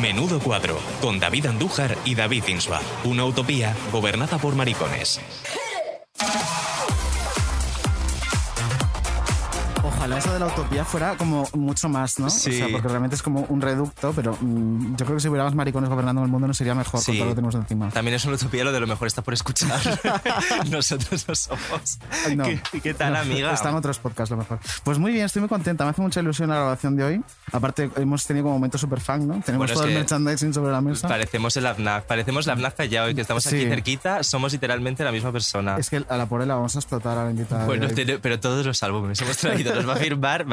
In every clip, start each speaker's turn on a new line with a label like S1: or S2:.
S1: Menudo cuadro, con David Andújar y David Insua. Una utopía gobernada por maricones.
S2: Ojalá eso de la utopía fuera como mucho más, ¿no?
S3: Sí.
S2: O sea, porque realmente es como un reducto, pero mm, yo creo que si hubiera más maricones gobernando el mundo no sería mejor
S3: Sí.
S2: con todo lo que tenemos encima.
S3: También es una utopía lo de lo mejor está por escuchar. Nosotros no somos.
S2: Ay, no.
S3: ¿Qué, qué tal,
S2: No,
S3: amiga?
S2: Están otros podcasts, lo mejor. Pues muy bien, estoy muy contenta. Me hace mucha ilusión la grabación de hoy. Aparte, hemos tenido como momentos super fan, ¿no?
S3: Bueno,
S2: Tenemos
S3: es
S2: todo el
S3: que-
S2: merchandising sobre la mesa.
S3: Parecemos el AFNAC, parecemos la AFNAC ya hoy que estamos aquí
S2: Sí.
S3: cerquita, somos literalmente la misma persona.
S2: Es que a la pobre la vamos a explotar a la invitada. de
S3: bueno,
S2: hoy.
S3: te- pero todos los álbumes hemos traído, los va a firmar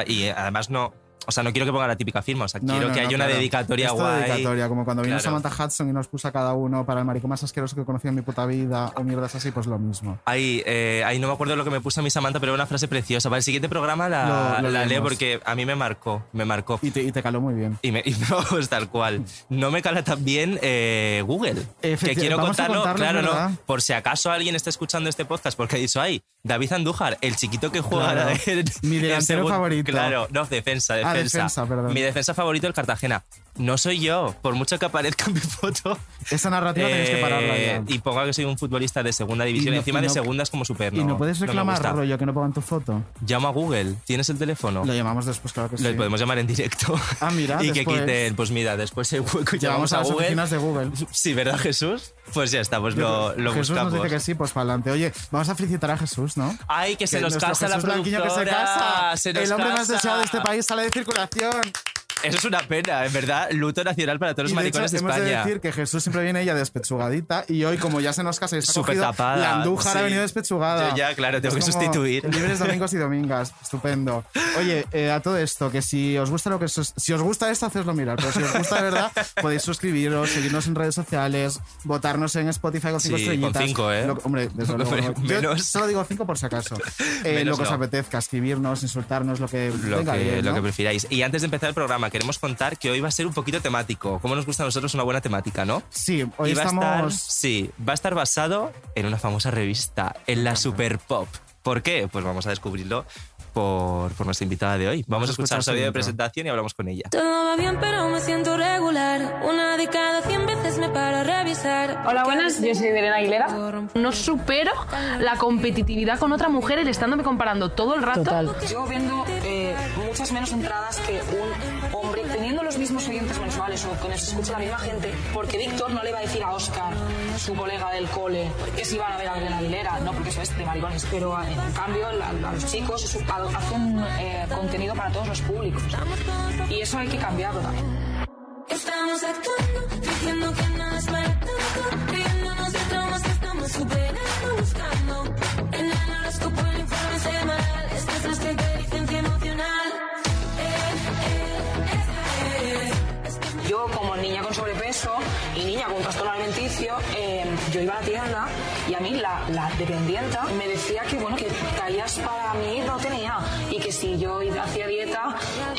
S3: y eh, además no, o sea, no quiero que ponga la típica firma, o sea,
S2: No,
S3: quiero
S2: no,
S3: que
S2: no,
S3: haya una
S2: claro.
S3: dedicatoria
S2: Esto de
S3: guay.
S2: dedicatoria, como cuando vino
S3: Claro.
S2: Samantha Hudson y nos puso a cada uno para el maricón más asqueroso que conocí en mi puta vida o mierdas así, pues lo mismo.
S3: Ay, eh, ay, no me acuerdo lo que me puso a mi Samantha, pero era una frase preciosa. Para el siguiente programa la,
S2: Lo- lo
S3: la leo
S2: leemos.
S3: porque a mí me marcó, me marcó.
S2: Y te, y te caló muy bien.
S3: Y me, y vamos, tal cual. No me cala tan bien eh, Google. Que
S2: Efecti-
S3: quiero
S2: vamos a
S3: contarlo,
S2: contarlo,
S3: claro,
S2: es verdad.
S3: no. Por si acaso alguien está escuchando este podcast porque ha dicho, ay, David Andújar, el chiquito que juega
S2: Claro.
S3: en-
S2: Mi
S3: en
S2: delantero
S3: segun-
S2: favorito.
S3: Claro, no, defensa, defensa.
S2: Ah, defensa, perdón.
S3: Mi defensa favorito el Cartagena. No soy yo, por mucho que aparezca en mi foto.
S2: Esa narrativa tenéis que pararla
S3: eh,
S2: ya.
S3: y ponga que soy un futbolista de segunda división,
S2: Y no-
S3: encima
S2: y
S3: de
S2: no-
S3: segunda es como super.
S2: y no puedes
S3: me
S2: reclamar
S3: gusta.
S2: rollo que no pongan tu foto.
S3: Llama a Google, ¿tienes el teléfono?
S2: Lo llamamos después, claro que sí.
S3: Lo podemos llamar en directo.
S2: Ah, mira,
S3: Y
S2: después.
S3: que quiten, pues mira, después el hueco y
S2: Llamamos
S3: llamamos
S2: a
S3: a
S2: las
S3: Google.
S2: oficinas de Google.
S3: Sí, ¿verdad, Jesús? Pues ya está, pues lo, lo
S2: Jesús
S3: buscamos.
S2: nos dice que sí, pues para adelante. Oye, vamos a felicitar a Jesús, ¿no?
S3: Ay, que, se
S2: Que
S3: nos
S2: nuestro
S3: casa la
S2: Jesús Blanquiño
S3: productora.
S2: que se casa.
S3: se nos
S2: el hombre más
S3: casa.
S2: deseado de este país sale de circulación.
S3: Eso es una pena, en verdad. Luto nacional para todos los
S2: y de hecho,
S3: maricones de
S2: hemos
S3: España.
S2: de decir que Jesús siempre viene ella despechugadita y hoy, como ya se nos casa y está
S3: Súper
S2: cogido,
S3: tapada,
S2: la Andújar ha
S3: sí.
S2: venido despechugada.
S3: Yo ya, claro, tengo
S2: Es
S3: que
S2: como
S3: sustituir.
S2: Libres domingos y domingas. Estupendo. Oye, eh, a todo esto, que si os gusta lo que... sos- Si os gusta esto, hacedlo mirar. Pero si os gusta de verdad, podéis suscribiros, seguirnos en redes sociales, votarnos en Spotify con cinco
S3: Sí, con
S2: estrellitas.
S3: cinco, ¿eh?
S2: Lo- hombre, desde luego,
S3: Hombre,
S2: yo
S3: menos.
S2: solo digo cinco por si acaso. Eh,
S3: Menos
S2: lo que os
S3: no.
S2: apetezca, escribirnos, insultarnos, lo que
S3: Lo
S2: venga
S3: que,
S2: bien,
S3: lo
S2: ¿no?
S3: que prefiráis. Y antes de empezar el programa, queremos contar que hoy va a ser un poquito temático. Como nos gusta a nosotros una buena temática, ¿no?
S2: Sí, hoy
S3: Y va a
S2: estamos...
S3: estar- sí, va a estar basado en una famosa revista, en la Super Pop. ¿Por qué? Pues vamos a descubrirlo por, por nuestra invitada de hoy. Vamos a escuchar su
S2: su
S3: vídeo de
S2: intro.
S3: presentación y hablamos con ella.
S4: Todo va bien, pero me siento regular. Una de cada 100 veces me paro a revisar.
S5: Hola, buenas, yo soy Belén Aguilera. No supero la competitividad con otra mujer el estándome comparando todo el rato.
S6: Llevo viendo eh, muchas menos entradas que un hombre teniendo los mismos oyentes mensuales o que nos escucha la misma gente, porque Víctor no le va a decir a Oscar, su colega del cole, que si van a ver a Belén Aguilera, no, porque eso es de maricones, pero eh, en cambio la- a, los chicos es un- a- hace un eh, contenido para todos los públicos y eso hay que cambiarlo también.
S4: Estamos actuando, diciendo que no es barato. Riéndonos de traumas que estamos superando, buscando. En el horóscopo el informe semanal. Esta es nuestra inteligencia emocional.
S6: Yo, como niña con sobrepeso y niña con trastorno alimenticio, eh, yo iba a la tienda y a mí la, la dependienta me decía que, bueno, que tallas para mí no tenía y que si yo iba- hacía dieta,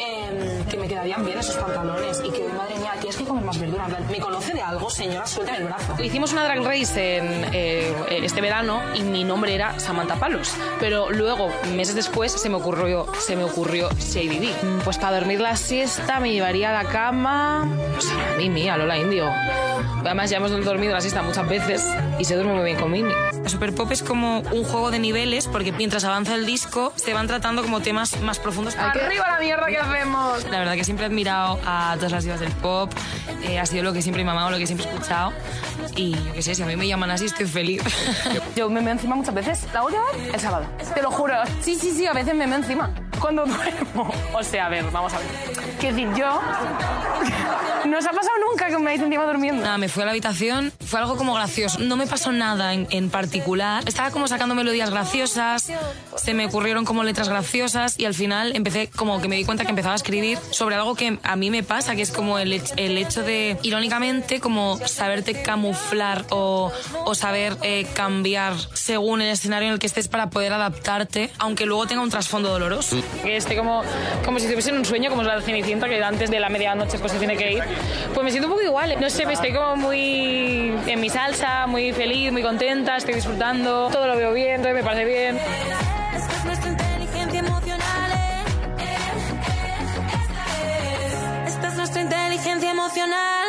S6: eh, que me quedarían bien esos pantalones y que, madre mía, tienes que comer más verdura. En plan, ¿Me conoce de algo, señora? Suéltame el brazo.
S5: Hicimos una drag race en, eh, este verano y mi nombre era Samantha Palos. Pero luego, meses después, se me ocurrió, se me ocurrió Shady D. Mm, Pues para dormir la siesta me llevaría a la cama. Pues a Mimi, a Lola Indio. Además, ya hemos dormido la siesta muchas veces y se duerme muy bien con Mimi.
S7: La Super Pop es como un juego de niveles porque mientras avanza el disco se van tratando como temas más profundos.
S5: ¡Arriba la mierda que Pues hacemos!
S7: La verdad que siempre he admirado a todas las divas del pop, eh, ha sido lo que siempre he mamado, lo que siempre he escuchado y yo qué sé, si a mí me llaman así estoy feliz.
S5: Yo me meo encima muchas veces. La última vez, el sábado. Te lo juro. Sí, sí, sí, a veces me meo encima. Cuando duermo. O sea, a ver, vamos a ver. Que decir, yo
S8: No os ha pasado nunca que me hayáis encima durmiendo.
S7: Nada, me fui a la habitación, fue algo como gracioso. No me pasó nada en, en particular. Estaba como sacando melodías graciosas, se me ocurrieron como letras graciosas y al final empecé como que me di cuenta que empezaba a escribir sobre algo que a mí me pasa, que es como el, hech- el hecho de, irónicamente, como saberte camuflar o, o saber eh, cambiar según el escenario en el que estés para poder adaptarte, aunque luego tenga un trasfondo doloroso.
S5: que esté como, como si estuviese en un sueño, como es la Cenicienta, que antes de la medianoche pues se tiene que ir. Pues me siento un poco igual, no sé, estoy como muy en mi salsa, muy feliz, muy contenta, estoy disfrutando, todo lo veo bien, todo me parece bien.
S4: Eres, es nuestra inteligencia emocional. eh, eh, esta es. Esta es nuestra inteligencia emocional.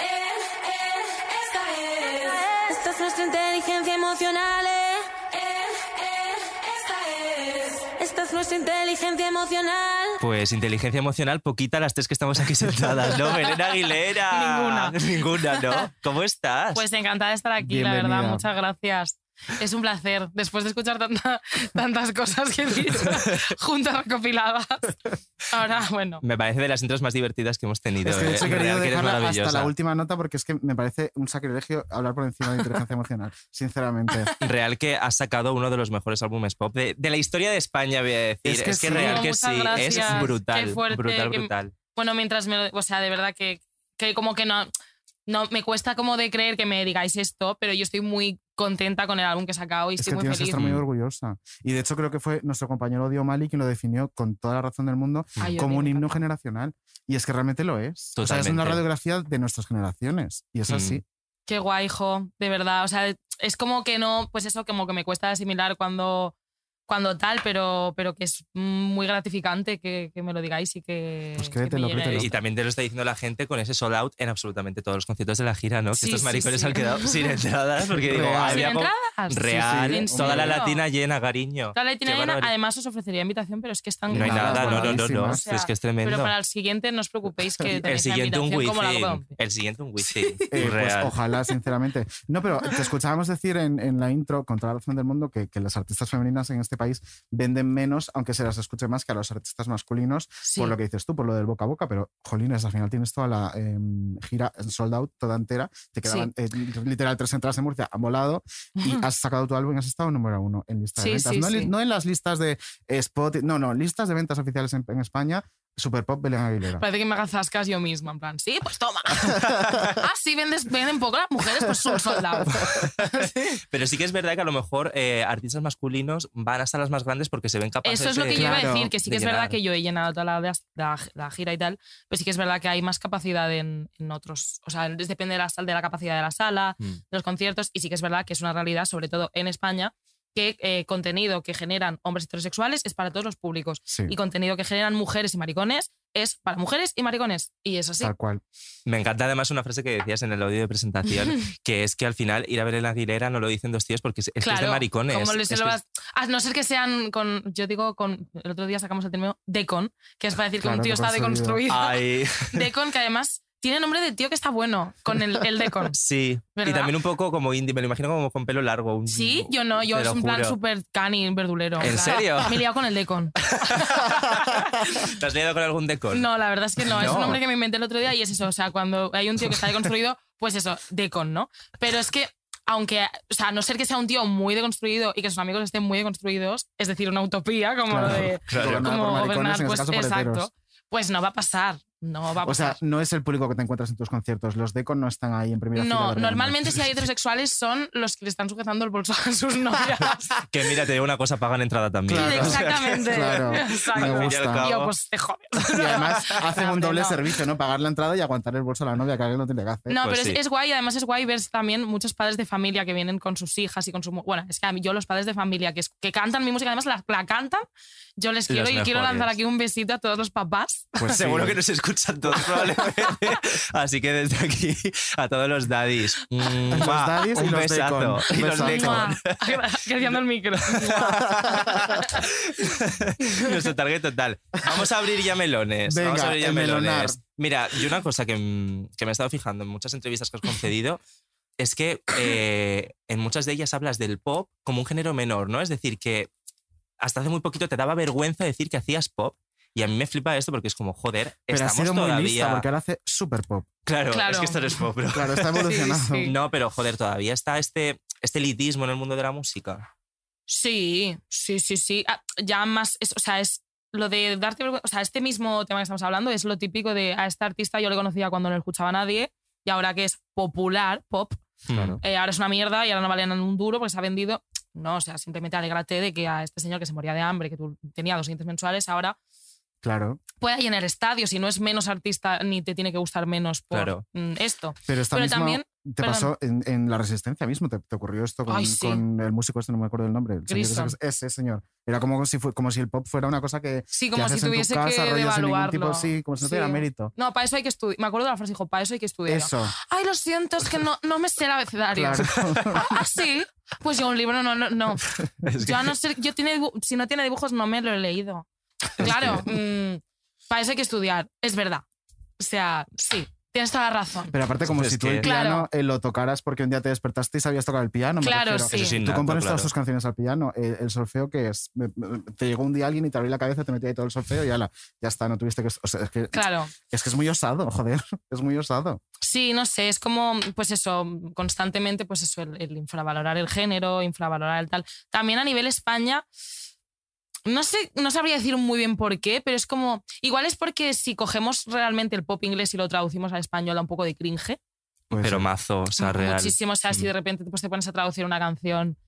S4: eh, eh, esta es. Esta es nuestra inteligencia emocional. eh, eh, eh, esta es. Esta es nuestra inteligencia emocional.
S3: Pues inteligencia emocional, poquita las tres que estamos aquí sentadas, ¿no? Belén Aguilera. Ninguna. Ninguna, ¿no? ¿Cómo estás?
S8: Pues encantada de estar aquí, la verdad.
S2: Bienvenida.
S8: Muchas gracias. Es un placer, después de escuchar tanta- tantas cosas que he dicho juntas recopiladas. Ahora, bueno.
S3: me parece de las intros más divertidas que hemos tenido.
S2: Es que de hecho
S3: ¿eh?
S2: he
S3: En
S2: querido
S3: real, que eres
S2: dejarla hasta
S3: maravillosa.
S2: la última nota porque es que me parece un sacrilegio hablar por encima de inteligencia emocional, sinceramente.
S3: Real que has sacado uno de los mejores álbumes pop de, de la historia de España, voy a decir.
S2: Es
S3: Es
S2: que
S3: que,
S2: sí.
S3: real que
S8: Muchas
S3: sí.
S8: gracias.
S3: Es brutal.
S8: Qué fuerte,
S3: brutal,
S8: que-
S3: brutal.
S8: Bueno, mientras me lo, O sea, de verdad que, que como que no, no... Me cuesta como de creer que me digáis esto, pero yo estoy muy contenta con el álbum que he sacado y
S2: Es
S8: estoy
S2: que
S8: muy
S2: tienes que
S8: feliz.
S2: estar muy orgullosa. Y de hecho creo que fue nuestro compañero Dio Mali quien lo definió con toda la razón del mundo
S8: Ay,
S2: como
S8: Dios
S2: un
S8: mío,
S2: himno generacional. Y es que realmente lo es. O sea, es
S3: Totalmente.
S2: una radiografía de nuestras generaciones. Y es
S3: Mm.
S2: así.
S8: Qué guay, jo, de verdad. O sea, es como que no, pues eso, como que me cuesta asimilar cuando, cuando tal, pero, pero que es muy gratificante que, que me lo digáis y que.
S2: Pues
S8: que
S2: créetelo,
S8: me llene.
S2: créetelo.
S3: Eh, Y también te lo está diciendo la gente con ese sold out en absolutamente todos los conciertos de la gira, ¿no? Que
S8: Sí,
S3: estos
S8: sí,
S3: maricones
S8: sí.
S3: han quedado sin entradas porque digo,
S2: Real.
S3: ah,
S8: ¿Sin
S3: había como-
S8: Pues entradas?
S3: Real,
S8: ¿En
S3: toda la
S8: serio?
S3: latina llena, cariño.
S8: Toda la latina
S3: Qué
S8: llena.
S3: barbaridad.
S8: además os ofrecería invitación, pero es que están.
S3: No hay
S2: Nada,
S3: nada, no, no, no, no.
S2: buenísimas.
S8: O sea,
S3: es que es tremendo.
S8: Pero para el siguiente no os preocupéis que
S3: el
S8: tenéis la
S3: siguiente un wifi.
S8: invitación como la Copa Olympia.
S3: El siguiente un wifi.
S2: Eh, pues
S3: Real.
S2: ojalá, sinceramente. No, pero te escuchábamos decir en, en la intro, con toda la razón del mundo, que, que las artistas femeninas en este país venden menos, aunque se las escuche más que a los artistas masculinos,
S8: Sí.
S2: por lo que dices tú, por lo del boca a boca. Pero, jolines, al final tienes toda la eh, gira en sold out, toda entera. Te quedaban eh, literal tres entradas en Murcia, han volado y has sacado tu álbum y has estado número uno en lista de
S8: Sí,
S2: ventas.
S8: sí,
S2: no, en li-
S8: sí.
S2: no en las listas de Spotify, no, no, listas de ventas oficiales en, en España, Superpop Belén Aguilera.
S8: Parece que me haga zascas yo misma, en plan, sí, pues toma. ah, sí, vendes, venden poco las mujeres, pues son soldados.
S3: Pero sí que es verdad que a lo mejor eh, artistas masculinos van hasta las más grandes porque se ven capaces
S8: Eso es lo
S3: de-
S8: que yo iba a
S2: Claro,
S8: decir, que sí
S3: de
S8: que es verdad
S3: llenar.
S8: que yo he llenado toda la, la- la gira y tal, pero sí que es verdad que hay más capacidad en, en otros, o sea, es- depende de la, sal- de la capacidad de la sala,
S3: Mm.
S8: de los conciertos, y sí que es verdad que es una realidad, sobre todo en España, que eh, contenido que generan hombres heterosexuales es para todos los públicos,
S2: Sí,
S8: y contenido que generan mujeres y maricones es para mujeres y maricones, y es así.
S2: tal cual.
S3: "Mm, Me encanta además una frase que decías en el audio de presentación, que es que al final ir a ver la Aguilera no lo dicen dos tíos porque es, es que es de maricones.
S8: como les-
S3: Es
S8: lo
S3: que es-
S8: vas- a no ser que sean con, yo digo con, el otro día sacamos el término decon, que es para decir que
S2: Claro,
S8: un tío está
S2: deconstruido.
S8: deconstruido.
S3: Ay,
S8: Decon, que además tiene nombre de tío que está bueno, con el, el Decon.
S3: sí. Y
S8: ¿Verdad?
S3: también un poco como indie, me lo imagino como con pelo largo. un-
S8: Sí, yo no, yo
S3: te
S8: es
S3: lo
S8: un plan
S3: juro.
S8: súper cani, verdulero.
S3: ¿En
S8: plan,
S3: serio?
S8: Me he liado con el Decon.
S3: ¿Te has liado con algún decor?
S8: No, la verdad es que no, es
S3: Pues No.
S8: un nombre que me inventé el otro día y es eso, o sea, cuando hay un tío que está deconstruido, pues eso, Decon, ¿no? Pero es que, aunque, o sea, a no ser que sea un tío muy deconstruido y que sus amigos estén muy deconstruidos, es decir, una utopía como
S2: Claro,
S8: lo de
S3: claro.
S2: Gobernada
S8: como
S2: por maricones,
S8: gobernar,
S2: en
S8: pues
S2: este caso por heteros.
S8: exacto, pues no va a pasar, no va a
S2: O
S8: pasar.
S2: sea, no es el público que te encuentras en tus conciertos. Los decon no están ahí en primera fila.
S8: no,
S2: barriendo.
S8: normalmente si hay heterosexuales son los que le están sujetando el bolso a sus novias.
S3: Que mira, te digo una cosa, pagan entrada también.
S2: Claro.
S8: Exactamente.
S2: Claro.
S8: Exacto.
S2: Me
S3: Al fin y al
S2: gusta.
S3: cabo.
S8: Y yo, pues te jodes.
S2: Y además hacen un
S8: Hombre,
S2: doble
S8: no.
S2: servicio, ¿no? Pagar la entrada y aguantar el bolso a la novia, que alguien lo tiene que hacer.
S8: No,
S3: Pues
S8: pero es-
S3: sí.
S8: es, guay, además es guay ver también muchos padres de familia que vienen con sus hijas y con su... mu- Bueno, es que a mí, yo los padres de familia que, es- que cantan mi música, además la, la cantan, yo les quiero
S3: Los
S8: y quiero
S3: mejores.
S8: lanzar aquí un besito a todos los papás.
S2: Pues sí.
S3: Seguro que nos escuchan todos probablemente. Así que desde aquí a todos los daddies. Los
S2: daddies y
S3: un
S2: los
S3: besazo.
S2: Deacon.
S3: Y los
S2: Besazo.
S3: Deacon.
S8: Mua. Acariciando el micro.
S3: Nuestro target total. Vamos a abrir ya melones. Vamos
S2: Venga,
S3: a abrir ya
S2: el
S3: melones.
S2: melonar.
S3: Mira, y una cosa que, mm, que me he estado fijando en muchas entrevistas que has concedido es que eh, en muchas de ellas hablas del pop como un género menor, ¿no? Es decir, que hasta hace muy poquito te daba vergüenza decir que hacías pop. Y a mí me flipa esto porque es como, joder,
S2: Pero ha
S3: estamos
S2: sido muy
S3: todavía...
S2: lista porque ahora hace super pop.
S3: Claro, es
S8: Claro.
S3: que esto no es pop, bro.
S2: Claro, está evolucionado.
S8: sí.
S3: No, pero joder, todavía está este, este elitismo en el mundo de la música.
S8: Sí, sí, sí, sí. Ah, ya más, es- o sea, es lo de darte vergüenza. O sea, este mismo tema que estamos hablando es lo típico de a este artista yo le conocía cuando no le escuchaba a nadie y ahora que es popular, pop,
S3: Claro.
S8: eh, ahora es una mierda y ahora no valen un duro porque se ha vendido. No, o sea, simplemente alégrate de que a este señor que se moría de hambre, que tú tenía dos dientes mensuales, ahora
S2: Claro.
S8: pueda llenar estadios y no es menos artista ni te tiene que gustar menos por
S3: Claro.
S8: mm, esto.
S2: Pero esta
S8: Pero
S2: misma-
S8: también-
S2: Te
S8: perdón.
S2: pasó en, en La Resistencia mismo, te, te ocurrió esto con,
S8: Ay, sí.
S2: con el músico este, no me acuerdo el nombre. el señor ese que-
S8: Grissom.
S2: ese señor. Era como si, fue, como si el pop fuera una cosa que,
S8: Sí,
S2: que
S8: como si
S2: haces en tu
S8: tuviese
S2: casa,
S8: que
S2: rollo, sin ningún
S8: devaluarlo.
S2: tipo, sí, como si no tuviera
S8: Sí.
S2: mérito.
S8: No, para eso hay que estudiar. Me acuerdo de la frase, dijo, para eso hay que estudiar.
S2: Eso,
S8: Ay, lo siento, es que no, no me sé el
S2: claro.
S8: abecedario. Ah, sí. Pues yo un libro no, no, no.
S3: Hmm.
S8: Yo a no ser, yo tiene, dibu- si no tiene dibujos no me lo he leído. Claro, mm, para eso hay que estudiar, es verdad. O sea, sí, tienes toda la razón.
S2: Pero aparte, como
S3: Es
S2: si tú
S3: que-
S2: el piano
S8: Claro.
S2: eh, lo tocaras porque un día te despertaste y sabías tocar el piano. me
S8: Claro,
S2: refiero.
S8: sí. Eso
S3: es
S2: Tú
S3: innato,
S2: compones
S3: claro.
S2: todas tus canciones al piano. El, el solfeo que es. me- me- Te llegó un día alguien y te abrió la cabeza, te metía ahí todo el solfeo y ala, ya está, no tuviste que. o sea, es, que
S8: Claro.
S2: es que es muy osado, joder. Es muy osado.
S8: Sí, no sé, es como, pues eso, constantemente, pues eso, el, el infravalorar el género, infravalorar el tal. También a nivel España, no sé, no sabría decir muy bien por qué, pero es como, igual es porque si cogemos realmente el pop inglés y lo traducimos al español da un poco de cringe.
S2: Pues,
S3: Pero mazo, o sea, real. Mm.
S8: Muchísimo, o sea, si de repente pues, te pones a traducir una canción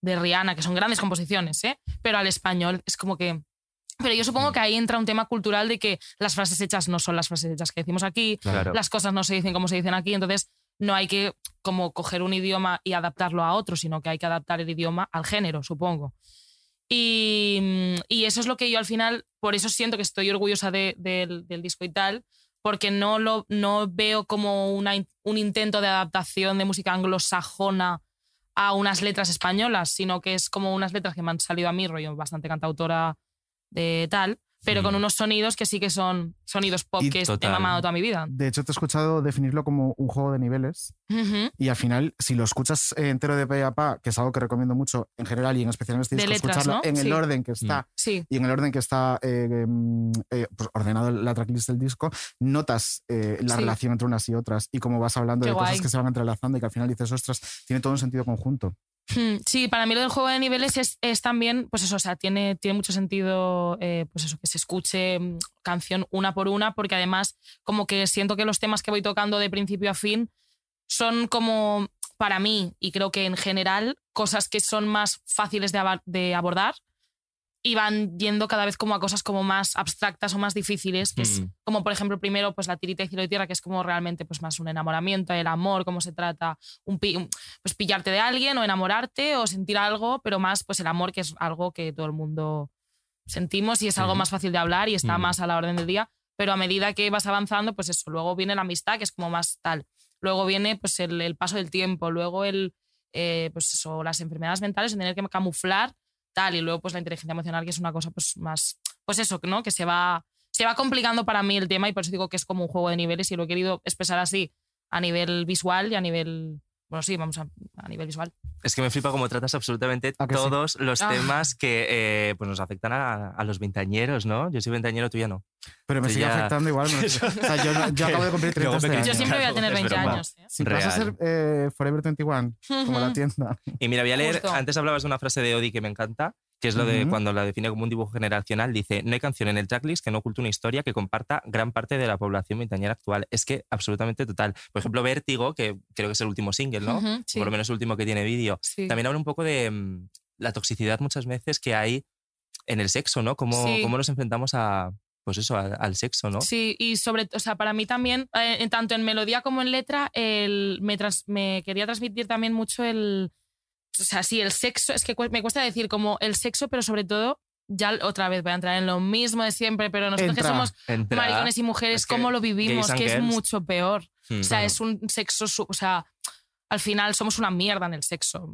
S8: de Rihanna, que son grandes composiciones, ¿eh? Pero al español es como que... Pero yo supongo
S3: Mm.
S8: que ahí entra un tema cultural de que las frases hechas no son las frases hechas que decimos aquí,
S3: Claro.
S8: las cosas no se dicen como se dicen aquí, entonces no hay que como coger un idioma y adaptarlo a otro, sino que hay que adaptar el idioma al género, supongo. Y, mm, y eso es lo que yo al final, por eso siento que estoy orgullosa de- del, del disco y tal, porque no, lo, no veo como una in- un intento de adaptación de música anglosajona a unas letras españolas, sino que es como unas letras que me han salido a mí, rollo bastante cantautora de tal, pero
S3: Mm.
S8: con unos sonidos que sí que son sonidos pop
S3: Y
S8: que he
S3: total.
S8: mamado toda mi vida.
S2: De hecho, te he escuchado definirlo como un juego de niveles.
S8: Ujú.
S2: Y al final, si lo escuchas eh, entero de pe a pa, que es algo que recomiendo mucho en general y en especial en este
S8: De
S2: disco,
S8: letras,
S2: escucharlo
S8: ¿no?
S2: en el
S8: Sí.
S2: orden que
S3: Mm.
S2: está
S8: Sí,
S2: y en el orden que está eh, em, eh, pues, ordenado la tracklist del disco, notas eh, la
S8: Sí.
S2: relación entre unas y otras y cómo vas hablando
S8: Qué
S2: de cosas
S8: guay.
S2: que se van entrelazando y que al final dices, ostras, tiene todo un sentido conjunto.
S8: Hmm, sí, para mí lo del juego de niveles es, es también, pues eso, o sea, tiene, tiene mucho sentido, eh, pues eso, que se escuche mm, canción una por una, porque además como que siento que los temas que voy tocando de principio a fin son como, para mí, y creo que en general, cosas que son más fáciles de, aba- de abordar y van yendo cada vez como a cosas como más abstractas o más difíciles, que es
S3: Mm.
S8: como por ejemplo primero pues la tirita de cielo y tierra, que es como realmente pues más un enamoramiento, el amor, cómo se trata, un, pi- un- pues pillarte de alguien o enamorarte o sentir algo, pero más pues el amor que es algo que todo el mundo sentimos y es algo
S3: Sí.
S8: más fácil de hablar y está
S3: Mm.
S8: más a la orden del día, pero a medida que vas avanzando pues eso, luego viene la amistad que es como más tal, luego viene pues el, el paso del tiempo, luego el eh, pues eso, las enfermedades mentales, el tener que camuflar tal y luego pues la inteligencia emocional que es una cosa pues más pues eso, ¿no? Que se va se va complicando para mí el tema y por eso digo que es como un juego de niveles y lo he querido expresar así a nivel visual y a nivel bueno, sí, vamos a, a nivel visual.
S3: Es que me flipa cómo tratas absolutamente
S2: ¿A que sí?
S3: todos los
S8: Ah.
S3: temas que eh, pues nos afectan a, a los veintañeros, ¿no? Yo soy veintañero, tú ya no.
S2: Pero me
S3: Sí,
S2: sigue
S3: ya.
S2: afectando igual. me- o sea, yo, no- yo acabo de cumplir 30
S3: Luego
S2: este
S3: me
S2: año.
S3: quedo-
S8: Yo siempre voy a tener
S3: Es
S8: 20
S3: broma.
S8: años. ¿eh?
S2: Si vas a
S3: Real.
S2: ser eh, Forever 21, como la tienda.
S3: Y mira, voy a leer,
S8: Justo.
S3: antes hablabas de una frase de Odi que me encanta, que es lo de
S2: Ujú.
S3: cuando la define como un dibujo generacional, dice, no hay canción en el tracklist que no oculte una historia que comparta gran parte de la población veintañera actual. Es que absolutamente total. Por ejemplo, Vértigo, que creo que es el último single, ¿no?
S8: Ujú, sí,
S3: Por lo menos el último que tiene vídeo.
S8: sí.
S3: También habla un poco de mm, la toxicidad muchas veces que hay en el sexo, ¿no? Cómo,
S8: Sí.
S3: cómo nos enfrentamos a, pues eso, al, al sexo, ¿no?
S8: Sí, y sobre, o sea, para mí también, eh, en tanto en melodía como en letra, el, me, trans- me quería transmitir también mucho el, o sea, sí, el sexo, es que cu- me cuesta decir como el sexo, pero sobre todo, ya l- otra vez voy a entrar en lo mismo de siempre, pero nosotros
S2: Entra.
S8: que somos
S3: Entra-
S8: maricones y mujeres,
S3: Es que
S8: ¿cómo lo vivimos?
S3: gays and
S8: Que es
S3: girls.
S8: mucho peor.
S3: Mm.
S8: O sea, es un sexo, su- o sea, al final somos una mierda en el sexo.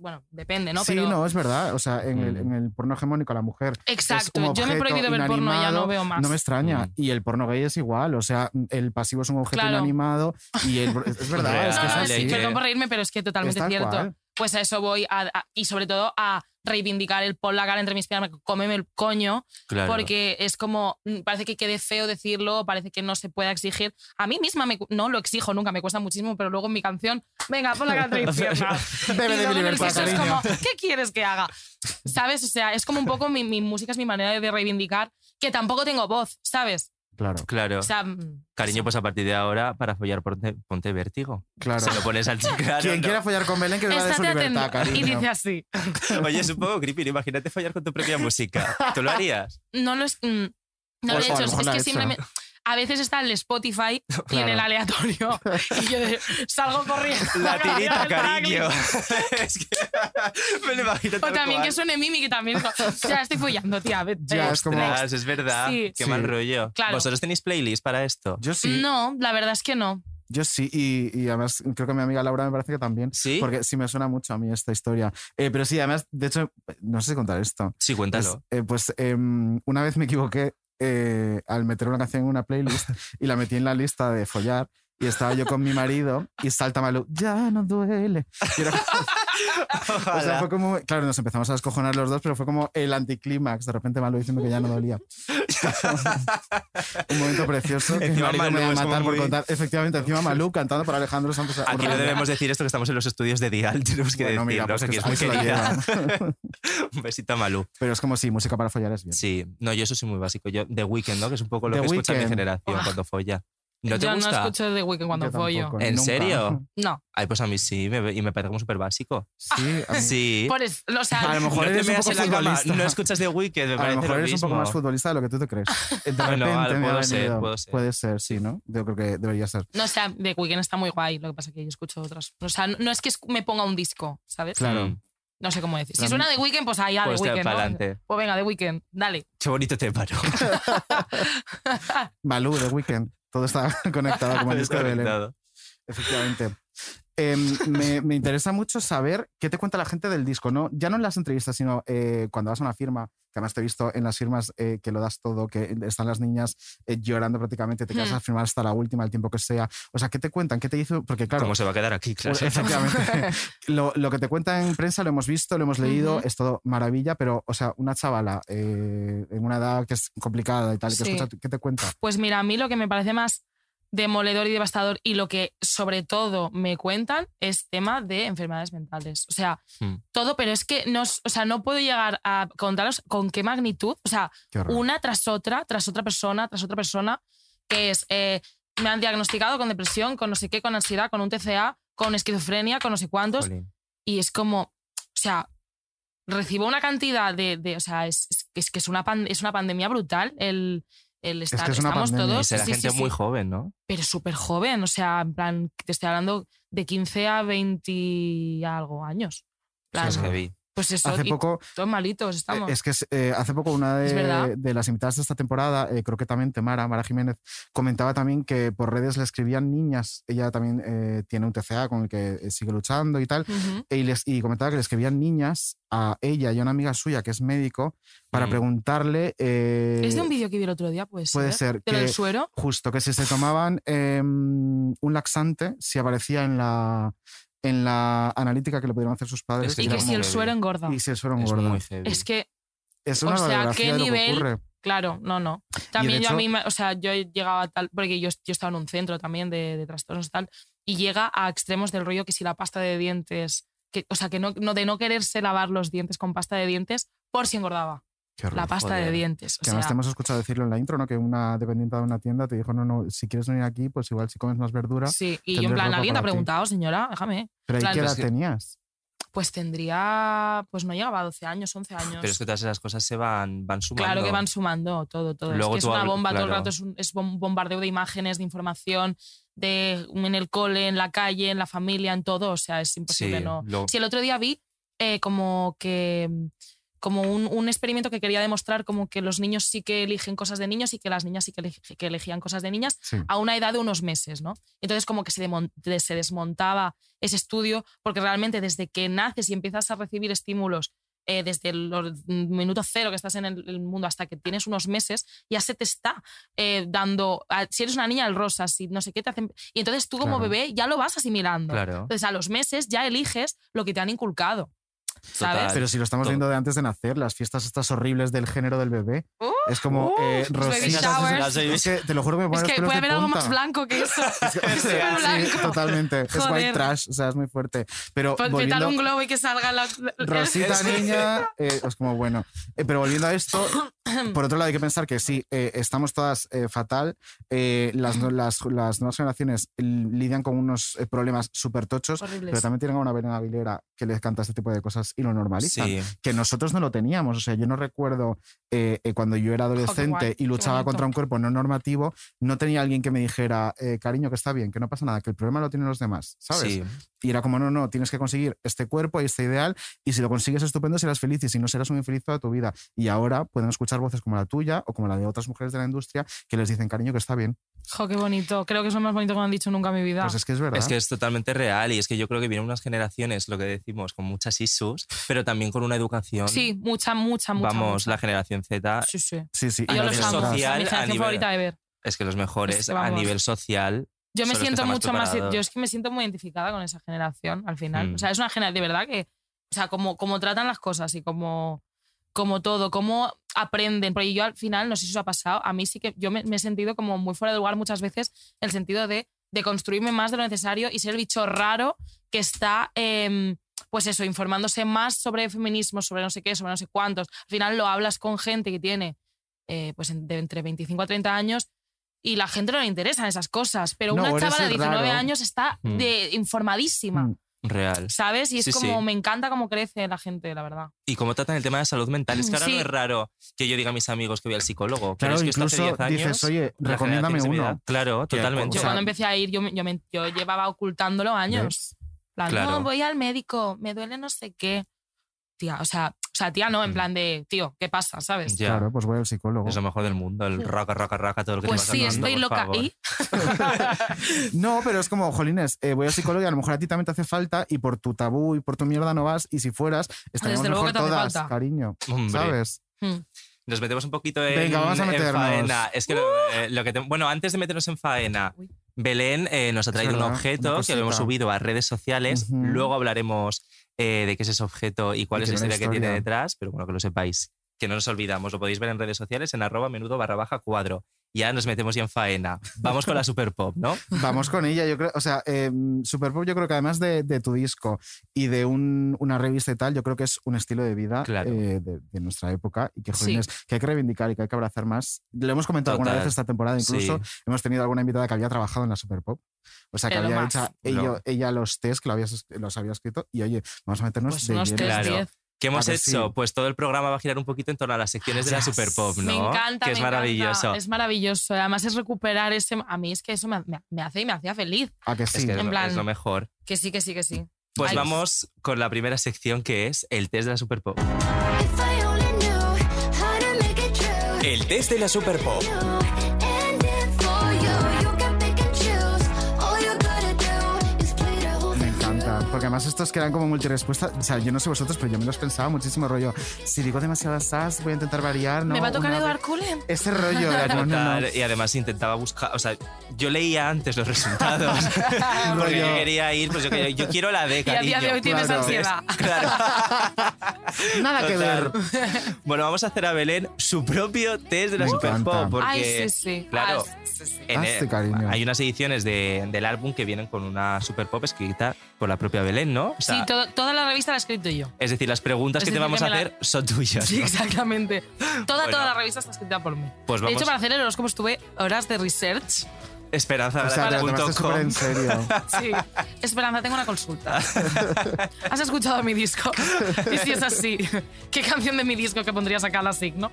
S8: Bueno, depende, ¿no?
S2: sí,
S8: pero,
S2: no, es verdad. O sea, en, el,
S3: Mm.
S2: en el porno hegemónico, la mujer
S8: Exacto,
S2: Es un
S8: yo me he
S2: objeto
S8: prohibido ver porno y ya
S2: inanimado,
S8: no veo más.
S2: No me extraña.
S3: Mm.
S2: Y el porno gay es igual. O sea, el pasivo es un objeto
S8: Claro.
S2: inanimado y el. Es verdad,
S3: Real.
S2: es que
S8: no,
S2: es
S3: esa
S8: no, es-
S3: ley
S2: así.
S3: que-
S8: perdón por reírme, pero es que totalmente
S2: Es tal
S8: cierto.
S2: cual.
S8: Pues a eso voy a- a- y sobre todo a reivindicar el pon la cara entre mis piernas, cómeme el coño,
S3: Claro.
S8: porque es como, mm, parece que quede feo decirlo, parece que no se pueda exigir. A mí misma me cu- no lo exijo nunca, me cuesta muchísimo, pero luego en mi canción, venga, pon la cara entre mis piernas.
S2: Bebe de
S8: Y
S2: mi
S8: luego en el
S2: libertad,
S8: sexo es
S2: cariño.
S8: como, ¿qué quieres que haga? ¿Sabes? O sea, es como un poco mi, mi música, es mi manera de reivindicar, que tampoco tengo voz, ¿sabes?
S2: Claro,
S3: Claro.
S8: O sea, mm,
S3: Cariño, pues a partir de ahora, para follar, ponte, ponte vértigo.
S2: claro.
S3: Se lo pones al chico.
S2: Quien quiera follar con Belén, que le de su
S8: estate
S2: libertad,
S8: atento. Y
S2: cariño.
S8: dice así.
S3: Oye, es un poco creepy. ¿no? Imagínate follar con tu propia música. ¿Tú lo harías?
S8: no lo, es- mm, no
S2: O-
S8: lo he
S2: o a
S8: hecho.
S2: lo
S8: Es,
S2: mejor
S8: es
S2: la ha
S8: que
S2: hecho.
S8: simplemente. A veces está el Spotify y en
S2: Claro.
S8: el aleatorio. Y yo de- salgo corriendo.
S3: La
S8: Gabriela
S3: tirita,
S8: del Paraclis.
S3: cariño. es que me lo imagino
S8: O
S3: tal
S8: también que
S3: cual.
S8: suene Mimi, que también. Ya estoy follando, tía. vete.
S2: Ya, es como...
S3: Ostras, es verdad.
S8: Sí.
S3: Qué
S2: Sí.
S3: mal rollo.
S8: Claro.
S3: ¿Vosotros tenéis playlist para esto?
S2: Yo sí,
S8: No, la verdad es que no.
S2: yo sí, y, y además creo que mi amiga Laura me parece que también,
S3: ¿Sí?
S2: porque sí me suena mucho a mí esta historia. Eh, pero sí, además, de hecho, no sé si contar esto.
S3: Sí,
S2: Pues,
S3: cuéntalo.
S2: eh, pues, em, una vez me equivoqué eh, al meter una canción en una playlist y la metí en la lista de follar y estaba yo con mi marido y salta Malú, ya no duele. Y era como- o sea, fue como, claro, nos empezamos a descojonar los dos, pero fue como el anticlímax, de repente Malú diciendo que ya no dolía. Un momento precioso que mi
S3: Encima
S2: marido me
S3: Malú
S2: va a
S3: es como
S2: matar por
S3: muy-
S2: contar. Efectivamente, encima Malú cantando para Alejandro Santos.
S3: Aquí no
S2: Urrea.
S3: debemos decir esto que estamos en los estudios de Dial. Tenemos que
S2: Bueno,
S3: decirlo,
S2: mira, pues
S3: que aquí
S2: que
S3: es
S2: ahí
S3: muy
S2: se la
S3: querida.
S2: lleva.
S3: Un besito a Malú.
S2: Pero es como si música para follar es bien.
S3: Sí, no, yo eso soy muy básico. Yo, The Weeknd, ¿no? Que es un poco lo
S2: The
S3: que escucha mi
S2: Weeknd.
S3: generación
S8: Ah.
S3: cuando folla. ¿No te
S8: yo no
S3: gusta?
S8: escucho The Weeknd cuando
S2: Yo
S8: follo.
S2: tampoco,
S3: ¿En
S2: Pues nunca.
S3: serio?
S8: No.
S3: Ay, pues a mí sí, me- y me parece como súper básico.
S2: Sí, a mí-
S3: Sí.
S8: Por eso, o sea,
S2: A lo mejor
S3: no te
S2: eres un
S3: meas
S2: poco
S3: en la cama,
S2: futbolista.
S3: no escuchas The Weeknd, me
S2: A
S3: parece
S2: lo mejor
S3: lo
S2: eres un poco
S3: mismo.
S2: más futbolista de lo que tú te crees. De
S3: Bueno,
S2: repente
S3: vale,
S2: me ha
S3: puedo ser,
S2: venido.
S3: puedo ser.
S2: Puede ser, sí, ¿no? Yo creo que debería ser.
S8: no, o sea, The Weeknd está muy guay. Lo que pasa es que yo escucho otras. O sea, no, no es que escu- me ponga un disco, ¿sabes?
S2: Claro.
S3: Mm.
S8: No sé cómo decir. Si
S2: Claro.
S8: suena The Weeknd, pues ahí ya The
S3: Pues te
S8: Weeknd.
S3: para
S8: ¿no?
S3: adelante.
S8: Pues venga, The Weeknd, dale.
S3: Qué bonito te paro.
S2: Malú, The Weeknd. Todo está conectado como el disco de Belén. Efectivamente. Eh, me, me interesa mucho saber qué te cuenta la gente del disco, ¿no? Ya no en las entrevistas, sino eh, cuando vas a una firma, que además te he visto en las firmas eh, que lo das todo, que están las niñas eh, llorando prácticamente, te quedas
S8: Hmm.
S2: a firmar hasta la última, el tiempo que sea. O sea, ¿qué te cuentan? ¿Qué te hizo? Porque claro, Pues
S3: ¿Cómo se va a quedar aquí? Claro.
S2: Efectivamente. lo, lo que te cuenta en prensa lo hemos visto, lo hemos leído,
S8: Ujú.
S2: es todo maravilla, pero, o sea, una chavala eh, en una edad que es complicada y tal, que
S8: Sí.
S2: escucha, ¿qué te cuenta?
S8: Pues mira, a mí lo que me parece más demoledor y devastador y lo que sobre todo me cuentan es tema de enfermedades mentales. O sea,
S3: Hmm.
S8: todo, pero es que no, s- o sea, no puedo llegar a contaros con qué magnitud, o sea,
S2: Qué horror.
S8: una tras otra, tras otra persona, tras otra persona, que es, eh, me han diagnosticado con depresión, con no sé qué, con ansiedad, con un TCA, con esquizofrenia, con no sé cuántos,
S3: Jolín.
S8: y es como, o sea, recibo una cantidad de, de- o sea, es, es- es que es una, pan- es una pandemia brutal el, el
S2: que
S8: estar,
S2: es una
S8: estamos
S2: pandemia,
S8: todos,
S3: Será
S8: sí, sí,
S3: gente
S8: sí,
S3: muy joven, ¿no?
S8: pero súper joven, o sea, en plan, te estoy hablando de 15 a 20 y algo años. En plan,
S3: Es heavy.
S8: pues eso,
S2: Hace
S8: y
S2: poco,
S8: todos malitos
S2: eh,
S8: estamos.
S2: es que es, eh, hace poco una
S8: Es verdad.
S2: de, de las invitadas de esta temporada, eh, creo que también Temara, Mara Jiménez, comentaba también que por redes le escribían niñas, ella también eh, tiene un TCA con el que eh, sigue luchando y tal,
S8: Ujú.
S2: y, les, y comentaba que le escribían niñas a ella y a una amiga suya que es médico para
S3: Mm.
S2: preguntarle... eh,
S8: es de un vídeo que vi el otro día, pues.
S2: puede ser
S8: De lo del
S2: que-
S8: suero.
S2: Justo, que si se tomaban em, un laxante, si aparecía en la, en la analítica que le pudieron hacer sus padres.
S3: Es que
S8: Y
S3: era
S8: que si
S3: muy
S8: el
S3: heavy.
S8: suero engorda.
S2: y si el suero
S3: Es
S2: engorda.
S3: muy heavy.
S8: Es que,
S2: Es
S8: o
S2: una
S8: sea,
S2: radiografía
S8: ¿qué
S2: de lo que
S8: nivel?
S2: ocurre.
S8: claro, no, no. También yo
S2: hecho-
S8: a mí, me- o sea, yo he llegado a tal. Porque yo, yo estaba en un centro también de, de trastornos y tal. Y llega a extremos del rollo que si la pasta de dientes. Que, o sea, que no, no, de no quererse lavar los dientes con pasta de dientes por si engordaba.
S2: Qué horror.
S8: La pasta de
S3: joder.
S8: dientes. O
S2: que además
S8: sea,
S2: te hemos escuchado decirlo en la intro, ¿no? Que una dependiente de una tienda te dijo, no, no, si quieres venir aquí, pues igual si comes más verdura.
S8: sí. Y yo,
S2: tendré
S8: en plan,
S2: ropa
S8: alguien te ha
S2: para ti.
S8: preguntado, señora, déjame.
S2: Pero ¿y
S8: claro,
S2: qué
S8: es
S2: edad
S3: que-
S2: tenías?
S8: Pues tendría. Pues no llegaba a 12 años, 11 años.
S3: Pero es que todas esas cosas se van, van sumando.
S8: Claro que van sumando todo, todo.
S3: Luego
S8: es que
S3: tú
S8: es una
S3: hablas-
S8: bomba todo el
S3: claro.
S8: rato, es un, es un bombardeo de imágenes, de información, de mm, en el cole, en la calle, en la familia, en todo. O sea, es imposible
S3: Sí,
S8: no.
S3: luego-
S8: Si el otro día vi eh, como que mm, como un, un experimento que quería demostrar como que los niños sí que eligen cosas de niños y que las niñas sí que, elige- que elegían cosas de niñas
S2: Sí.
S8: a una edad de unos meses, ¿no? Entonces como que se, demon- de- se desmontaba ese estudio porque realmente desde que naces y empiezas a recibir estímulos eh, desde el or- minuto cero que estás en el, el mundo hasta que tienes unos meses, ya se te está eh, dando, a- si eres una niña el rosa, si no sé qué te hacen... Y entonces tú como
S2: Claro.
S8: bebé ya lo vas asimilando.
S3: Claro.
S8: Entonces a los meses ya eliges lo que te han inculcado. ¿sabes?
S2: Pero si lo estamos
S3: Todo.
S2: viendo de antes de nacer, las fiestas estas horribles del género del bebé. es como eh,
S8: los baby
S2: rositas,
S8: showers.
S2: es- es que te lo juro que me ponen
S8: Es
S2: los
S8: que
S2: pelos
S8: puede
S2: de
S8: haber algo
S2: punta.
S8: más blanco que eso.
S2: Es que-
S8: Es súper
S2: sí,
S8: blanco.
S2: totalmente. Es white
S8: Joder.
S2: trash, o sea, es muy fuerte. Pero
S8: Pues petar
S2: volviendo,
S8: un globo y que salga la.
S2: Rosita niña, eh, es como bueno. Eh, pero volviendo a esto, por otro lado hay que pensar que sí, eh, estamos todas eh, fatal. eh, las, no- las, las nuevas generaciones lidian con unos eh, problemas súper tochos,
S8: Horribles.
S2: pero también tienen a una Belén Aguilera que les canta este tipo de cosas y lo normalizan.
S3: Sí.
S2: Que nosotros no lo teníamos. O sea, yo no recuerdo eh, eh, cuando yo era adolescente
S8: guay,
S2: y
S8: qué
S2: luchaba
S8: bonito.
S2: contra un cuerpo no normativo, no tenía alguien que me dijera, eh, cariño, que está bien, que no pasa nada, que el problema lo tienen los demás, ¿sabes?
S3: Sí.
S2: Y era como, no, no, tienes que conseguir este cuerpo y este ideal, y si lo consigues estupendo serás feliz, y si no serás un infeliz toda tu vida. Y ahora pueden escuchar voces como la tuya o como la de otras mujeres de la industria que les dicen, cariño, que está bien.
S8: Jo, qué bonito. Creo que es lo más bonito que me han dicho nunca en mi vida.
S2: Pues es que es verdad.
S3: Es que es totalmente real y es que yo creo que vienen unas generaciones, lo que decimos, con muchas issues, pero también con una educación.
S8: Sí, mucha, mucha, mucha.
S3: Vamos,
S8: mucha.
S3: la generación Z
S8: Sí, sí.
S2: sí, sí.
S3: a
S8: Yo
S3: nivel
S8: los amo.
S3: social,
S8: mi
S3: a
S8: generación
S3: nivel-
S8: favorita de ver.
S3: es que los mejores
S8: Es-
S3: a
S8: vamos.
S3: nivel social.
S8: Yo
S3: son
S8: me
S3: los que
S8: siento
S3: están más
S8: mucho más,
S3: preparados.
S8: Yo es que me siento muy identificada con esa generación al final.
S3: Mm.
S8: O sea, es una generación de verdad que. O sea, como, como tratan las cosas y como, como todo, cómo aprenden. Porque yo al final, no sé si os ha pasado, a mí sí que yo me, me he sentido como muy fuera de lugar muchas veces en el sentido de, de construirme más de lo necesario y ser el bicho raro que está. em, pues eso, informándose más sobre feminismo, sobre no sé qué, sobre no sé cuántos. Al final lo hablas con gente que tiene eh, pues en- de entre 25 a 30 años y la gente no le interesan esas cosas. Pero
S2: No,
S8: una
S2: eres
S8: chavala de
S2: el
S8: 19
S2: raro.
S8: años está
S3: Mm.
S8: de, informadísima,
S2: Mm.
S3: Real.
S8: ¿sabes? Y es
S3: Sí, sí.
S8: como, me encanta cómo crece la gente, la verdad.
S3: ¿Y cómo tratan el tema de salud mental? Es que ahora
S8: Sí.
S3: no es raro que yo diga a mis amigos que voy al psicólogo. pero
S2: Claro,
S3: es que esto hace
S2: incluso
S3: 10 años,
S2: dices, oye,
S3: la
S2: recomiéndame
S3: generación se veía-
S2: uno.
S3: Claro,
S2: Que, pues,
S3: totalmente.
S8: Yo
S2: sea,
S8: cuando empecé a ir, yo, me- yo, me- yo llevaba ocultándolo años. En plan,
S3: Claro.
S8: no, voy al médico, me duele no sé qué. Tía, o sea, o sea, tía no, en
S3: Mm.
S8: plan de, tío, ¿qué pasa? ¿Sabes?
S3: Ya.
S2: Claro, pues voy al psicólogo.
S3: Es lo mejor del mundo, el raca, raca, raca, todo lo que te
S8: Pues
S3: vas
S8: sí,
S3: hablando, por
S8: estoy loca.
S3: favor.
S8: ¿Y?
S2: No, pero es como, jolines, eh, voy al psicólogo y a lo mejor a ti también te hace falta, y por tu tabú y por tu mierda no vas, y si fueras, estaríamos
S8: Desde luego
S2: mejor
S8: que te hace
S2: todas,
S8: falta.
S2: cariño.
S3: Hombre.
S2: ¿Sabes?
S3: Nos metemos un poquito en,
S2: Venga, vamos a
S3: en
S2: meternos.
S3: faena. Es que lo, eh, lo que te- bueno, antes de meternos en faena,
S8: Uy.
S3: Belén eh, nos ha
S2: Es
S3: traído un
S2: verdad, una
S3: objeto que lo hemos
S2: cosita.
S3: subido a redes sociales.
S2: Ujú.
S3: Luego hablaremos eh, de qué es ese objeto y cuál
S2: Y
S3: es la
S2: tiene una
S3: historia, que tiene
S2: historia.
S3: detrás, pero bueno, que lo sepáis. Que no nos olvidamos, lo podéis ver en redes sociales en arroba menudo barra baja cuadro. Ya nos metemos ya en faena. Vamos con la super pop, ¿no?
S2: Vamos con ella, yo creo, o sea, eh, Super Pop yo creo que además de, de tu disco y de un- una revista y tal, yo creo que es un estilo de vida
S3: Claro.
S2: eh, de, de nuestra época y que,
S8: Sí.
S2: jolines, que hay que reivindicar y que hay que abrazar más. Lo hemos comentado alguna
S3: Total.
S2: vez esta temporada, incluso
S3: Sí.
S2: hemos tenido alguna invitada que había trabajado en la Super Pop. O sea, que
S8: Pero
S2: había
S8: más.
S2: hecho
S3: No.
S2: ella, ella los test que lo había, los había escrito y oye, vamos a meternos
S8: Pues
S2: de
S8: unos
S2: lleno.
S8: test
S3: Claro.
S8: 10.
S3: ¿Qué hemos
S2: que
S3: hecho?
S2: sí.
S3: Pues todo el programa va a girar un poquito en torno a las secciones de la
S2: Yes.
S3: super pop, ¿no?
S8: Me encanta.
S3: Que es
S8: me encanta.
S3: maravilloso.
S8: Es maravilloso. Además es recuperar ese... A mí es que eso me, me- me hace y me hacía feliz.
S2: A que
S3: Es
S2: sí.
S3: que es
S8: En
S3: lo-
S8: plan-
S3: es lo mejor.
S8: Que sí, que sí, que sí.
S3: Pues
S8: Ay.
S3: vamos con la primera sección que es el test de la Super Pop.
S4: If I only knew how to make it true.
S1: El test de la Super Pop.
S4: You and it for you. You can pick and choose. All you gotta do is play the whole
S2: Me
S4: thing
S2: encanta,
S4: through.
S2: porque además estos que eran como multirespuesta, o sea, yo no sé vosotros, pero yo me los pensaba muchísimo rollo. Si digo demasiadas sas, voy a intentar variar, ¿no?
S8: me va a tocar
S2: Una
S8: Eduard
S2: vez-
S8: Cullen.
S2: Ese rollo de como, no, no,
S3: Tal, Y además intentaba buscar, o sea, yo leía antes los resultados. porque yo
S2: Rollo.
S3: quería ir, pues yo, quería- yo quiero la D,
S8: Y a día de
S3: cariño.
S8: hoy tienes
S2: claro.
S8: ansiedad.
S2: nada que ver.
S3: Total. Bueno, vamos a hacer a Belén su propio test de la
S2: Me
S3: Super
S2: encanta.
S3: Pop. Porque
S8: Ay, sí, sí.
S3: Claro.
S8: Ay, sí, sí.
S3: en
S2: Ah,
S3: el-
S2: sí, cariño.
S3: hay unas ediciones de- del álbum que vienen con una Super Pop escrita por la propia Belén, ¿no? O sea,
S8: sí, todo- toda la revista la he escrito yo.
S3: es decir, las preguntas
S8: Es
S3: que te
S8: decir,
S3: vamos
S8: que
S3: a
S8: me la-
S3: hacer son tuyas.
S8: Sí, exactamente. Toda,
S3: Bueno.
S8: toda la revista está escrita por mí.
S3: Pues
S8: De
S3: vamos,
S8: hecho, para hacer el horóscopo estuve horas de research.
S3: esperanza
S2: O sea, te lo
S3: punto
S2: tomaste súper en
S3: com.
S2: serio.
S8: Sí. Esperanza, tengo una consulta. ¿Has escuchado mi disco? Y si es así, ¿qué canción de mi disco que pondrías a cada signo?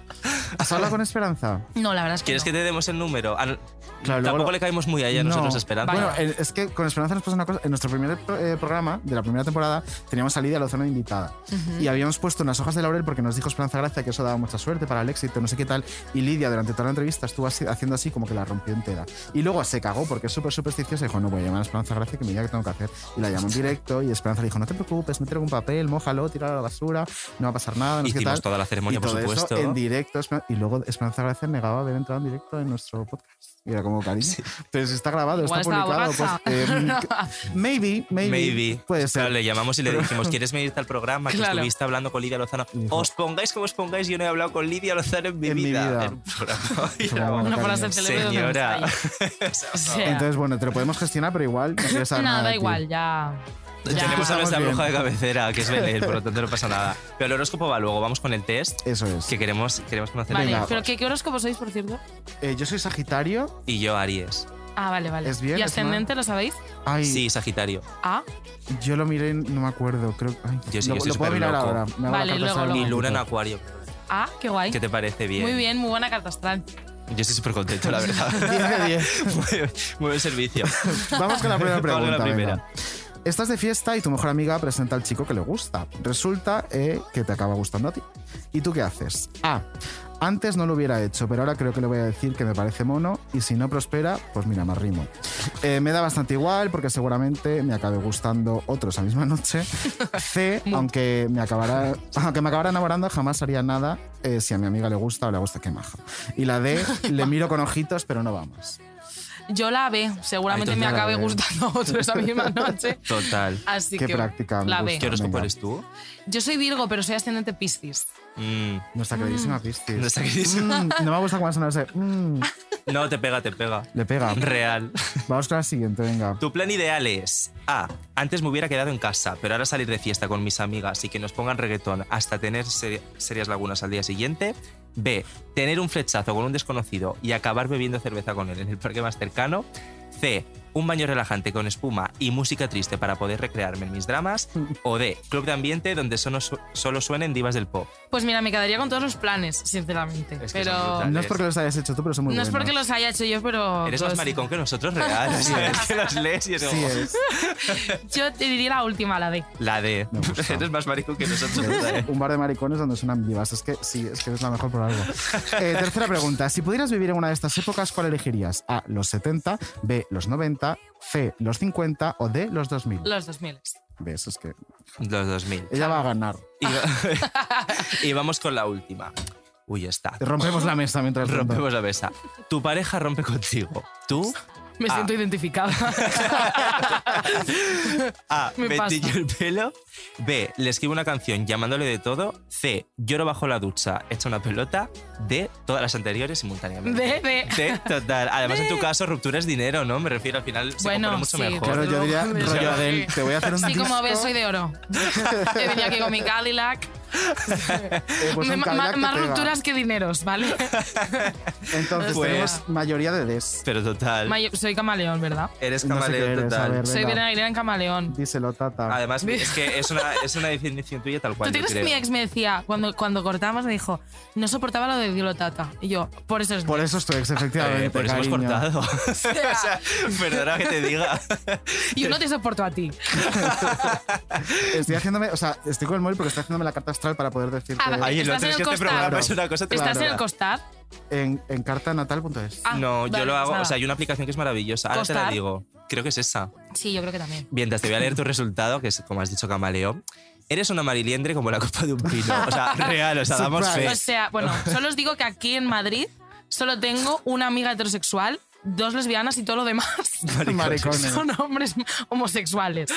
S2: ¿Has hablado con Esperanza?
S8: No, la verdad es que.
S3: ¿Quieres
S8: no.
S3: que te demos el número? Ah, no,
S2: Claro,
S3: tampoco
S2: luego-
S3: le caemos muy allá a nosotros,
S2: No.
S3: Esperanza.
S2: Bueno, eh, es que con Esperanza nos pasa una cosa. En nuestro primer pro- eh, programa de la primera temporada teníamos salida a la zona de invitada y habíamos puesto unas hojas de laurel porque nos dijo Esperanza Gracia que eso daba mucha suerte para el éxito, no sé qué tal. Y Lidia durante toda la entrevista estuvo así- haciendo así como que la rompió entera. Y luego se cagó porque es súper supersticiosa y dijo, no voy a llamar a Esperanza Gracia que me diga qué tengo que hacer. Y la llamó en directo y Esperanza le dijo, no te preocupes, mete algún papel, mójalo, tíralo a la basura, no va a pasar nada, no sé qué
S3: Hicimos
S2: tal.
S3: toda la ceremonia,
S2: y
S3: por
S2: todo eso
S3: supuesto.
S2: en directo. Esper- Y luego Esperanza Gracia negaba haber entrado en directo en nuestro podcast. Y era como, como cariño. Pero si está grabado,
S8: Igual
S2: está
S8: estaba
S2: publicado. Pues, em, maybe, maybe,
S3: Maybe.
S2: Puede
S3: Claro,
S2: ser.
S3: le llamamos y le dijimos, ¿quieres venirte al programa? Que
S8: Claro.
S3: estuviste hablando con Lidia Lozano. Os pongáis como os pongáis, yo no he hablado con Lidia Lozano en mi
S2: En mi
S3: vida.
S2: vida.
S3: En un programa. Y
S2: Como,
S3: era como,
S8: Una
S2: cariño.
S8: frase célebre donde no
S3: Señora.
S8: está ahí. O sea,
S2: Entonces, bueno, te lo podemos gestionar, pero igual no quieres saber
S8: nada,
S2: nada de
S8: da
S2: ti.
S8: igual, ya. ya.
S3: Tenemos a
S2: Estamos
S3: nuestra
S2: bien.
S3: bruja de cabecera, que es Belén, por lo tanto no pasa nada. Pero el horóscopo va luego, vamos con el test,
S2: Eso es.
S3: que queremos, queremos conocer
S8: Vale,
S2: Venga.
S8: pero ¿qué, ¿qué horóscopo sois, por cierto?
S2: Eh, yo soy Sagitario.
S3: Y yo, Aries.
S8: Ah, vale, vale.
S2: Es bien,
S8: ¿Y
S2: es
S8: ascendente, lo sabéis?
S2: Ay,
S3: Sí, Sagitario.
S8: Ah,
S2: yo lo miré, no me acuerdo. Creo, ay,
S3: Yo sí
S2: lo,
S3: que soy
S2: lo puedo
S3: súper
S2: mirar
S3: loco.
S2: ahora. me hago la
S8: Vale,
S2: carta
S8: luego,
S2: astral
S8: luego.
S3: Y
S2: un
S3: Luna en
S2: ratito.
S3: Acuario.
S8: ah, qué guay.
S3: ¿Qué te parece bien?
S8: Muy bien, muy buena carta astral.
S3: Yo estoy súper contento, la verdad.
S2: 10 de 10.
S3: muy, muy buen servicio.
S2: Vamos con la primera
S3: Vamos con
S2: pregunta.
S3: la primera.
S2: venga. Estás de fiesta y tu mejor amiga presenta al chico que le gusta. Resulta eh, que te acaba gustando a ti. ¿Y tú qué haces? A. Antes no lo hubiera hecho, pero ahora creo que le voy a decir que me parece mono y si no prospera, pues mira, me arrimo. Eh, me da bastante igual porque seguramente me acabe gustando otro esa misma noche. C. aunque, me acabará, aunque me acabara enamorando, jamás haría nada eh, si a mi amiga le gusta o le gusta que maja. Y la D. Le miro con ojitos, pero no vamos.
S8: Yo la B, seguramente
S3: Ay, entonces
S8: me
S3: ya la
S8: acabe
S2: B.
S8: gustando otro esa misma noche.
S3: Total.
S8: Así
S2: Qué
S8: que
S2: práctica, me
S8: la
S2: gusta.
S8: B.
S3: ¿Qué horóscopo
S2: Venga.
S3: eres tú?
S8: Yo soy Virgo, pero soy ascendente Piscis.
S3: Mm,
S2: Nuestra queridísima Piscis.
S3: Nuestra queridísima.
S2: Mm, no me gusta cómo suena ese. mm.
S3: No, te pega, te pega.
S2: Le pega.
S3: Real.
S2: Vamos con la siguiente, venga.
S3: Tu plan ideal es A. Antes me hubiera quedado en casa, pero ahora salir de fiesta con mis amigas y que nos pongan reggaetón hasta tener seri- serias lagunas al día siguiente. B. Tener un flechazo con un desconocido y acabar bebiendo cerveza con él en el parque más cercano. C. Un baño relajante con espuma y música triste para poder recrearme en mis dramas. O D. Club de ambiente donde solo, su- solo suenen divas del pop.
S8: Pues mira, me quedaría con todos los planes, sinceramente.
S3: Es que son
S8: pero
S3: brutales.
S2: No es porque los hayas hecho tú, pero son muy
S8: no es porque
S2: buenos.
S8: los haya hecho yo, pero.
S3: Eres más
S8: pues,
S3: maricón que nosotros, real. O sea, es que los lees y es como-
S2: Sí eh. es.
S8: Yo te diría la última, la D.
S3: La D.
S2: Me gusta.
S3: Eres más maricón que nosotros.
S2: Es Un bar de maricones donde suenan vivas. Es que sí, es que es la mejor por algo. Eh, tercera pregunta. Si pudieras vivir en una de estas épocas, ¿cuál elegirías? A, los 70, B, los 90, C, los 50 o D, los 2000.
S8: Los 2000.
S2: ¿Ves? Es que
S3: Los 2000.
S2: ella va a ganar.
S3: Y, va- y vamos con la última. Uy, ya está.
S2: Rompemos la mesa mientras tanto.
S3: Rompemos la mesa. Tu pareja rompe contigo. Tú,
S8: Me
S3: Ah.
S8: siento identificada.
S3: A,
S8: Me
S3: me
S8: pasa.
S3: tiño el pelo. B, le escribo una canción llamándole de todo. C, lloro bajo la ducha, echa una pelota. D, todas las anteriores simultáneamente.
S8: D, D.
S3: D, total. Además, en tu caso, ruptura es dinero, ¿no? Me refiero, al final se
S8: Bueno,
S3: compone mucho
S8: sí,
S3: mejor.
S2: Claro, yo diría,
S8: Sí.
S2: rollo Adele, te voy a hacer un
S8: Sí, como
S2: disco,
S8: ves, soy de oro. He venido aquí con mi Cadillac.
S2: eh, pues un
S8: Ma- ma-
S2: Cadillac que
S8: más
S2: pega.
S8: rupturas que dineros, ¿vale?
S2: Entonces
S3: Pues-
S2: tenemos mayoría de Ds.
S3: Pero total.
S8: May- soy camaleón, ¿verdad?
S3: Eres
S2: No sé
S3: camaleón
S2: qué eres, a
S3: total.
S2: ver.
S8: Soy
S2: Pues Venga.
S8: Belén Aguilera en camaleón.
S2: Díselo, tata.
S3: Además, es que es una, es una definición tuya tal cual.
S8: ¿Tú te
S3: yo
S8: crees que
S3: creo.
S8: mi ex me decía, cuando, cuando cortábamos, me dijo, no soportaba lo de Dilo Tata? Y yo, por eso es
S2: Por
S8: mi ex".
S2: eso es tu ex,
S3: Eh,
S2: efectivamente.
S3: por eso hemos
S2: cariño.
S3: cortado. o sea, perdona que te diga.
S8: Yo no te soporto a ti.
S2: Estoy haciéndome, o sea, estoy con el móvil porque estoy haciéndome la carta astral para poder decirte
S8: Ah, vale.
S3: Ay, lo
S8: Estás en
S3: tienes
S8: el
S3: que este
S8: costal.
S3: programa
S2: Claro.
S3: es una cosa
S8: ¿Estás en
S3: tremenda.
S8: el costar?
S2: en, en cartanatal.es.
S8: Ah,
S3: No, yo
S8: vale,
S3: lo
S8: pues
S3: hago.
S8: nada.
S3: O sea, hay una aplicación que es maravillosa. Ahora te la
S8: Costar.
S3: digo. Creo que es esa.
S8: Sí, yo creo que también.
S3: Mientras te voy a leer tu resultado, que es como has dicho, camaleón. Eres una mariliendre como la copa de un pino. O sea, real, o sea, damos fe.
S2: Surprise.
S8: O sea, bueno, solo os digo que aquí en Madrid solo tengo una amiga heterosexual, dos lesbianas y todo lo demás
S2: Maricones.
S8: son hombres homosexuales.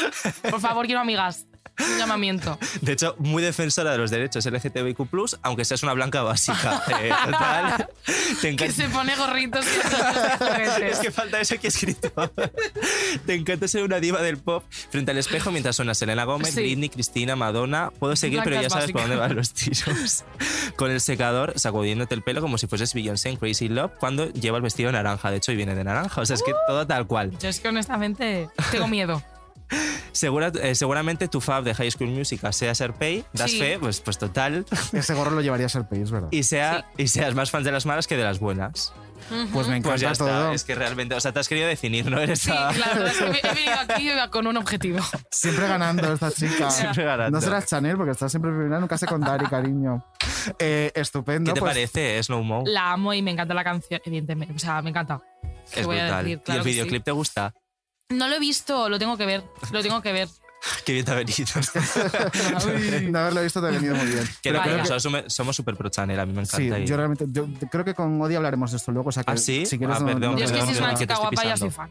S8: Por favor, quiero amigas. Un llamamiento.
S3: De hecho, muy defensora de los derechos LGTBIQ, aunque seas una blanca básica. Eh, total. Te
S8: Que
S3: encanta.
S8: se pone gorritos. y
S3: Es que falta eso aquí escrito. Te encanta ser una diva del pop frente al espejo mientras suena Selena Gómez,
S8: Sí.
S3: Britney, Cristina, Madonna. Puedo seguir, pero ya
S8: Blancas
S3: sabes por
S8: básicas.
S3: dónde van los tiros. Con el secador sacudiéndote el pelo como si fueses Beyoncé en Crazy Love cuando lleva el vestido naranja. De hecho, hoy viene de naranja. O sea, es
S8: ¡Oh!
S3: que todo tal cual.
S8: Yo es que honestamente tengo miedo.
S3: Segura- eh, seguramente tu fab de High School Musical sea Serpey. Das
S8: Sí.
S3: fe, pues, pues total.
S2: Ese gorro lo llevaría a ser país, ¿verdad?
S3: Y, sea, y seas más fan de las malas que de las buenas.
S2: pues me encanta
S3: Pues ya
S2: todo.
S3: está. Es que realmente, o sea, te has querido definir, ¿no? Eres
S8: Sí,
S2: Ah.
S3: a-
S8: la verdad es que he venido aquí con un objetivo.
S2: Siempre ganando esta chica.
S3: Siempre ganando.
S2: No será Chanel porque está siempre primera, nunca secundaria, cariño. Eh, estupendo.
S3: ¿Qué te
S2: pues,
S3: parece Snow Mo?
S8: La amo y me encanta la canción, evidentemente. O sea, me encanta. ¿Qué
S3: Es
S8: voy a
S3: brutal.
S8: decir?
S3: ¿Y
S8: Claro
S3: el
S8: que
S3: videoclip te gusta?
S8: sí. No lo he visto, lo tengo que ver. Lo tengo que ver.
S3: Qué bien te ha venido.
S2: no haberlo visto te ha venido muy bien.
S3: Que no,
S2: Pero
S3: que
S2: creo
S3: no,
S2: que-
S3: somos- somos súper pro channel, a mí me
S2: Sí,
S3: encanta. y-
S2: yo realmente yo creo que con Odi hablaremos de esto luego. O sea, que
S3: ¿Ah, sí?
S2: si quieres
S3: Ah,
S2: no-
S3: perdón,
S2: no
S8: Yo es que
S3: perdón,
S8: si es una
S3: perdón, que te
S8: chica
S3: estoy
S8: guapa ya
S3: pisando.
S8: soy fan.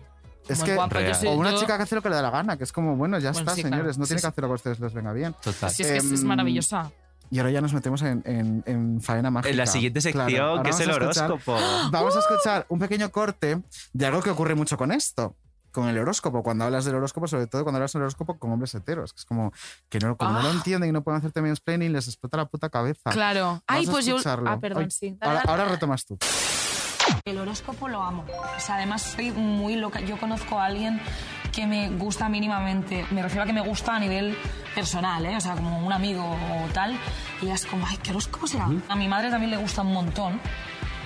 S2: Es
S8: Muy
S2: que-
S8: guapa, yo
S3: Real.
S8: soy-
S2: O una
S8: yo-
S2: chica que hace lo que le da la gana, que es como, bueno, ya
S8: Bueno,
S2: está,
S8: sí, claro.
S2: señores, no
S8: Sí,
S2: tiene
S8: sí.
S2: que hacer lo que a ustedes les venga bien.
S3: Total.
S8: Si es que es, es
S2: Em,
S8: maravillosa.
S2: Y ahora ya nos metemos en, en- en faena mágica.
S3: En la siguiente
S2: Claro,
S3: sección,
S2: ahora
S3: que es el
S2: vamos a escuchar-
S3: horóscopo.
S2: Vamos a escuchar un pequeño corte de algo que ocurre mucho con esto, con el horóscopo. Cuando hablas del horóscopo, sobre todo cuando hablas del horóscopo con hombres heteros, que es como que no, como no
S8: Ah.
S2: lo entienden y no pueden hacerte mansplaining, les explota la puta cabeza.
S8: Claro. Ay,
S2: Ah, a
S8: pues yo.
S2: escucharlo.
S8: Ah, perdón,
S2: Ay, ah.
S8: sí. Dale,
S2: Ahora,
S8: dale.
S2: ahora retomas tú.
S6: El horóscopo lo amo. O sea, además soy muy loca. Yo conozco a alguien que me gusta mínimamente. Me refiero a que me gusta a nivel personal, ¿eh? O sea, como un amigo o tal. Y ella es como, ay, ¿qué horóscopo será? A mi madre también le gusta un montón.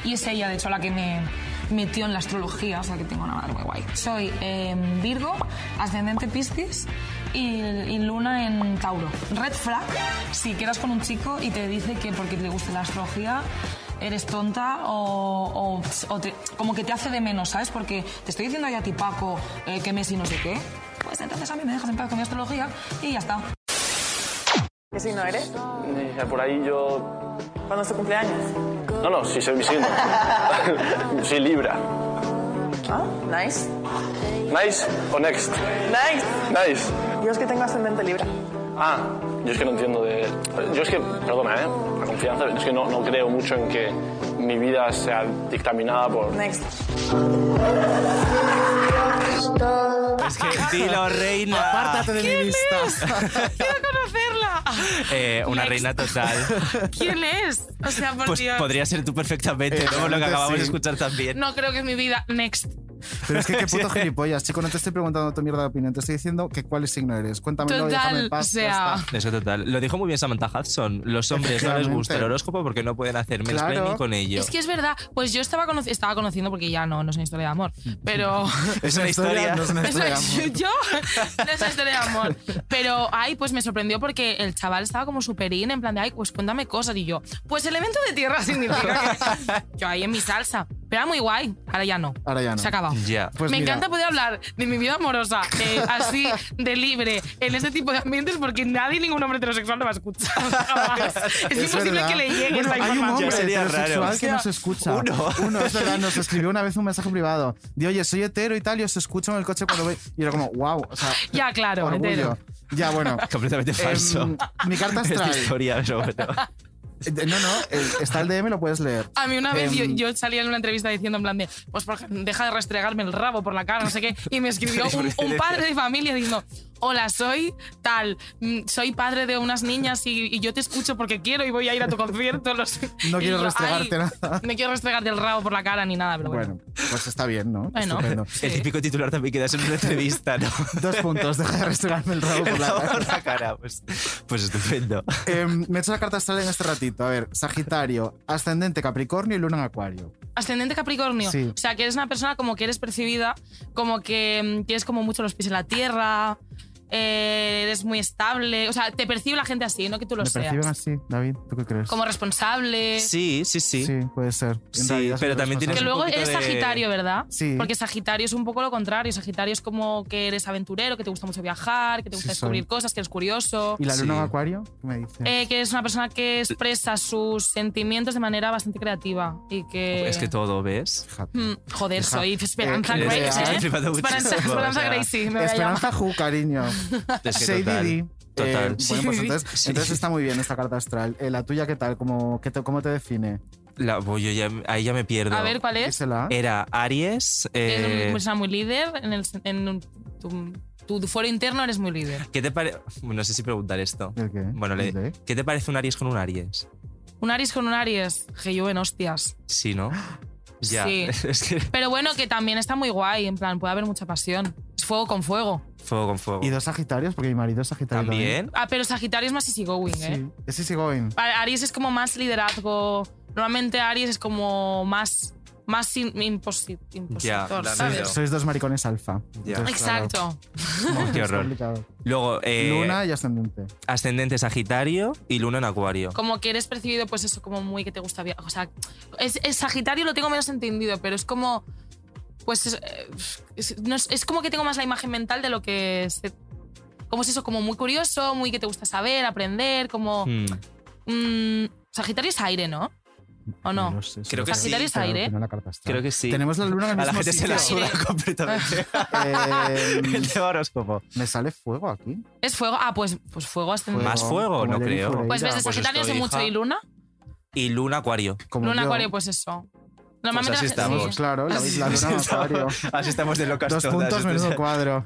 S6: Y es ella, de hecho, la que me metió en la astrología. O sea, que tengo una madre muy guay. Soy eh, Virgo, ascendente Piscis y, y luna en Tauro. Red flag, si quedas con un chico y te dice que porque le gusta la astrología eres tonta o, o- o te- como que te hace de menos, ¿sabes? Porque te estoy diciendo ya a ti, Paco, eh, que Messi no sé qué. Pues entonces a mí me dejas en paz con mi astrología y ya está.
S9: ¿Qué signo eres?
S10: Eh, por ahí yo.
S9: ¿Cuándo es tu cumpleaños?
S10: No, no, sí soy mi signo. sí, Libra.
S9: Ah, nice.
S10: ¿Nice o next?
S9: Nice.
S10: Nice.
S9: Yo es que tengo ascendente libra.
S10: Ah, yo es que no entiendo de. Yo es que, perdona, ¿eh? La confianza, es que no, no creo mucho en que mi vida sea dictaminada por.
S9: Next.
S3: Es que dilo, reina.
S2: Apártate de mi vista.
S8: Quiero conocerla.
S3: Eh, una
S8: Next.
S3: reina total.
S8: ¿Quién es? O sea, por
S3: Pues
S8: Dios.
S3: podría ser tú perfectamente,
S2: Eh,
S3: ¿no? Lo que
S2: realmente
S3: acabamos de
S2: sí.
S3: escuchar también.
S8: No creo que es mi vida. Next.
S2: Pero es que qué puto gilipollas, chico. No te estoy preguntando tu mierda de opinión, te estoy diciendo que cuál signo eres. Cuéntamelo y déjame
S8: Total.
S2: en
S8: O
S2: paz. ya
S8: sea.
S2: está.
S3: Eso total. Lo dijo muy bien Samantha Hudson. Los hombres no les gusta el
S2: Efectivamente.
S3: horóscopo porque no pueden hacer
S2: Claro.
S3: mansplaining con ello.
S8: Es que es verdad. Pues yo estaba, conoci- estaba conociendo, porque ya no, no es una historia de amor, pero...
S3: Es una historia.
S2: No es una
S8: Eso
S2: historia.
S8: es- yo no es una historia de amor. Pero, ay, pues me sorprendió porque el chaval estaba como súper in, en plan de, ay, pues cuéntame cosas. Y yo, pues elemento de tierra significa que... Yo ahí en mi salsa. Pero era muy guay. Ahora ya no.
S2: Ahora ya no.
S8: Se ha acabado.
S3: Ya.
S2: Pues
S8: me
S2: mira.
S8: encanta poder hablar de mi vida amorosa eh, así, de libre, en este tipo de ambientes, porque nadie, ningún hombre heterosexual lo va a escuchar jamás. Es, imposible
S2: verdad.
S8: que le llegue
S2: Bueno,
S8: esta
S2: hay un
S8: información.
S2: hombre
S3: Ya sería
S2: heterosexual
S3: raro.
S2: que nos escucha. Uno. es verdad, nos escribió una vez un mensaje privado. De, oye, soy hetero y tal, y os escucho en el coche cuando voy. Y era como, wow, o sea,
S8: Ya, claro,
S2: orgullo.
S8: entero.
S2: Ya, bueno.
S3: Completamente falso.
S2: Em, mi carta
S3: es
S2: astral.
S3: mi historia, pero bueno.
S2: Eh, No, no, eh, está el DM, lo puedes leer.
S8: A mí una vez yo,
S2: Em,
S8: yo salía en una entrevista diciendo en plan de, pues por- deja de restregarme el rabo por la cara, no sé qué, y me escribió un, un padre de familia diciendo, hola, soy tal, mm, soy padre de unas niñas y, y yo te escucho porque quiero y voy a ir a tu concierto. lo sé".
S2: No
S8: Y
S2: quiero
S8: yo,
S2: restregarte
S8: "Ay,
S2: nada".
S8: No quiero restregarte el rabo por la cara ni nada, pero bueno.
S2: Bueno, pues está bien, ¿no?
S8: Bueno.
S2: Estupendo.
S3: El típico titular también queda en una entrevista, ¿no?
S2: Dos puntos, deja de restregarme el rabo por la cara.
S3: Por la cara. Pues, pues estupendo.
S2: Em, me he hecho la carta astral en este ratito. A ver, Sagitario, ascendente Capricornio y luna en Acuario.
S8: Ascendente Capricornio.
S2: Sí.
S8: O sea, que eres una persona como que eres percibida, como que mm, tienes como mucho los pies en la tierra, eh, eres muy estable. O sea, te percibe la gente así, no que tú lo
S2: ¿Me
S8: seas.
S2: perciben así, David? ¿Tú qué crees?
S8: Como responsable.
S3: Sí, sí, sí.
S2: Sí, puede ser. En
S3: Sí,
S2: realidad soy
S3: pero también tienes
S8: Que
S3: un
S2: responsable.
S8: luego
S3: poquito
S8: eres
S3: de-
S8: Sagitario, ¿verdad?
S2: Sí.
S8: Porque Sagitario es un poco lo contrario. Sagitario es como que eres aventurero, que te gusta mucho viajar, que te
S2: Sí,
S8: gusta descubrir
S2: soy.
S8: cosas, que eres curioso.
S2: ¿Y la luna
S3: Sí.
S2: en Acuario? ¿Qué me dice?
S8: Eh, que eres una persona que expresa sus sentimientos de manera bastante creativa y que...
S3: Es que todo, ¿ves?
S2: Fíjate.
S8: Mm, joder,
S2: Hija,
S8: soy Esperanza
S2: eh, eh,
S8: Gracie.
S2: estoy
S8: ¿eh?
S3: flipando
S8: Esperanza,
S3: muchísimo,
S8: Esperanza
S3: o sea,
S8: Gracie, me voy a llamar.
S2: Esperanza Ju, cariño.
S3: Es que
S2: Shady
S3: total.
S2: D.
S3: Total.
S2: Eh, bueno, pues
S8: Sí.
S2: entonces,
S3: Sí.
S2: entonces está muy bien esta carta astral. Eh, la tuya, ¿qué tal? ¿Cómo, qué te, cómo te define?
S3: La, voy, yo ya, ahí ya me pierdo.
S8: A ver, ¿cuál es?
S2: Dísela.
S3: Era Aries.
S8: Que Eres
S3: eh,
S8: una persona muy líder. En, el, en un- tu, tu foro interno eres muy líder.
S3: ¿Qué te parece? No sé si preguntar esto.
S2: ¿El qué?
S3: Bueno, le-
S2: ¿El de?
S3: ¿qué te parece un Aries con un Aries?
S8: Un Aries con un Aries. Que yo en hostias.
S3: Sí, ¿no? Ya.
S8: Sí.
S3: Es que
S8: Pero bueno, que también está muy guay, en plan, puede haber mucha pasión. Es fuego con fuego.
S3: fuego con fuego.
S2: ¿Y dos Sagitarios? Porque mi marido es Sagitario.
S3: También.
S8: Ah, pero Sagitario es más easygoing, ¿eh?
S2: Sí. Es easy going.
S8: A- Aries es como más liderazgo. Normalmente Aries es como más, más in- imposi- impositor,
S3: la
S8: ¿sabes?
S3: miedo.
S2: Sois dos maricones alfa.
S3: Ya.
S2: Entonces, claro,
S8: Exacto.
S3: Qué
S2: es
S3: horror.
S2: complicado.
S3: Luego, eh,
S2: Luna y ascendente.
S3: ascendente Sagitario y Luna en Acuario.
S8: Como que eres percibido, pues eso, como muy que te gusta viajar. O sea, es, es Sagitario lo tengo menos entendido, pero es como. Pues es, eh, es- no es- es como que tengo más la imagen mental de lo que se- Como es eso, como muy curioso, muy que te gusta saber, aprender, como...
S3: Hmm.
S8: mm, Sagitario es aire, ¿no? ¿O no?
S3: Creo que sí.
S8: Sagitario es aire.
S2: la carta está.
S3: Creo que sí.
S2: Tenemos la luna en el
S3: A la
S2: mismo
S3: gente se la
S2: sitio. Ah.
S3: suda completamente.
S2: Em,
S3: El tema horóscopo.
S2: me sale fuego aquí.
S8: ¿Es fuego? Ah, pues, pues fuego ascendente.
S3: Más fuego,
S2: como
S3: no
S2: Lenny
S3: creo.
S2: Fureira.
S8: Pues ves, de
S3: Pues
S8: Sagitario
S3: estoy,
S8: sé mucho
S3: hija.
S8: y Luna.
S3: Y Luna, Acuario.
S2: Como
S8: Luna,
S2: yo.
S8: Acuario, pues eso. Normalmente
S3: Pues así
S8: la gente-
S3: estamos.
S8: sí.
S2: Claro, la, la luna en acuario.
S3: Así estamos de locas
S2: Dos
S3: todas.
S2: puntos,
S3: Entonces-
S2: menudo cuadro.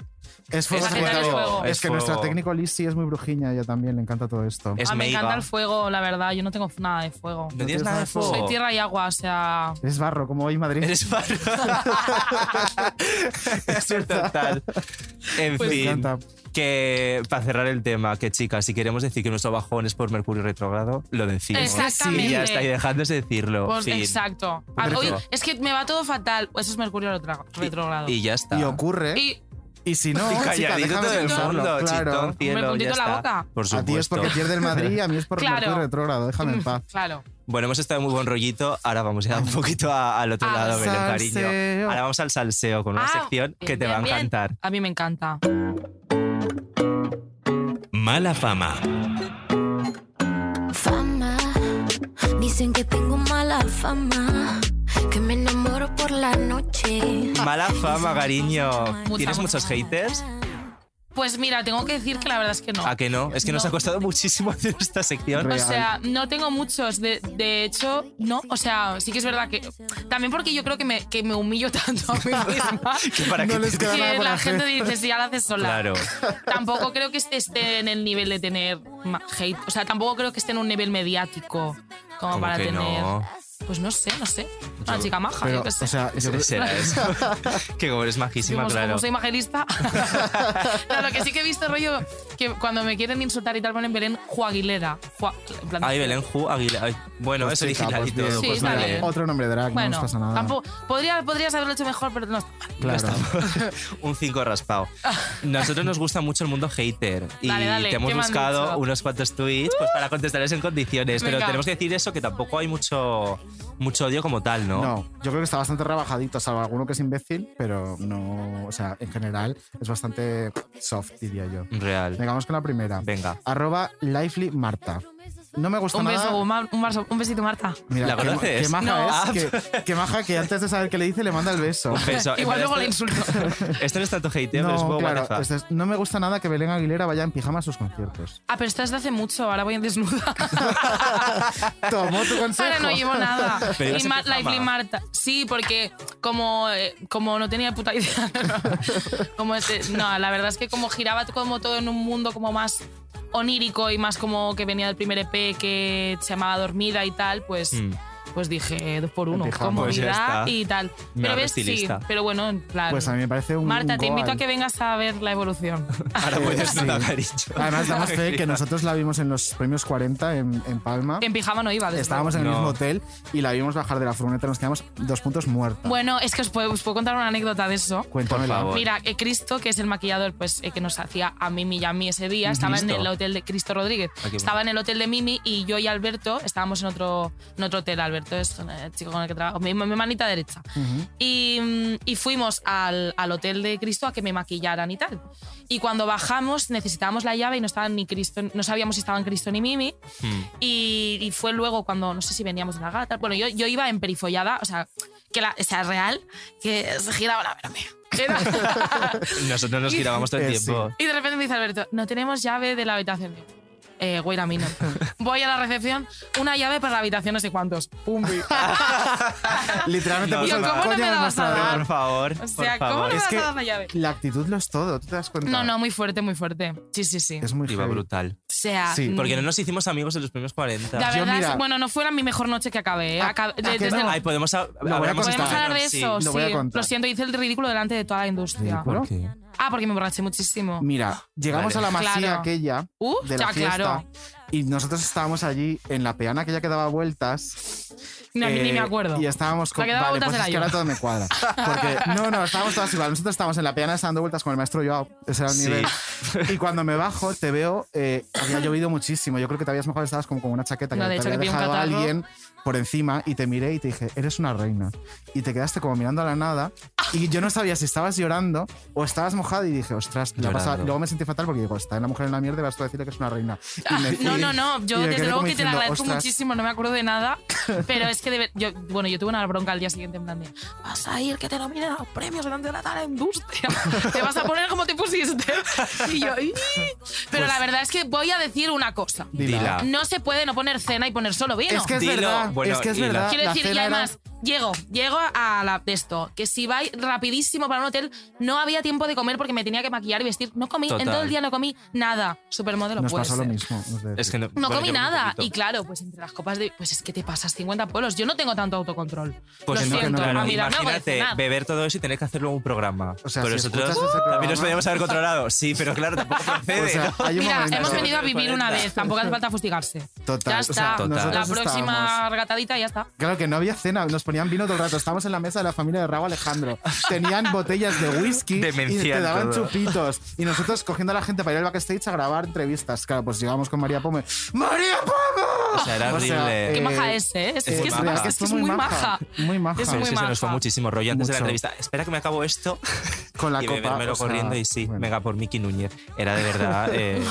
S2: Es fuego
S8: Es Sagitario,
S2: Sagitario.
S8: es fuego.
S2: Es
S3: Es
S2: que
S3: fuego.
S2: nuestra técnico Liz sí es muy brujiña, ella también le encanta todo esto.
S3: Es
S8: Ah, me
S3: meiga.
S8: encanta el fuego, la verdad. Yo no tengo nada de fuego.
S3: ¿No tienes nada de fuego?
S8: Soy tierra y agua, o sea.
S2: Eres barro, como hoy Madrid.
S3: Eres barro. es un total. En
S8: Pues
S2: Me
S3: fin,
S2: encanta.
S3: que para cerrar el tema, que chicas, si queremos decir que nuestro bajón es por Mercurio retrógrado, lo decimos.
S8: Exactamente.
S3: Y ya está, y dejándose decirlo.
S8: Pues,
S3: fin.
S8: exacto. Ah,
S3: Perfecto.
S8: hoy- es que me va todo fatal. Eso es Mercurio retra- retrogrado.
S3: Y ya está.
S2: Y ocurre. Y,
S8: Y-
S2: si no, chica,
S3: calladito
S2: déjame
S3: todo el
S2: pensarlo,
S3: mundo,
S2: claro.
S3: chitón, cielo,
S8: Hombre, puntito
S3: ya
S8: en la
S3: está.
S8: boca.
S3: Por
S2: A ti es
S3: supuesto.
S2: porque pierde el Madrid, a mí es por
S8: Claro.
S2: Mercurio retrógrado, déjame en paz.
S8: mm, Claro.
S3: Bueno, hemos estado de muy buen rollito. Ahora vamos ya un poquito a- al otro
S8: Al
S3: lado, Belén, cariño.
S2: salseo.
S3: Ahora vamos al salseo con una
S8: Ah,
S3: sección que
S8: bien,
S3: te va a
S8: bien, bien.
S3: encantar.
S8: A mí me encanta.
S1: Mala fama.
S4: Fama, dicen que tengo mala fama, que me enamoro por la noche.
S3: Mala fama, cariño.
S8: Mucha,
S3: ¿Tienes
S8: mucha.
S3: muchos haters?
S8: Pues mira, tengo que decir que la verdad es que no.
S3: ¿A que no? Es que nos
S8: No.
S3: ha costado muchísimo hacer esta sección.
S8: O sea, no tengo muchos. De, de hecho, no. O sea, sí que es verdad que. También porque yo creo que me, que me humillo tanto a mí misma.
S3: Que para
S2: No
S3: que te-
S2: les queda nada
S8: que
S2: por
S8: la
S2: hacer.
S8: gente dice, si ya la haces sola.
S3: Claro.
S8: Tampoco creo que esté- esté en el nivel de tener ma- hate. O sea, tampoco creo que esté en un nivel mediático como
S3: ¿Cómo
S8: para
S3: que
S8: tener.
S3: no?
S8: Pues no sé, no sé. Una chica maja,
S2: Pero,
S8: yo qué sé.
S2: o sea, yo
S3: Eso
S2: creo-
S3: será eso. que como eres majísima,
S8: Como-
S3: claro.
S8: Como soy majerista. no, lo que sí que he visto, rollo, que cuando me quieren insultar y tal, ponen Belén Juaguilera. Jua- en plan-
S3: Ay, Belén Ju, Aguilar. ay, Bueno,
S2: Pues
S3: es
S2: chica,
S3: original y
S2: pues
S3: todo.
S2: bien,
S3: Pues
S8: Sí, está
S3: vale.
S8: bien.
S2: Otro nombre drag, no
S8: Bueno,
S2: nos pasa nada.
S8: tampoco, podría, podrías haberlo hecho mejor, pero no.
S2: Claro.
S3: Un 5 raspado. Nosotros nos gusta mucho el mundo hater. Y
S8: Dale, dale,
S3: te hemos
S8: ¿qué me han
S3: buscado
S8: dicho?
S3: unos cuantos tweets pues, para contestarles en condiciones. Pero
S8: Venga.
S3: tenemos que decir eso, que tampoco hay mucho, mucho odio como tal, ¿no?
S2: No, yo creo que está bastante rebajadito, salvo alguno que es imbécil, pero no, o sea, en general es bastante soft, diría yo.
S3: Real.
S2: Venga, vamos con la primera.
S3: Venga.
S2: Arroba Lively Marta. No me gusta
S8: Un
S2: nada.
S8: beso, Guzmán, un, beso- un besito, Marta.
S2: Mira,
S3: ¿La Ah,
S2: qué, ma-
S3: conoces?
S2: qué maja
S3: No.
S2: es. Que, qué maja que antes de saber qué le dice le manda el beso.
S3: Un beso.
S8: Igual luego le
S3: Esto-
S8: insulto.
S3: Esto no es tanto hate, ¿eh? pero es
S2: No,
S3: como
S2: claro, este
S3: guanaza.
S2: esto es- no me gusta nada que Belén Aguilera vaya en pijama a sus conciertos.
S8: Ah, pero esto es de hace mucho, ahora voy en desnuda.
S2: Tomó tu consejo.
S8: Ahora no llevo nada.
S3: Pero ibas
S8: y
S3: en
S8: Ma-
S3: pijama.
S8: Lively Marta. Sí, porque como, eh, como no tenía puta idea. como este- no, la verdad es que como giraba como todo en un mundo como más onírico y más como que venía del primer EP que se llamaba Dormida y tal, pues.
S3: Mm.
S8: Pues dije eh, dos por uno,
S2: En pijama.
S3: Pues ya
S8: comodidad
S3: está.
S8: y tal.
S3: Me
S8: Pero
S3: hago
S8: ves, sí,
S3: estilista.
S8: pero bueno, en plan.
S2: Pues a mí me parece un.
S8: Marta,
S2: un
S8: te invito a
S2: goal.
S8: que vengas a ver la evolución.
S3: Ahora voy desnuda,
S2: Sí.
S3: cariño.
S2: Además, damos fe que nosotros la vimos en los premios 40 en, en Palma.
S8: en pijama no iba, desde
S2: Estábamos en el
S3: No.
S2: mismo hotel y la vimos bajar de la furgoneta. Nos quedamos dos puntos muertos.
S8: Bueno, es que os puedo, os puedo contar una anécdota de eso.
S2: Cuéntamela.
S3: Por favor.
S8: Mira, eh, Cristo, que es el maquillador pues, eh, que nos hacía a Mimi y a mí ese día, estaba en
S3: Cristo.
S8: el hotel de Cristo Rodríguez.
S3: Ah, qué bueno.
S8: Estaba en el hotel de Mimi y yo y Alberto estábamos en otro, en otro hotel. Alberto es eh, el chico con el que trabajo, mi, mi manita derecha. y, mm, y fuimos al, al hotel de Cristo a que me maquillaran y tal. Y cuando bajamos necesitábamos la llave y no estaban ni Cristo, no sabíamos si estaban Cristo ni Mimi.
S3: Hmm.
S8: Y, y fue luego cuando, no sé si veníamos de la gata. Bueno, yo, yo iba en perifollada, o sea, que la, o sea, real, que se giraba la verme. Era-
S3: Nosotros nos girábamos todo el
S2: Eh, sí.
S3: tiempo.
S8: y de repente me dice Alberto, no tenemos llave de la habitación. Digo, Eh, güey, a mí no. Voy a la recepción, una llave para la habitación, no sé cuántos. Ah, Pumbi.
S2: Literalmente
S3: No,
S2: puso
S8: Yo,
S2: el
S8: ¿cómo no
S2: coño
S8: me
S2: en el
S8: la vas a
S2: mostrador.
S3: Por favor.
S8: O sea,
S3: por favor.
S8: ¿cómo no me
S2: Es
S8: vas
S2: que-
S8: a dar la llave?
S2: La actitud lo es todo, ¿tú te das cuenta?
S8: No, no, muy fuerte, muy fuerte. Sí, sí, sí.
S2: Es muy
S3: Iba
S2: heavy.
S3: brutal.
S8: O sea,
S2: Sí.
S8: mm,
S3: Porque no nos hicimos amigos en los premios 40.
S8: la
S2: Yo,
S8: verdad,
S2: mira-
S8: es- bueno, no fuera mi mejor noche que acabé. ¿eh?
S2: ¿A-
S8: Acab-
S2: a
S8: de-
S2: que
S8: desde-
S2: no? pues
S3: Ay, podemos, hab-
S2: voy a
S3: hablamos
S8: Podemos
S2: contar.
S8: hablar de
S3: sí.
S8: eso,
S2: lo voy a
S8: sí.
S2: contar.
S8: Lo siento, hice el ridículo delante de toda la industria.
S2: Ridículo.
S3: ¿Por qué?
S8: Ah, porque me emborraché muchísimo.
S2: Mira, llegamos
S3: Vale.
S2: a la masía
S8: Claro.
S2: aquella
S8: Uh,
S2: de la
S8: ya,
S2: fiesta
S8: claro.
S2: y nosotros estábamos allí en la peana aquella que daba vueltas
S8: No, ni me acuerdo.
S2: eh, Y estábamos
S8: La que daba
S2: vale,
S8: vueltas
S2: pues
S8: era
S2: es que
S8: yo.
S2: ahora todo me cuadra. Porque, no, no, estábamos todas igual. Nosotros estábamos en la piana dando vueltas con el maestro Joao. Ese era el
S3: Sí.
S2: nivel. Y cuando me bajo, te veo, eh, había llovido muchísimo. Yo creo que te habías mejor, estabas como con una chaqueta que
S8: No, de
S2: te
S8: hecho,
S2: había
S8: que vi un
S2: dejado
S8: catarro.
S2: alguien por encima y te miré y te dije, eres una reina. Y te quedaste como mirando a la nada y yo no sabía si estabas llorando o estabas mojada y dije, ostras, la
S3: Llorando.
S2: pasa- luego me sentí fatal porque digo, está en la mujer en la mierda y vas tú a decirle que es una reina. Y me fui.
S8: Ah, No, no, no.
S2: Y
S8: Yo
S2: me
S8: desde
S2: quedé
S8: luego
S2: como
S8: que te la
S2: diciendo,
S8: agradezco
S2: "Ostras".
S8: muchísimo, no me acuerdo de nada. Pero es que de ver- yo, bueno, yo tuve una bronca al día siguiente en plan de vas a ir que te nominen a los premios delante de la tal industria. Te vas a poner como te pusiste. Y yo, "Ih". pero
S2: Pues
S8: la verdad es que voy a decir una cosa.
S2: Dila.
S3: Dila.
S8: No se puede no poner cena y poner solo vino.
S2: Es que es
S3: Dilo,
S2: verdad,
S3: bueno,
S2: es que es
S3: y la-
S2: verdad.
S8: Quiero
S2: la
S8: decir, y
S2: cena era-
S8: además, llego, llego a la de esto, que si vais rapidísimo para un hotel, no había tiempo de comer porque me tenía que maquillar y vestir. No comí, en
S3: Total.
S8: todo el día no comí nada. Supermodelo, pues,
S2: nos
S8: puede
S2: pasó
S8: ser.
S2: lo mismo. hemos de
S3: Es
S2: decir.
S3: que no,
S8: No
S3: bueno,
S8: comí
S3: yo un
S8: nada.
S3: poquito.
S8: Y claro, pues entre las copas de. Pues es que te pasas 50 pueblos. Yo no tengo tanto autocontrol.
S3: Pues
S8: Lo
S3: no,
S8: siento,
S3: claro,
S8: a mí la- no, voy a
S3: imagínate
S8: cenar.
S3: beber todo eso y tener que hacerlo en un programa.
S2: O sea,
S3: Pero
S2: si
S3: nosotros
S2: escuchas ese
S3: también nos
S2: programa-
S3: podíamos haber controlado. Sí, pero claro, tampoco procede.
S2: O sea,
S3: ¿no?
S2: hay un
S8: Mira,
S2: momento-
S8: hemos venido a
S3: Los
S8: vivir una
S3: 40.
S8: vez. Tampoco hace falta fustigarse.
S2: Total,
S8: Ya
S2: o sea,
S8: está.
S3: total.
S8: La
S2: nosotros
S8: próxima
S2: estábamos-
S8: regatadita y ya está.
S2: Claro que no había cena, nos ponían vino todo el rato. Estábamos en la mesa de la familia de Raúl Alejandro. Tenían botellas de whisky y
S3: Demencial
S2: te daban
S3: todo.
S2: chupitos. Y nosotros cogiendo a la gente para ir al backstage a grabar entrevistas. Claro, pues llegamos con María Pome. ¡María Pome!
S3: O sea, era
S2: O sea,
S3: horrible.
S8: Qué
S2: Eh,
S8: maja es, ¿eh? Es, es
S3: es
S8: que es,
S3: muy maja.
S8: es que es muy maja.
S2: Muy maja.
S8: Es
S3: Pero
S8: muy
S3: es que se nos fue
S8: maja.
S3: muchísimo rollo antes de la
S2: Mucho.
S3: entrevista. Espera que me acabo esto
S2: Con la
S3: y
S2: copa.
S3: bebérmelo
S2: o sea,
S3: corriendo y sí,
S2: bueno.
S3: venga por Miki Núñez. Era de verdad. Eh,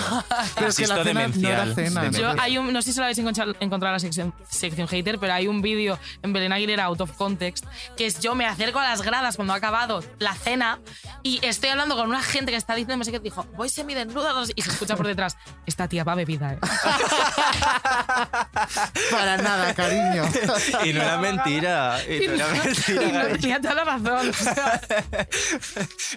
S2: Pero es que
S3: insisto,
S2: la cena no era
S3: demencial,
S2: cena,
S3: demencial.
S8: Yo,
S2: Entonces-
S8: hay un, no sé si lo habéis encontrado, encontrado en la sección, sección hater, pero hay un vídeo en Belén Aguilera out of context que es yo me acerco a las gradas cuando ha acabado la cena y estoy hablando con una gente que está diciendo, no sé qué, dijo, voy semidesnuda no sé", y se escucha por detrás, esta tía va bebida, ¿eh?
S2: Para Pues nada, cariño.
S3: Y no era mentira. Y no era
S8: Y
S3: mentira.
S8: no
S3: Gay.
S8: tenía toda la razón. O sea,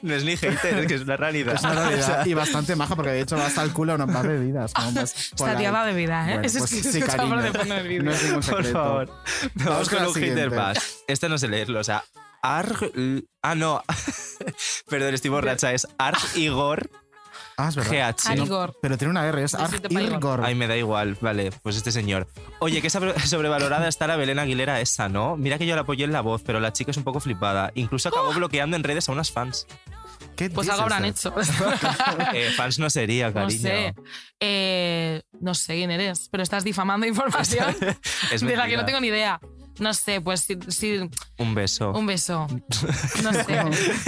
S3: No es ni hater, es que es una realidad.
S2: Es una realidad. Y bastante maja, porque de hecho va hasta el culo no más bebidas. como más
S8: esta tía
S2: polite.
S8: va bebida, ¿eh?
S2: Bueno,
S8: Eso
S2: pues
S8: es que
S2: sí,
S8: se escucha por
S2: cariño.
S8: detrás del vídeo.
S2: No es ningún
S3: Por
S2: secreto.
S3: favor. Vamos
S2: Vamos con
S3: con
S2: la
S3: un hater
S2: siguiente.
S3: más. Este no sé leerlo, o sea. Arg. Ah, no. Perdón, estoy borracha. Es Arg Igor
S2: Ah, es verdad.
S3: GH.
S2: No,
S8: Igor.
S2: pero tiene una R, es
S8: Besito para
S2: Argirgor.
S3: Ay, me da igual, vale, pues este señor. Oye, qué sobre- sobrevalorada está la Belén Aguilera esa, ¿no? Mira que yo la apoyé en la voz, pero la chica es un poco flipada. Incluso
S8: ¡Oh!
S3: acabó bloqueando en redes a unas fans.
S2: ¿Qué
S8: Pues
S2: dices,
S8: algo habrán
S2: eh?
S8: hecho.
S3: Eh, fans no sería,
S8: No
S3: cariño.
S8: sé. Eh, no sé quién eres, pero estás difamando información
S3: Es
S8: de la que
S3: mentira.
S8: no tengo ni idea. No sé, pues sí, sí,
S3: Un beso.
S8: un beso. No sé.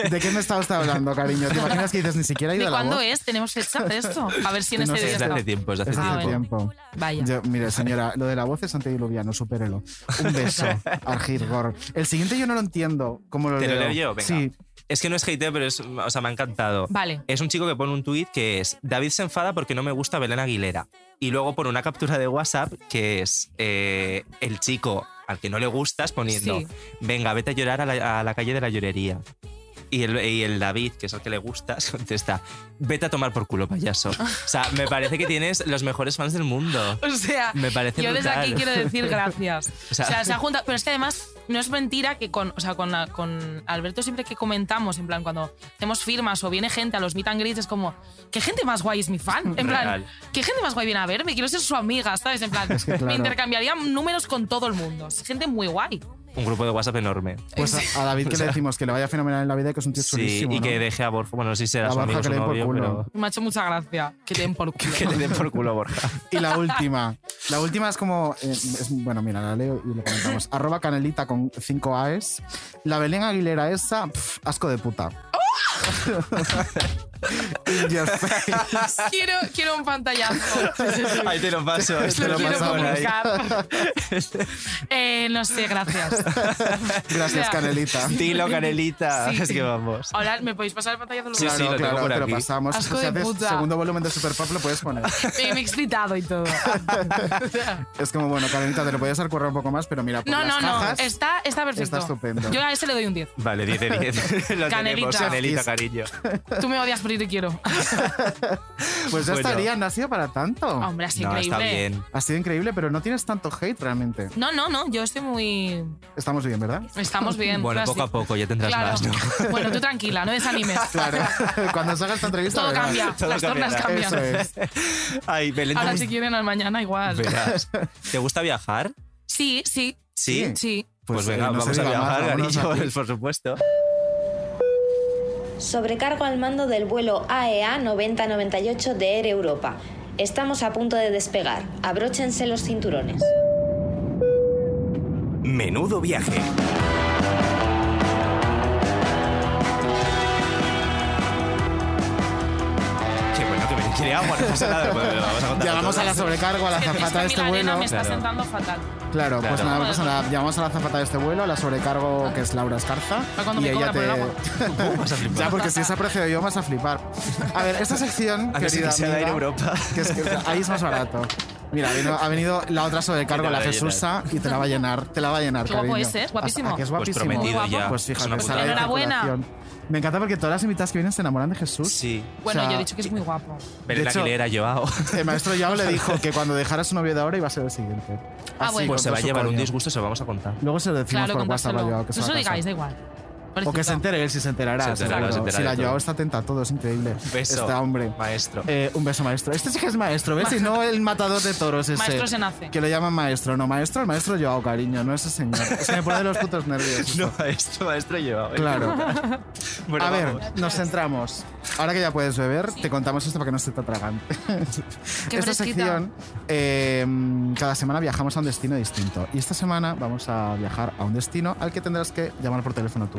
S2: ¿De qué me está usted hablando, cariño? ¿Te imaginas que dices ni siquiera he
S8: ¿De
S2: ido a la
S8: cuándo
S2: voz?
S8: es? ¿Tenemos fecha de esto? A ver si en
S2: No
S8: este
S2: sé,
S8: día
S3: es de
S8: está.
S3: hace tiempo, es de hace
S2: Es hace
S8: Ah, bueno.
S3: tiempo.
S2: tiempo.
S8: Vaya.
S2: Yo- mire, señora, lo de la voz es antediluviano, supérelo. Un beso, Argirgor. El siguiente yo no lo entiendo. ¿Cómo lo
S3: ¿Te lo
S2: leo?
S3: leo yo? Venga.
S2: Sí,
S3: Es que no es hater, pero es, o sea, me ha encantado.
S8: Vale.
S3: Es un chico que pone un tuit que es David se enfada porque no me gusta Belén Aguilera. Y luego pone una captura de WhatsApp que es eh, el chico al que no le gustas poniendo
S8: Sí.
S3: venga, vete a llorar a la, a la calle de la llorería. Y el, y el David, que es al que le gustas, contesta vete a tomar por culo, payaso. O sea, me parece que tienes los mejores fans del mundo.
S8: O sea,
S3: Me parece
S8: yo desde
S3: brutal.
S8: aquí quiero decir gracias.
S3: O
S8: O
S3: sea-
S8: sea, se ha juntado. Pero es que además, no es mentira que con, o sea, con, la- con Alberto siempre que comentamos, en plan, cuando hacemos firmas o viene gente a los meet and greets, es como, ¿qué gente más guay es mi fan? En plan,
S3: Real.
S8: ¿qué gente más guay viene a verme? Quiero ser su amiga, ¿sabes? En plan,
S2: que claro.
S8: me intercambiaría números con todo el mundo. Es gente muy guay.
S3: Un grupo de WhatsApp enorme.
S2: pues a, a David que le decimos que le vaya fenomenal en la vida y que es un tío
S3: Sí,
S2: chulísimo,
S3: y que
S2: ¿no?
S3: deje a Borja. Bueno, no sé si será
S2: A
S3: su amigo
S2: Borja
S3: o
S2: que
S3: su
S2: le den por
S3: novio, pero.
S2: culo.
S8: Me ha hecho mucha gracia que te den por culo.
S3: Que le den por culo a Borja.
S2: Y la última. La última es como. eh, es- bueno, mira, la leo y lo comentamos. Arroba canelita con 5 A's. La Belén Aguilera esa, pf, asco de puta. Y ya está.
S8: quiero, quiero un pantallazo.
S3: Ahí te lo paso.
S2: Te lo
S8: Lo quiero
S2: paso por ahí.
S8: publicar. Eh, no sé, gracias.
S2: Gracias,
S8: Mira.
S2: Canelita.
S3: Dilo, Canelita.
S8: Sí.
S3: Es que vamos.
S8: Ahora, ¿me podéis pasar el pantallazo?
S3: Sí, sí, lo tengo por
S2: te
S3: aquí.
S2: lo pasamos.
S8: Asco
S2: si
S8: de
S2: haces
S8: puta.
S2: segundo volumen de Superpop, lo puedes poner.
S8: Me, me he excitado y todo.
S2: Es como, bueno, Canelita, te lo podías acurrar un poco más, pero mira, por
S8: No,
S2: las
S8: no, no.
S2: cajas,
S8: Está, está perfecto.
S2: está estupendo.
S8: Yo a ese le doy un 10.
S3: Vale, 10 de 10. Lo tenemos,
S8: Canelita.
S3: Canelita, cariño.
S8: Tú me odias, pero yo te quiero.
S2: Pues ya
S3: Bueno.
S2: estaría, no ha sido para tanto.
S8: Hombre, es
S3: No,
S8: increíble.
S3: está bien.
S2: Ha sido increíble, pero no tienes tanto hate realmente.
S8: No, no, no. Yo estoy muy.
S2: Estamos bien, ¿verdad?
S8: Estamos bien.
S3: Bueno,
S8: Plasti-
S3: poco a poco ya tendrás
S8: Claro.
S3: más, ¿no?
S8: Bueno, tú tranquila, no desanimes.
S2: Claro. Cuando salga esta entrevista,
S8: Todo
S2: verás.
S8: cambia.
S3: Todo
S8: Las tornas
S3: cambiará.
S8: cambian.
S2: Eso es.
S3: Ay, Belén, ¿te,
S8: Ahora
S3: gusta-
S8: si quieren, al mañana igual.
S3: Verás. ¿Te gusta viajar?
S8: Sí, sí.
S3: Sí,
S2: Sí.
S8: Sí.
S3: Pues,
S2: Pues, eh,
S3: venga,
S2: no se
S3: vamos a
S2: diga más,
S3: viajar,
S2: vámonos
S3: Garillo,
S2: aquí.
S3: por supuesto.
S11: Sobrecargo al mando del vuelo E AEA 9098 de Air Europa. Estamos a punto de despegar. Abróchense los cinturones.
S1: Menudo viaje.
S3: Che, bueno, que me quiere agua, no pasa nada. Bueno, lo vamos a contar
S2: Llamamos
S3: otro
S2: a la
S3: día.
S2: sobrecargo, a la
S8: Es que
S2: azafata
S8: esta
S2: de este
S8: milanena
S2: vuelo.
S8: me está
S3: Claro.
S8: sentando fatal.
S2: Claro, pues
S3: Claro.
S2: nada, pues nada, llamamos a la zapata de este vuelo, a la sobrecargo que es Laura Escarza.
S8: Para cuando me cobra por el agua.
S3: Vas a flipar.
S2: Ya, porque si es a precio de yo vas a flipar. A ver, esta sección,
S3: A ver si
S2: querida
S3: sea de
S2: amiga,
S3: Air Europa.
S2: que es que ahí es más barato. Mira, vino- ha venido la otra sobrecargo,
S3: Y te la
S2: la
S3: va a
S2: Jesusa, y te la va a llenar, te la va a llenar,
S8: Qué guapo
S2: cariño.
S8: es, ¿eh? Es guapísimo.
S2: ¿A- a que es
S3: Pues
S2: guapísimo.
S3: prometido ya. Es
S2: Pues
S3: una puta
S2: fíjate, Sara,
S8: idea.
S2: de
S8: Enhorabuena.
S2: circulación. Me encanta porque todas las invitadas que vienen se enamoran de Jesús.
S3: Sí.
S8: Bueno,
S2: O sea,
S8: yo he dicho que es muy guapo. Ah,
S3: Belén
S2: hecho-
S3: Aguilera, Joao.
S2: El maestro Yao le dijo que cuando dejara a su novio de ahora iba a ser el siguiente.
S8: Ah, bueno.
S2: con
S3: Pues se
S2: todo
S3: va a
S2: su
S3: llevar un
S2: coño.
S3: disgusto, se lo vamos a contar.
S2: Luego se lo decimos
S8: Claro,
S2: por WhatsApp a Joao,
S8: contárselo.
S2: que se
S8: No
S2: va
S8: se lo
S2: a casar.
S8: digáis, da igual.
S2: O que se
S8: Pobrecito.
S2: entere él si se enterará.
S3: Se enterará,
S2: seguro.
S3: se enterará
S2: si la
S3: de todo.
S2: Joao está atenta a todo, es increíble.
S3: Beso.
S2: Este hombre.
S3: Maestro.
S2: Eh, un beso, maestro. Este sí que es maestro, ¿ves? Y no el matador de toros ese.
S8: Maestro se nace.
S2: Que lo llaman maestro. No, maestro, el maestro Joao, cariño, no ese señor. Es que me pone los putos nervios. esto.
S3: No, maestro, maestro Joao. eh.
S2: Claro.
S3: Bueno,
S2: a ver,
S3: vamos.
S2: nos centramos. Ahora que ya puedes beber, te contamos esto para que no se te atragante. esta
S8: fresquita.
S2: sección, eh, cada semana viajamos a un destino distinto. Y esta semana vamos a viajar a un destino al que tendrás que llamar por teléfono tú.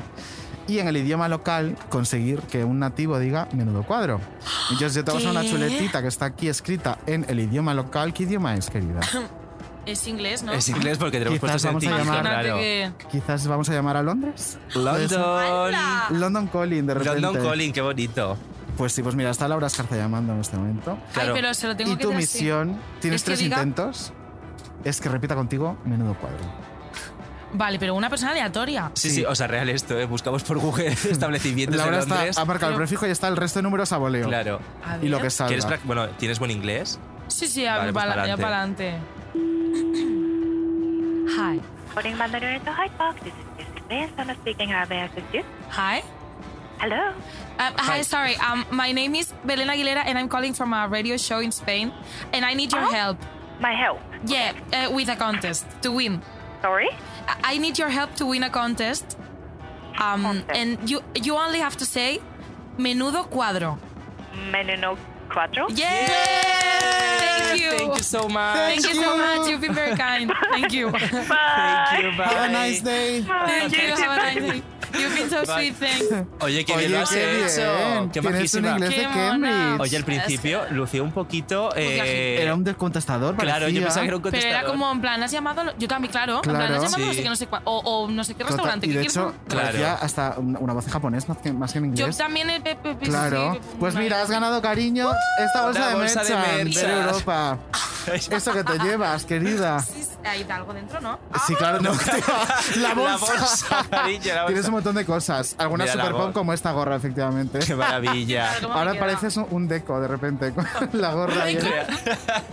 S2: Y en el idioma local conseguir que un nativo diga menudo cuadro. Entonces yo te voy a pasar una
S8: ¿Qué?
S2: chuletita que está aquí escrita en el idioma local. ¿Qué idioma es, querida?
S8: Es inglés, ¿no?
S3: Es inglés porque tenemos
S2: Quizás
S3: puestos en
S2: vamos a
S3: ti,
S2: llamar-
S8: Imagínate
S3: claro.
S8: que...
S2: Quizás vamos a llamar a Londres.
S3: London.
S2: London Calling, de repente.
S3: London Calling, qué bonito.
S2: Pues sí, pues mira, está Laura Escarza llamando en este momento.
S3: Claro.
S8: Ay, pero se lo tengo
S2: Y
S8: que
S2: tu
S8: hacer así.
S2: misión, tienes
S8: Es que
S2: tres
S8: diga-
S2: intentos, es que repita contigo menudo cuadro.
S8: Vale, pero una persona aleatoria.
S3: Sí, sí, o sea, real esto, ¿eh? Buscamos por Google establecimientos
S2: Laura
S3: en Londres.
S2: está, ha marcado el
S8: Pero-
S2: prefijo y está el resto de números a voleo.
S3: Claro.
S8: A ver.
S2: Y lo que salga.
S3: ¿Quieres prac- bueno, ¿tienes buen inglés?
S8: Sí, sí, a-
S3: Vale, pues
S8: para
S3: pa'lante.
S8: adelante. Hi.
S12: Morning, Mandarin at the Hyde Park. This is Mrs. Benson speaking. How may I assist you?
S8: Hi.
S12: Hello.
S8: Um, hi, sorry. Um, my name is Belén Aguilera and I'm calling from a radio show in Spain and I need your help.
S12: My help.
S8: Yeah, uh, with a contest to win.
S12: Sorry.
S8: I I need your help to win a contest. Um, and you you only have to say menudo cuadro.
S12: Menino Quattro.
S8: Yeah! ¡Eh! Thank you.
S3: Thank you so much.
S8: Thank you so much. You've been very kind. Thank you.
S3: Thank you, bye.
S2: Have a nice day.
S8: Thank you. Have a nice day. You've been so
S3: Bye.
S8: sweet. Thanks.
S3: Oye, qué
S2: Oye,
S3: bien lo has
S2: qué
S3: hecho.
S2: bien.
S3: Qué
S2: Tienes un
S3: majísima.
S2: inglés de
S8: Qué mona.
S2: Cambridge.
S3: Oye, al principio lució un poquito. eh,
S2: Pues Era un descontestador,
S3: Claro, yo
S2: parecía.
S3: pensaba que era un
S8: Pero
S3: contestador.
S8: era como en plan, has llamado. Yo también, claro. En plan,
S2: Claro.
S8: has llamado no
S3: Sí.
S8: sé qué, no sé cuál. O, o no sé qué
S2: Total-
S8: restaurante.
S2: Y
S8: ¿qué
S2: de
S8: quieres
S2: hecho,
S8: comer?
S3: Claro.
S2: parecía hasta una, una voz en japonés más que, más que en
S8: Yo
S2: inglés.
S8: también. he- he- he- he-
S2: Claro.
S8: sí, ¡Uh! he-
S2: Pues mira, has ganado, cariño, esta bolsa
S3: Una
S2: de
S3: bolsa de
S2: Merchant de,
S3: Merchant.
S2: Europa. Eso que te llevas, querida.
S8: Sí, sí, Hay algo dentro, ¿no?
S2: Sí, claro, no. la
S3: La
S2: bolsa.
S3: bolsa, cariño, la
S2: Tienes
S3: bolsa.
S2: un montón de cosas. Algunas
S3: Mira la
S2: super pop
S3: voz.
S2: como esta gorra, efectivamente.
S3: Qué maravilla.
S8: Claro, ¿cómo me
S2: Ahora
S8: queda?
S2: pareces un- un deco de repente con la gorra. y-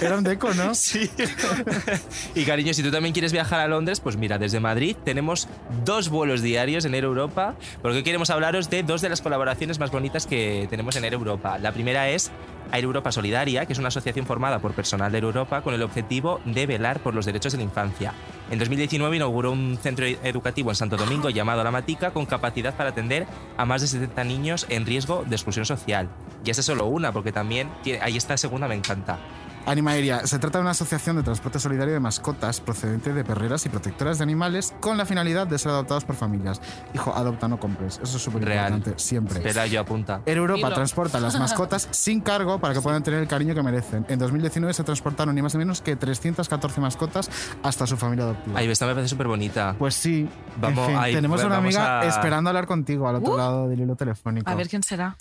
S2: Era un deco, ¿no?
S3: Sí. Y cariño, si tú también quieres viajar a Londres, pues mira, desde Madrid tenemos dos vuelos diarios en Air Europa, porque hoy queremos hablaros de dos de las colaboraciones más bonitas que tenemos en Air Europa. La primera es Air Europa Solidaria, que es una asociación formada por personal de Air Europa con el objetivo de velar por los derechos de la infancia. En 2019 inauguró un centro educativo en Santo Domingo llamado La Matica con capacidad para atender a más de 70 niños en riesgo de exclusión social. Y esa es solo una, porque también tiene- ahí esta segunda me encanta.
S2: Anima Aérea. Se trata de una asociación de transporte solidario de mascotas procedente de perreras y protectoras de animales con la finalidad de ser adoptados por familias. Hijo, adopta, no compres. Eso es súper importante,
S3: Real.
S2: siempre.
S3: Espera, yo apunta.
S2: Air Europa
S8: Dilo.
S2: transporta las mascotas sin cargo para que puedan tener el cariño que merecen. En 2019 se transportaron ni más ni menos que 314 mascotas hasta su familia adoptiva.
S3: Ay, esta me parece súper bonita.
S2: Pues sí,
S3: Vamos,
S2: en fin,
S3: ay,
S2: tenemos a una
S3: vamos
S2: amiga
S3: a-
S2: esperando hablar contigo al otro lado del hilo telefónico.
S8: Uh. A ver quién será.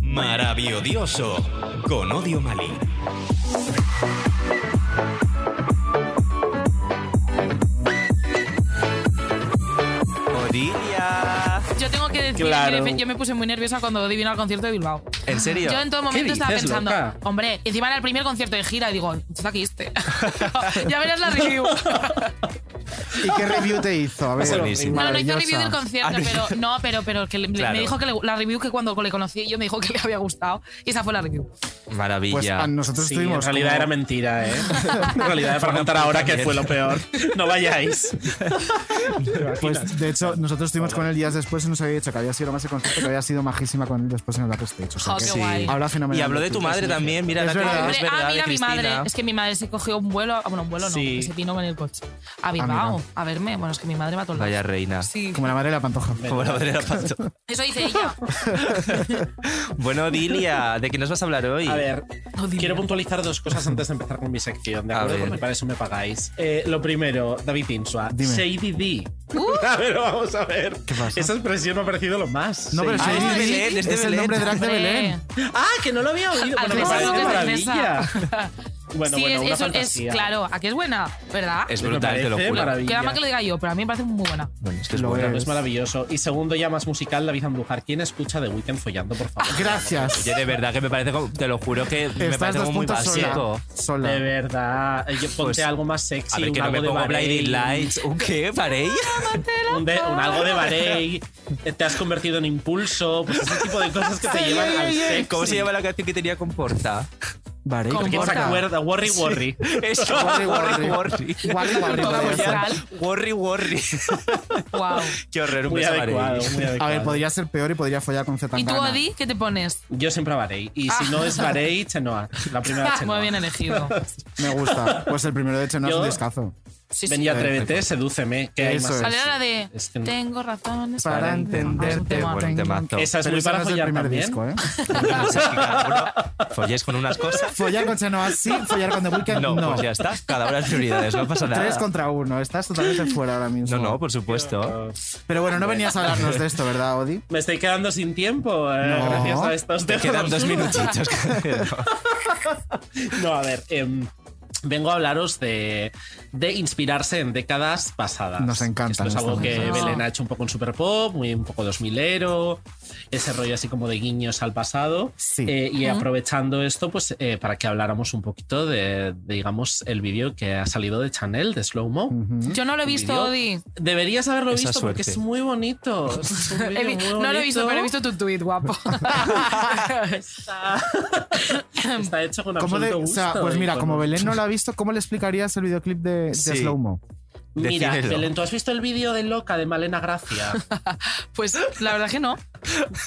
S1: Maravilloso. Con Odio Malí.
S3: Odilia.
S8: Yo tengo que decir
S3: Claro.
S8: que yo me puse muy nerviosa cuando adivino el concierto de Bilbao.
S3: ¿En serio?
S8: Yo en todo
S3: ¿Qué
S8: momento estaba
S3: dices,
S8: pensando,
S3: loca?
S8: hombre, encima era el primer concierto de gira y digo, ¿tú está aquí este? ya verás la review.
S2: ¿Y qué review te hizo? A ver,
S8: No, no hizo review del
S2: maravillosa.
S8: concierto, pero no, pero, pero que le-
S3: Claro.
S8: me dijo que le- la review que cuando le conocí yo me dijo que le había gustado y esa fue la review.
S3: Maravilla.
S13: Pues a
S2: nosotros
S13: sí,
S2: estuvimos
S13: En realidad
S2: como-
S13: era mentira, ¿eh? En realidad era para contar ahora que fue lo peor. No vayáis.
S2: Pues, de hecho, nosotros estuvimos con él días después y nos había dicho que había sido más el concierto, que había sido majísima con él después en el backstage. O sea,
S8: Jo, qué
S2: que
S8: guay.
S2: Habla fenomenal.
S3: Y habló de tu madre
S2: Sí.
S3: también, mira,
S2: Es
S3: la que-
S2: verdad.
S3: es verdad,
S8: ah, mira
S3: de
S8: mi madre.
S3: Cristina.
S8: Es que mi madre se cogió un vuelo, ah, bueno, un vuelo no,
S3: Sí.
S8: que se vino con el coche. A Bilbao, a verme. Bueno, es que mi madre va a todos
S3: Vaya
S8: lados.
S3: reina.
S8: Sí.
S2: Como la madre de la pantoja.
S3: Como la madre de la panto.
S8: Eso dice ella.
S3: Bueno, Dilia, ¿de qué nos vas a hablar hoy?
S13: A ver, quiero puntualizar dos cosas antes de empezar con mi sección, ¿de
S3: A
S13: acuerdo?
S3: ver.
S13: Porque para eso me pagáis. Eh, lo primero, David Insua. Shady D. A ver, vamos a ver. Esa expresión me ha parecido lo
S3: Ah,
S13: más.
S2: No, pero
S13: Shady
S2: Shady
S13: D
S2: D
S3: este
S2: es el nombre drag de Hombre. Belén.
S13: Ah, que no lo había oído. Bueno, me parece
S8: que es
S13: maravilla.
S8: francesa.
S13: Bueno,
S8: sí,
S13: bueno,
S8: es,
S13: una
S8: eso es,
S13: fantasía.
S8: claro, aquí es buena, ¿verdad?
S3: Es brutal,
S13: Me
S3: te lo
S13: parece
S3: juro.
S13: maravilla.
S8: Queda mal que lo diga yo, pero a mí me parece muy buena.
S3: Bueno, es que es
S13: Lo
S3: buena.
S13: es. maravilloso. Y segundo, ya más musical, David Andújar. ¿Quién escucha The Weeknd follando, por favor?
S2: Gracias.
S3: Oye, de verdad que me parece, como- te lo juro que me
S13: Estás
S3: parece
S13: dos
S3: como muy
S13: puntos sola.
S3: básico.
S2: Sola.
S13: De verdad. Eh, Yo ponte
S3: Pues,
S13: algo más sexy.
S3: a ver,
S13: un
S3: que no
S13: algo
S3: me
S13: de
S3: pongo
S13: Varey.
S3: Blinding Lights. ¿Un qué? ¿Varey?
S13: un, de- un algo de Varey. Eh, Te has convertido en impulso. Pues ese tipo de cosas que te llevan al sexy.
S3: ¿Cómo se llama la canción que tenía con Porta?
S2: Varey.
S13: ¿Quién se acuerda? Worry, worry.
S3: Eso,
S13: Worry,
S3: worry,
S13: worry.
S3: worry.
S13: Worry, worry,
S3: Vamos ya.
S13: worry.
S3: Worry, worry.
S8: Wow.
S3: Qué horror, un
S13: Muy
S3: beso a Varey.
S13: adecuado, muy
S2: A
S13: adecuado.
S2: ver, podría ser peor y podría follar con Z
S8: ¿Y tú,
S2: Tangana.
S8: Odi, qué te pones?
S13: Yo siempre a Varey. Y si
S8: Ah.
S13: no es Varey, Chenoa. La primera Chenoa.
S8: Muy bien elegido.
S2: Me gusta. Pues el primero de hecho no es
S13: Yo-
S2: un descazo.
S13: Ven y atrévete, sedúceme. Que hay
S2: Eso
S13: más
S2: es.
S8: ¿Cuál era la de
S13: Es que-
S8: Tengo razones
S2: Para entenderte,
S3: Buen temazo.
S13: Esa es
S2: Pero
S13: muy
S2: ese
S13: para
S2: no es el
S13: follar
S2: primer
S13: también.
S2: disco, ¿eh?
S3: Folláis con unas cosas.
S2: Follar con Chenoa sí, follar con The Weeknd no.
S3: No, pues ya está. Cada una las prioridades, no pasa nada.
S2: Tres contra uno. Estás totalmente fuera ahora mismo.
S3: No, no, por supuesto.
S2: Pero bueno, no venías a hablarnos de esto, ¿verdad, Odi?
S13: Me estoy quedando sin tiempo eh,
S2: No.
S13: gracias a estos
S3: Te
S13: dedos.
S3: quedan dos minutitos.
S13: No, a ver. em, vengo a hablaros de, de inspirarse en décadas pasadas.
S2: Nos encanta,
S13: Esto es
S2: nos
S13: algo
S2: encanta.
S13: que
S2: Ah.
S13: Belén ha hecho un poco en super pop, muy un poco 2000ero, ese rollo así como de guiños al pasado. Eh, y
S2: Ujú.
S13: aprovechando esto, pues eh, para que habláramos un poquito de, de, digamos, el vídeo que ha salido de Chanel, de Slow Mo.
S8: Yo no lo he
S13: Un
S8: visto,
S13: vídeo-
S8: Odi.
S13: Deberías haberlo
S8: Esa
S13: visto porque
S8: suerte.
S13: es muy bonito. Es un vídeo
S8: He vi-
S13: muy
S8: no lo he visto,
S13: bonito.
S8: pero he visto tu tweet, guapo.
S13: Está hecho con
S2: ¿Cómo de-
S13: absoluto
S2: o sea,
S13: gusto
S2: pues
S13: y
S2: mira,
S13: con-
S2: como Belén no lo ha visto, ¿cómo le explicarías el videoclip de, de
S13: Sí.
S2: Slow Mo?
S13: Mira,
S2: Decídelo.
S13: Belén, ¿tú has visto el vídeo de Loca de Malena Gracia?
S8: Pues la verdad que no.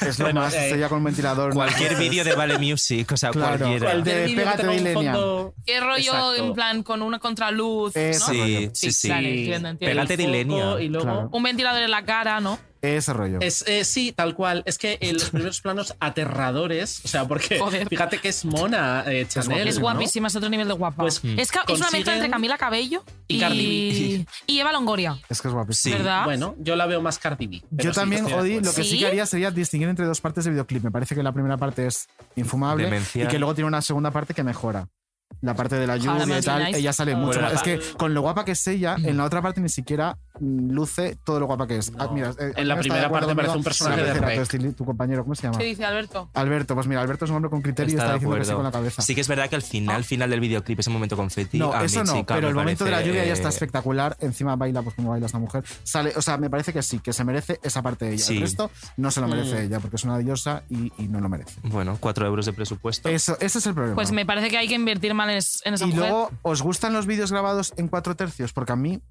S2: Es lo
S13: Bueno,
S2: más,
S13: eh,
S2: ella con un ventilador.
S3: Cualquier vídeo de Vale Music, o sea,
S2: Claro,
S3: cualquiera.
S2: el de
S13: El vídeo que
S2: Pégate
S13: tenga
S2: de
S13: un
S2: Ilenia.
S13: fondo-
S8: Qué rollo
S13: Exacto.
S8: en plan con una contraluz,
S3: Eh,
S2: Eso.
S8: ¿no?
S3: Sí,
S2: rollo.
S3: sí, sí.
S8: Vale, entiendo, entiendo.
S3: Pégate de
S13: El foco
S3: Ilenia.
S13: y luego-
S2: Claro.
S8: Un ventilador en la cara, ¿no?
S2: Ese rollo.
S13: Es, eh, sí, tal cual. Es que eh, los primeros planos aterradores, o sea,
S6: Eh,
S13: porque
S8: Joder.
S13: fíjate que es mona eh, Chanel.
S8: es
S13: ¿no?
S8: guapísima, es otro nivel de guapa.
S13: Pues,
S8: es, ca- es una mezcla
S13: consiguen-
S8: entre Camila Cabello
S13: y
S8: y,
S13: Cardi
S8: y Eva Longoria.
S2: Es que es guapísimo.
S8: ¿Verdad?
S13: Bueno, yo la veo más Cardi B. pero
S2: Yo
S13: sí,
S2: también,
S13: estoy de
S2: Odi, lo
S13: acuerdo.
S2: que sí
S8: ¿Sí?
S2: que haría sería distinguir entre dos partes del videoclip. Me parece que la primera parte es infumable
S3: Demencial.
S2: y que luego tiene una segunda parte que mejora. La parte de la
S8: Ojalá Mm.
S2: lluvia y
S8: más
S2: tal,
S8: nice.
S2: ella sale
S8: Bueno,
S2: mucho
S3: la
S2: más. Es
S3: pa-
S2: que con lo guapa que es ella, en la otra parte ni siquiera mm, luce todo lo guapa que es. Ah, mira, eh, Adrián
S13: la
S2: está de
S13: primera
S2: acuerdo
S13: parte parece un
S2: conmigo. Sí,
S13: personaje de
S2: Becerra,
S13: Rec.
S2: tu estili- Tu compañero, ¿cómo se llama?
S8: ¿Qué dice Alberto?
S2: Alberto, pues mira, Alberto es un hombre con criterio y está
S3: de
S2: diciendo que sí
S3: acuerdo.
S2: con la cabeza.
S3: Sí que es verdad que al final,
S13: Ah.
S3: final del videoclip, ese momento confeti.
S2: No,
S3: a
S2: eso
S3: mí,
S2: no,
S3: chica,
S2: pero
S3: me
S2: el momento de la
S3: parece,
S2: lluvia ya está
S3: eh,
S2: espectacular. Encima baila pues como baila esta mujer. Sale, o sea, me parece que sí, que se merece esa parte de ella.
S3: Sí.
S2: El resto no se lo merece
S3: Mm.
S2: ella porque es una diosa y, y no lo merece.
S3: Bueno, 4 euros de presupuesto.
S2: Eso, ese es el problema.
S8: Pues me parece que hay que invertir más en, es- en esa
S2: y
S8: mujer.
S2: luego, ¿os gustan los vídeos grabados en cuatro tercios? Porque a mí.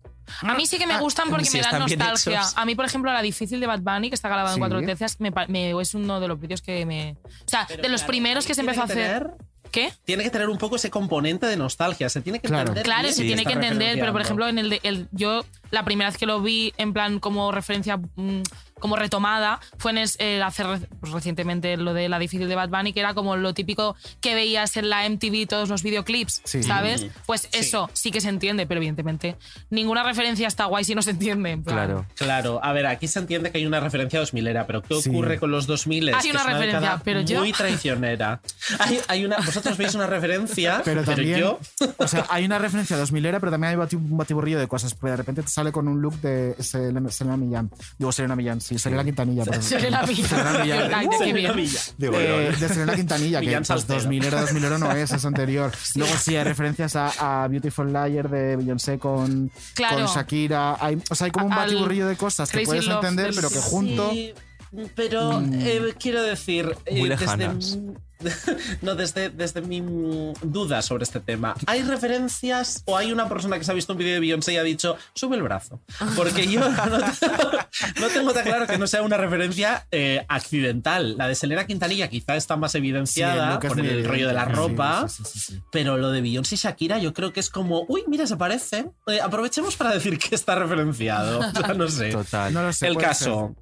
S2: Ah,
S8: A mí sí que me gustan porque
S2: si
S8: me dan
S2: están bien
S8: nostalgia.
S2: hechos.
S8: A mí, por ejemplo, la difícil de Bad Bunny, que está grabada
S2: Sí.
S8: en cuatro tercias, me, pa- me- es uno de los vídeos que me. O sea, de los primeros que se
S13: tiene
S8: empezó a
S13: que
S8: hacer. ¿Qué?
S13: Tiene que tener un poco ese componente de nostalgia. Se tiene que entender.
S8: Claro,
S13: bien
S8: se
S13: lo
S8: tiene
S13: está
S8: que entender, pero por
S13: referenciando.
S8: ejemplo, en el, de- el- yo la primera vez que lo vi en plan como referencia, mm, como retomada, fue en es- eh, hace re- pues, recientemente lo de la difícil de Bad Bunny, que era como lo típico que veías en la MTV todos los videoclips,
S2: Sí.
S8: ¿sabes?
S2: Mm.
S8: Pues eso sí que se entiende, pero evidentemente ninguna referencia está guay si no se entiende. en plan.
S13: Claro, a ver, aquí se entiende que hay una referencia 2000 era, pero ¿qué
S2: Sí.
S13: ocurre con los 2000?
S8: Hay
S13: Que
S8: una
S13: es
S8: referencia,
S13: década
S8: pero yo-
S13: Muy traicionera. Hay, hay una, vosotros veis una referencia,
S2: Pero
S13: pero,
S2: también.
S13: yo.
S2: O sea, hay una referencia a 2000 era, pero también hay bati- un batiburrillo de cosas. Porque de repente te sale con un look de Selena Selena Millán. Digo, Selena Millán, Sí, Selena Quintanilla. perdón.
S8: Selena Villa. Ay, de qué bien. Digo,
S2: Eh,
S8: LOL.
S2: de Selena Quintanilla, que
S13: Millán
S2: pues,
S13: Salcedo.
S2: 2000 era 2000 era no es, es anterior. Luego sí hay referencias a, a Beautiful Liar de Beyoncé con,
S13: Claro.
S2: con Shakira. Hay, o sea, hay como un
S13: Al
S2: batiburrillo de cosas que
S13: Crazy
S2: puedes
S13: Love
S2: entender,
S13: del-
S2: pero que junto...
S13: Sí, pero eh, quiero decir, eh,
S3: Muy
S13: desde,
S3: lejanas.
S13: mi- no, desde, desde mi mm, duda sobre este tema, ¿hay referencias o hay una persona que se ha visto un vídeo de Beyoncé y ha dicho, sube el brazo? Porque yo no, no tengo tan claro que no sea una referencia eh, accidental. La de Selena Quintanilla quizá está más evidenciada
S2: look es
S13: por el
S2: muy evidente,
S13: rollo de la
S2: sí,
S13: ropa,
S2: sí, sí, sí, sí.
S13: pero lo de Beyoncé y Shakira yo creo que es como, uy, mira, se parece. Eh, aprovechemos para decir que está referenciado. O sea, no sé.
S3: Total.
S2: No lo sé,
S13: el
S2: puede
S13: caso.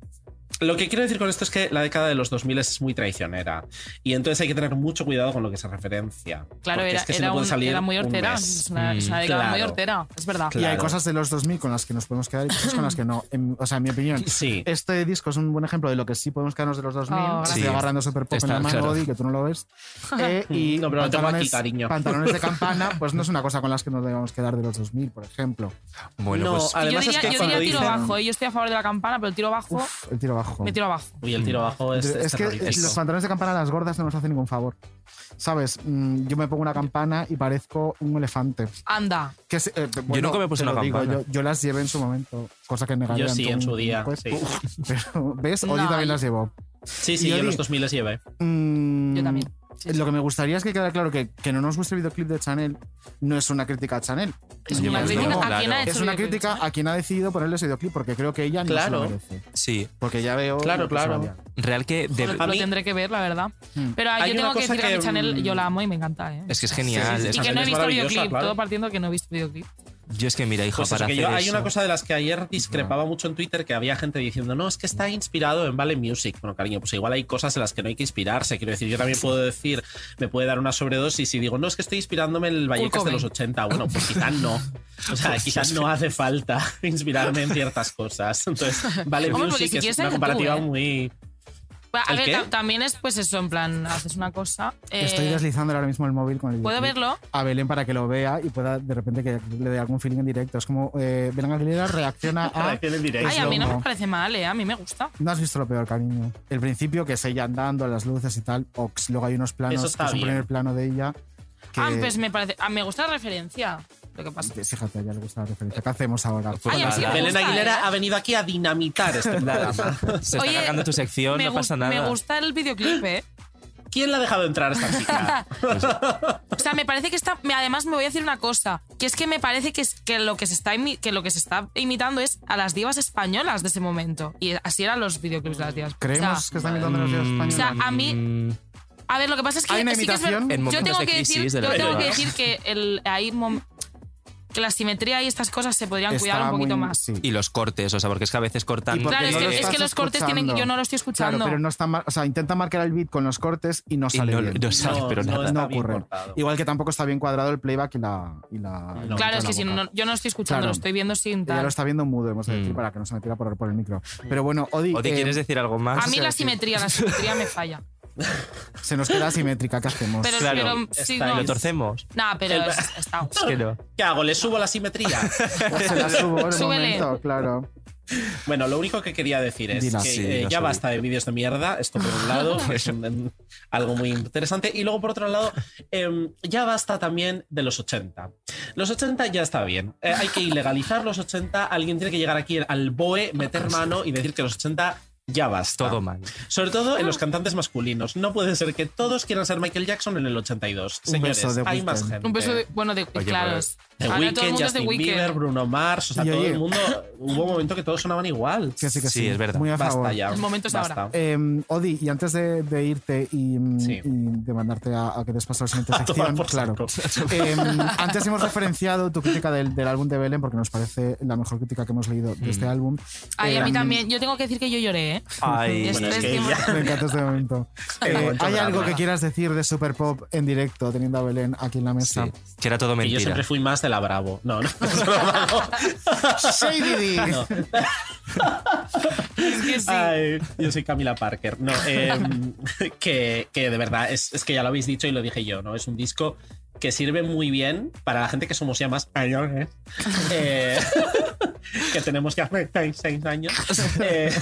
S13: Lo que quiero decir con esto es que la década de los 2000 es muy traicionera y entonces hay que tener mucho cuidado con lo que se referencia.
S8: Claro,
S13: porque
S8: era,
S13: es que si
S8: era
S13: no puede
S8: un-
S13: salir
S8: era muy
S13: un
S8: hortera.
S13: mes.
S8: Es una, es una
S13: Mm,
S8: década muy
S13: claro.
S8: hortera, es verdad.
S2: Y hay
S13: Claro.
S2: cosas de los 2000 con las que nos podemos quedar y cosas con las que no. En- o sea, en mi opinión, este disco es un buen ejemplo de lo que sí podemos quedarnos de los 2000.
S13: Oh,
S2: Estoy
S13: gracias.
S2: agarrando Super Pop
S13: Está
S2: en la mano,
S13: claro.
S2: Odi, que tú no lo ves. Eh, y
S13: No, pero lo tengo aquí, cariño.
S2: pantalones de campana, pues no es una cosa con las que nos debamos quedar de los 2000, por ejemplo.
S3: Bueno,
S13: No,
S3: pues.
S13: a-
S8: yo
S13: Además es
S8: diría,
S13: que
S8: yo
S13: cuando
S8: diría tiro
S13: dicen-
S8: bajo, eh, yo estoy a favor de la campana, pero el tiro bajo,
S2: El tiro bajo.
S8: me tiro abajo.
S13: Uy, el tiro bajo es,
S2: Es,
S13: es
S2: que
S13: terrorífico.
S2: los pantalones de campana, las gordas, no nos hacen ningún favor. ¿Sabes? Mm, Yo me pongo una campana y parezco un elefante.
S8: Anda.
S2: Que es- eh,
S3: Yo nunca me he
S2: te
S3: puesto
S2: lo
S3: una
S2: digo,
S3: campana.
S2: yo, yo las llevé en su momento, cosa que negaría.
S13: Yo sí,
S2: ante
S13: en
S2: un-
S13: su día,
S2: un juez.
S13: sí.
S2: pues, Pero, ¿ves? Oye,
S8: No,
S2: también
S8: yo-
S2: las llevó.
S13: Sí, sí,
S2: Y
S13: yo
S2: Oli-
S13: en los 2000 les llevé.
S2: yo también. Mm, Lo que me gustaría es que quedara claro que, que no nos guste el videoclip de Chanel no es una crítica a Chanel.
S8: Es
S2: Yo
S8: una
S2: creo que
S8: crítica
S2: no.
S8: a quien ha hecho
S2: Es
S8: el
S2: una
S8: videoclip,
S2: crítica a quien ha decidido ponerle ese videoclip porque creo que ella no se lo
S13: Claro.
S2: merece.
S3: Sí.
S2: Porque ya veo.
S13: Claro,
S2: lo que se
S13: claro.
S2: valía.
S3: Real que. de-
S8: Lo, lo tendré que ver, la verdad.
S2: Hmm.
S8: Pero ah,
S13: Mm. Hay
S8: yo
S13: una
S8: tengo que
S13: cosa
S8: decir que, a mi
S13: que,
S8: Chanel
S13: mm,
S8: yo la amo y me encanta. ¿eh?
S3: Es que es genial.
S13: Sí, sí,
S3: es-
S8: Y que
S13: Chanel
S8: no he
S13: es
S8: visto
S13: maravillosa,
S8: videoclip,
S13: claro.
S8: todo partiendo de que no he visto videoclip.
S3: Yo es que, mira, hija,
S13: Pues eso,
S3: para
S13: que
S3: hacer.
S13: yo- hay
S3: eso-
S13: una cosa de las que ayer discrepaba mucho en Twitter que había gente diciendo no es que está inspirado en Vale Music bueno cariño pues igual hay cosas en las que no hay que inspirarse quiero decir yo también puedo decir me puede dar una sobredosis y digo no es que estoy inspirándome en el Vallecas este de
S8: Cobain.
S13: los 80 bueno pues quizás no o sea quizás no hace falta inspirarme en ciertas cosas entonces Vale
S8: Hombre, porque
S13: Music
S8: si
S13: es
S8: quieres
S13: una
S8: eres tú,
S13: comparativa
S8: ¿eh?
S13: muy
S8: Va, A
S13: ¿El
S8: ver,
S13: qué?
S8: ta- también es pues eso, en plan, haces una cosa. eh,
S2: Estoy deslizando ahora mismo el móvil con el
S8: ¿Puedo
S2: videoclip
S8: verlo?
S2: A Belén para que lo vea y pueda de repente que le dé algún feeling en directo. Es como eh, Belén Aguilera reacciona a.
S13: Reacción en directo.
S8: Ay, a mí no
S2: Slow-mo.
S8: me parece mal, eh, a mí me gusta.
S2: No has visto lo peor, cariño. El principio, que es ella andando, las luces y tal. Ox. Luego hay unos planos,
S13: Eso
S2: que
S13: está
S2: es un
S13: bien.
S2: primer plano de ella. Que,
S8: Ah, pues me parece. ah, me gusta la referencia. Lo que pasa.
S2: Fíjate, ya le gusta la referencia. ¿Qué hacemos ahora?
S8: Ay, a mí sí me
S13: Belén
S8: gusta,
S13: Aguilera
S8: ¿eh?
S13: ha venido aquí a dinamitar este programa
S3: Se está
S8: Oye,
S3: cargando tu sección,
S8: me,
S3: no
S8: gus-
S3: pasa
S8: me
S3: nada.
S8: gusta el videoclip, eh. Pues,
S13: ¿quién la ha dejado entrar esta chica?
S8: O sea, me parece que está. me- Además, me voy a decir una cosa. Que es que me parece que, es- que, lo que, se está imi- que lo que se está imitando es a las divas españolas de ese momento. Y así eran los videoclips de las divas.
S2: Creemos
S8: O sea,
S2: que están imitando los dioses
S8: o
S2: españoles.
S8: sea, a mí
S3: Mm,
S8: A ver, lo que pasa es que.
S2: Hay una
S8: sí que es ver-
S2: imitación.
S3: En
S8: yo
S3: momentos
S8: tengo
S3: de
S8: que
S3: crisis
S8: decir,
S3: de
S8: yo
S3: la
S8: tengo que,
S3: vida.
S8: decir que el, hay mom- que la simetría y estas cosas se podrían cuidar
S2: Está
S8: un poquito
S2: muy-
S8: más.
S2: sí.
S3: Y los cortes, o sea, porque es que a veces cortan.
S2: Y porque
S8: Claro, es
S2: no
S8: que-
S2: lo
S8: es que
S2: estás
S8: los cortes tienen-
S2: escuchando.
S8: yo no lo estoy escuchando.
S2: Claro, pero no está mar- o sea, intenta marcar el beat con los cortes y no
S3: y
S2: sale
S3: no,
S2: bien.
S3: no sale, pero
S13: no,
S3: nada.
S13: está
S2: No
S13: bien
S2: ocurre.
S13: cortado.
S2: Igual que tampoco está bien cuadrado el playback y la. y la- y la boca
S8: claro, es
S2: de
S8: que
S2: la
S8: si
S2: boca.
S8: no, yo no lo estoy escuchando,
S2: Claro.
S8: lo estoy viendo sin
S2: Ella
S8: tal.
S2: lo está viendo mudo, hemos de decir,
S3: Mm.
S2: para que no se me tira por, por el micro. Pero bueno, Odi,
S3: ¿O te
S2: eh,
S3: quieres decir algo más?
S8: A mí la simetría, la simetría me falla.
S2: se nos queda asimétrica, ¿qué hacemos?
S8: Pero,
S3: Claro,
S8: pero sí,
S13: está
S8: no.
S3: ¿Lo torcemos?
S8: Nah, pero
S13: El-
S8: es- está.
S3: Es que no.
S13: ¿qué hago? ¿le subo la simetría?
S2: se la subo en un
S8: Súbele.
S2: momento, claro.
S13: Bueno, lo único que quería decir es
S2: Dila.
S13: que
S3: Sí,
S13: eh,
S3: dila,
S13: ya
S3: Sabi.
S13: basta de vídeos de mierda, esto por un lado, que es un- en- algo muy interesante, y luego por otro lado, em, ya basta también de los 80. Los 80 ya está bien, Eh, hay que ilegalizar los 80, alguien tiene que llegar aquí al BOE, meter mano y decir que los 80 ya basta.
S2: Ah.
S3: Todo mal.
S13: Sobre todo en
S8: Ah.
S13: los cantantes masculinos, no puede ser que todos quieran ser Michael Jackson en el 82.
S2: Un beso
S13: Señores,
S2: de
S13: hay
S2: Weeknd.
S13: más gente.
S8: Un beso de. Bueno, de, claro. es-
S13: The
S8: Ahora todo el
S13: Weeknd,
S8: mundo es de
S13: pues, Justin Bieber,
S8: Weekend.
S13: Bruno Mars, o sea,
S2: Y
S13: todo
S2: oye-
S13: el mundo. Hubo un momento que todos sonaban igual.
S2: Que sí, que sí,
S3: Sí, es verdad.
S2: Muy a favor.
S13: Basta ya.
S8: El momento es
S13: basta.
S8: ahora.
S2: Eh, Odi, y antes de, de irte y, mm,
S13: Sí.
S2: y de mandarte a, a que des paso a la siguiente
S13: A tomar
S2: sección,
S13: por
S2: claro.
S13: saco.
S2: Eh, antes hemos referenciado tu crítica del, del álbum de Belén porque nos parece la mejor crítica que hemos leído de este
S3: Mm.
S2: álbum.
S8: Ay,
S2: Eh,
S8: a mí también. Yo tengo que decir que yo lloré, ¿eh?
S3: Ay,
S8: Bueno, es que
S13: ya-
S2: Me encanta este momento. Eh,
S13: Qué bonito
S2: ¿Hay
S13: programa.
S2: algo que quieras decir de Super Pop en directo, teniendo a Belén aquí en la
S3: Sí,
S2: mesa?
S3: que era todo
S13: Que yo siempre
S3: mentira.
S13: fui más de la Bravo. No, no. es broma,
S2: Shady D.
S13: no. Ay, yo soy Camila Parker. No, em, que, que de verdad, es, es que ya lo habéis dicho y lo dije yo, ¿no? Es un disco que sirve muy bien para la gente que somos ya más mayores. Eh, que tenemos ya 36 años. Eh,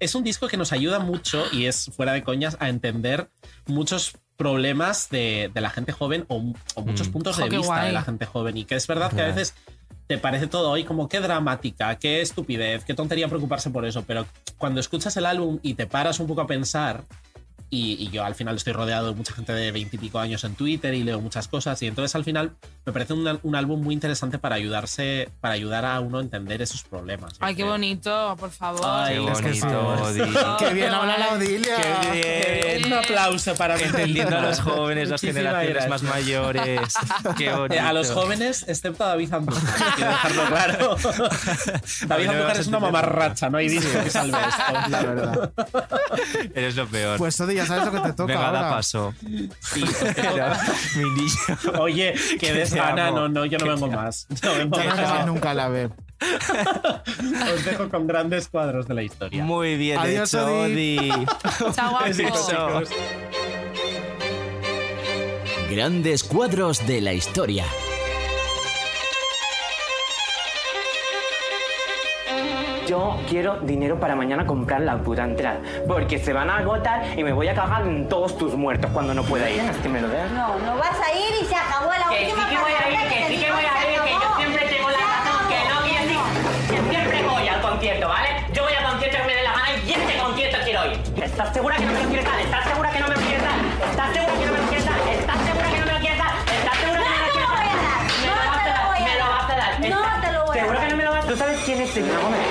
S13: es un disco que nos ayuda mucho y es fuera de coñas a entender muchos problemas de, de la gente joven o, o muchos
S8: Mm.
S13: puntos
S8: Jo,
S13: de
S8: qué
S13: vista de
S8: guay.
S13: la gente joven. Y que es verdad que a
S8: Verdad.
S13: veces te parece todo hoy como qué dramática, qué estupidez, qué tontería preocuparse por eso. Pero cuando escuchas el álbum y te paras un poco a pensar, y, y yo al final estoy rodeado de mucha gente de veintipico años en Twitter y leo muchas cosas, y entonces al final me parece un, un álbum muy interesante para ayudarse, para ayudar a uno a entender esos problemas.
S8: Ay, qué bonito, por favor.
S13: Ay,
S3: Qué
S13: es que sí.
S3: bonito, Odi.
S13: Qué bien habla la
S2: Odilia.
S3: Qué bien.
S13: Un aplauso para Valentina.
S3: Entendiendo a los jóvenes, las
S13: Muchísimas
S3: generaciones más
S13: gracias.
S3: mayores. Qué
S13: Eh, A
S3: bonito.
S13: los jóvenes, excepto a David Andújar, quiero dejarlo claro. David
S3: no me vas
S13: Andújar
S3: a
S13: es una
S3: entender
S13: mamarracha, no hay
S3: Sí.
S13: disco que salve esto.
S2: La verdad.
S3: Eres lo peor.
S2: Pues Odi, ya sabes lo que te toca
S3: Venga, da
S2: ahora.
S3: paso.
S13: Sí, pues,
S3: Mi niño.
S13: Oye, que
S3: Que te
S13: desgana,
S3: amo.
S13: no, no, yo no
S3: Que
S13: vengo
S3: te amo.
S13: más. No vengo
S2: Ya no
S13: más.
S2: vas nunca a la ver.
S13: Os dejo con grandes cuadros de la historia.
S3: Muy bien,
S13: Adiós,
S3: hecho,
S13: Odi.
S3: Odi.
S8: Chao, guapo.
S13: Besitos, chicos.
S14: Grandes cuadros de la historia.
S15: Yo quiero dinero para mañana comprar la puta entrada, porque se van a agotar y me voy a cagar en todos tus muertos cuando no pueda ir. ¿Tienes que me lo des?
S16: No, no vas a ir y se acabó la
S15: Que
S16: última
S15: sí que voy a
S16: palabra
S15: ir, que
S16: te
S15: sí que
S16: digo,
S15: voy a
S16: se
S15: ir, que yo
S16: acabó.
S15: siempre tengo la
S16: Se
S15: razón, que
S16: acabó.
S15: no viene. Siempre voy al concierto, ¿vale? Yo voy al concierto que me dé la gana y este concierto quiero ir. ¿Estás segura que no me lo quieres dar? ¿Estás segura que no me lo quieres dar? ¿Estás segura que no me lo quieres dar? ¿Estás segura que no me lo quieres dar? ¿Estás segura que no me lo quieres dar? Me lo vas a dar,
S16: voy a
S15: me lo
S16: dar.
S15: vas a dar.
S16: No
S15: ¿Estás
S16: te lo voy a
S15: ¿Segura
S16: dar.
S15: que no me lo vas a dar? ¿Tú sabes quién es Selena Gómez?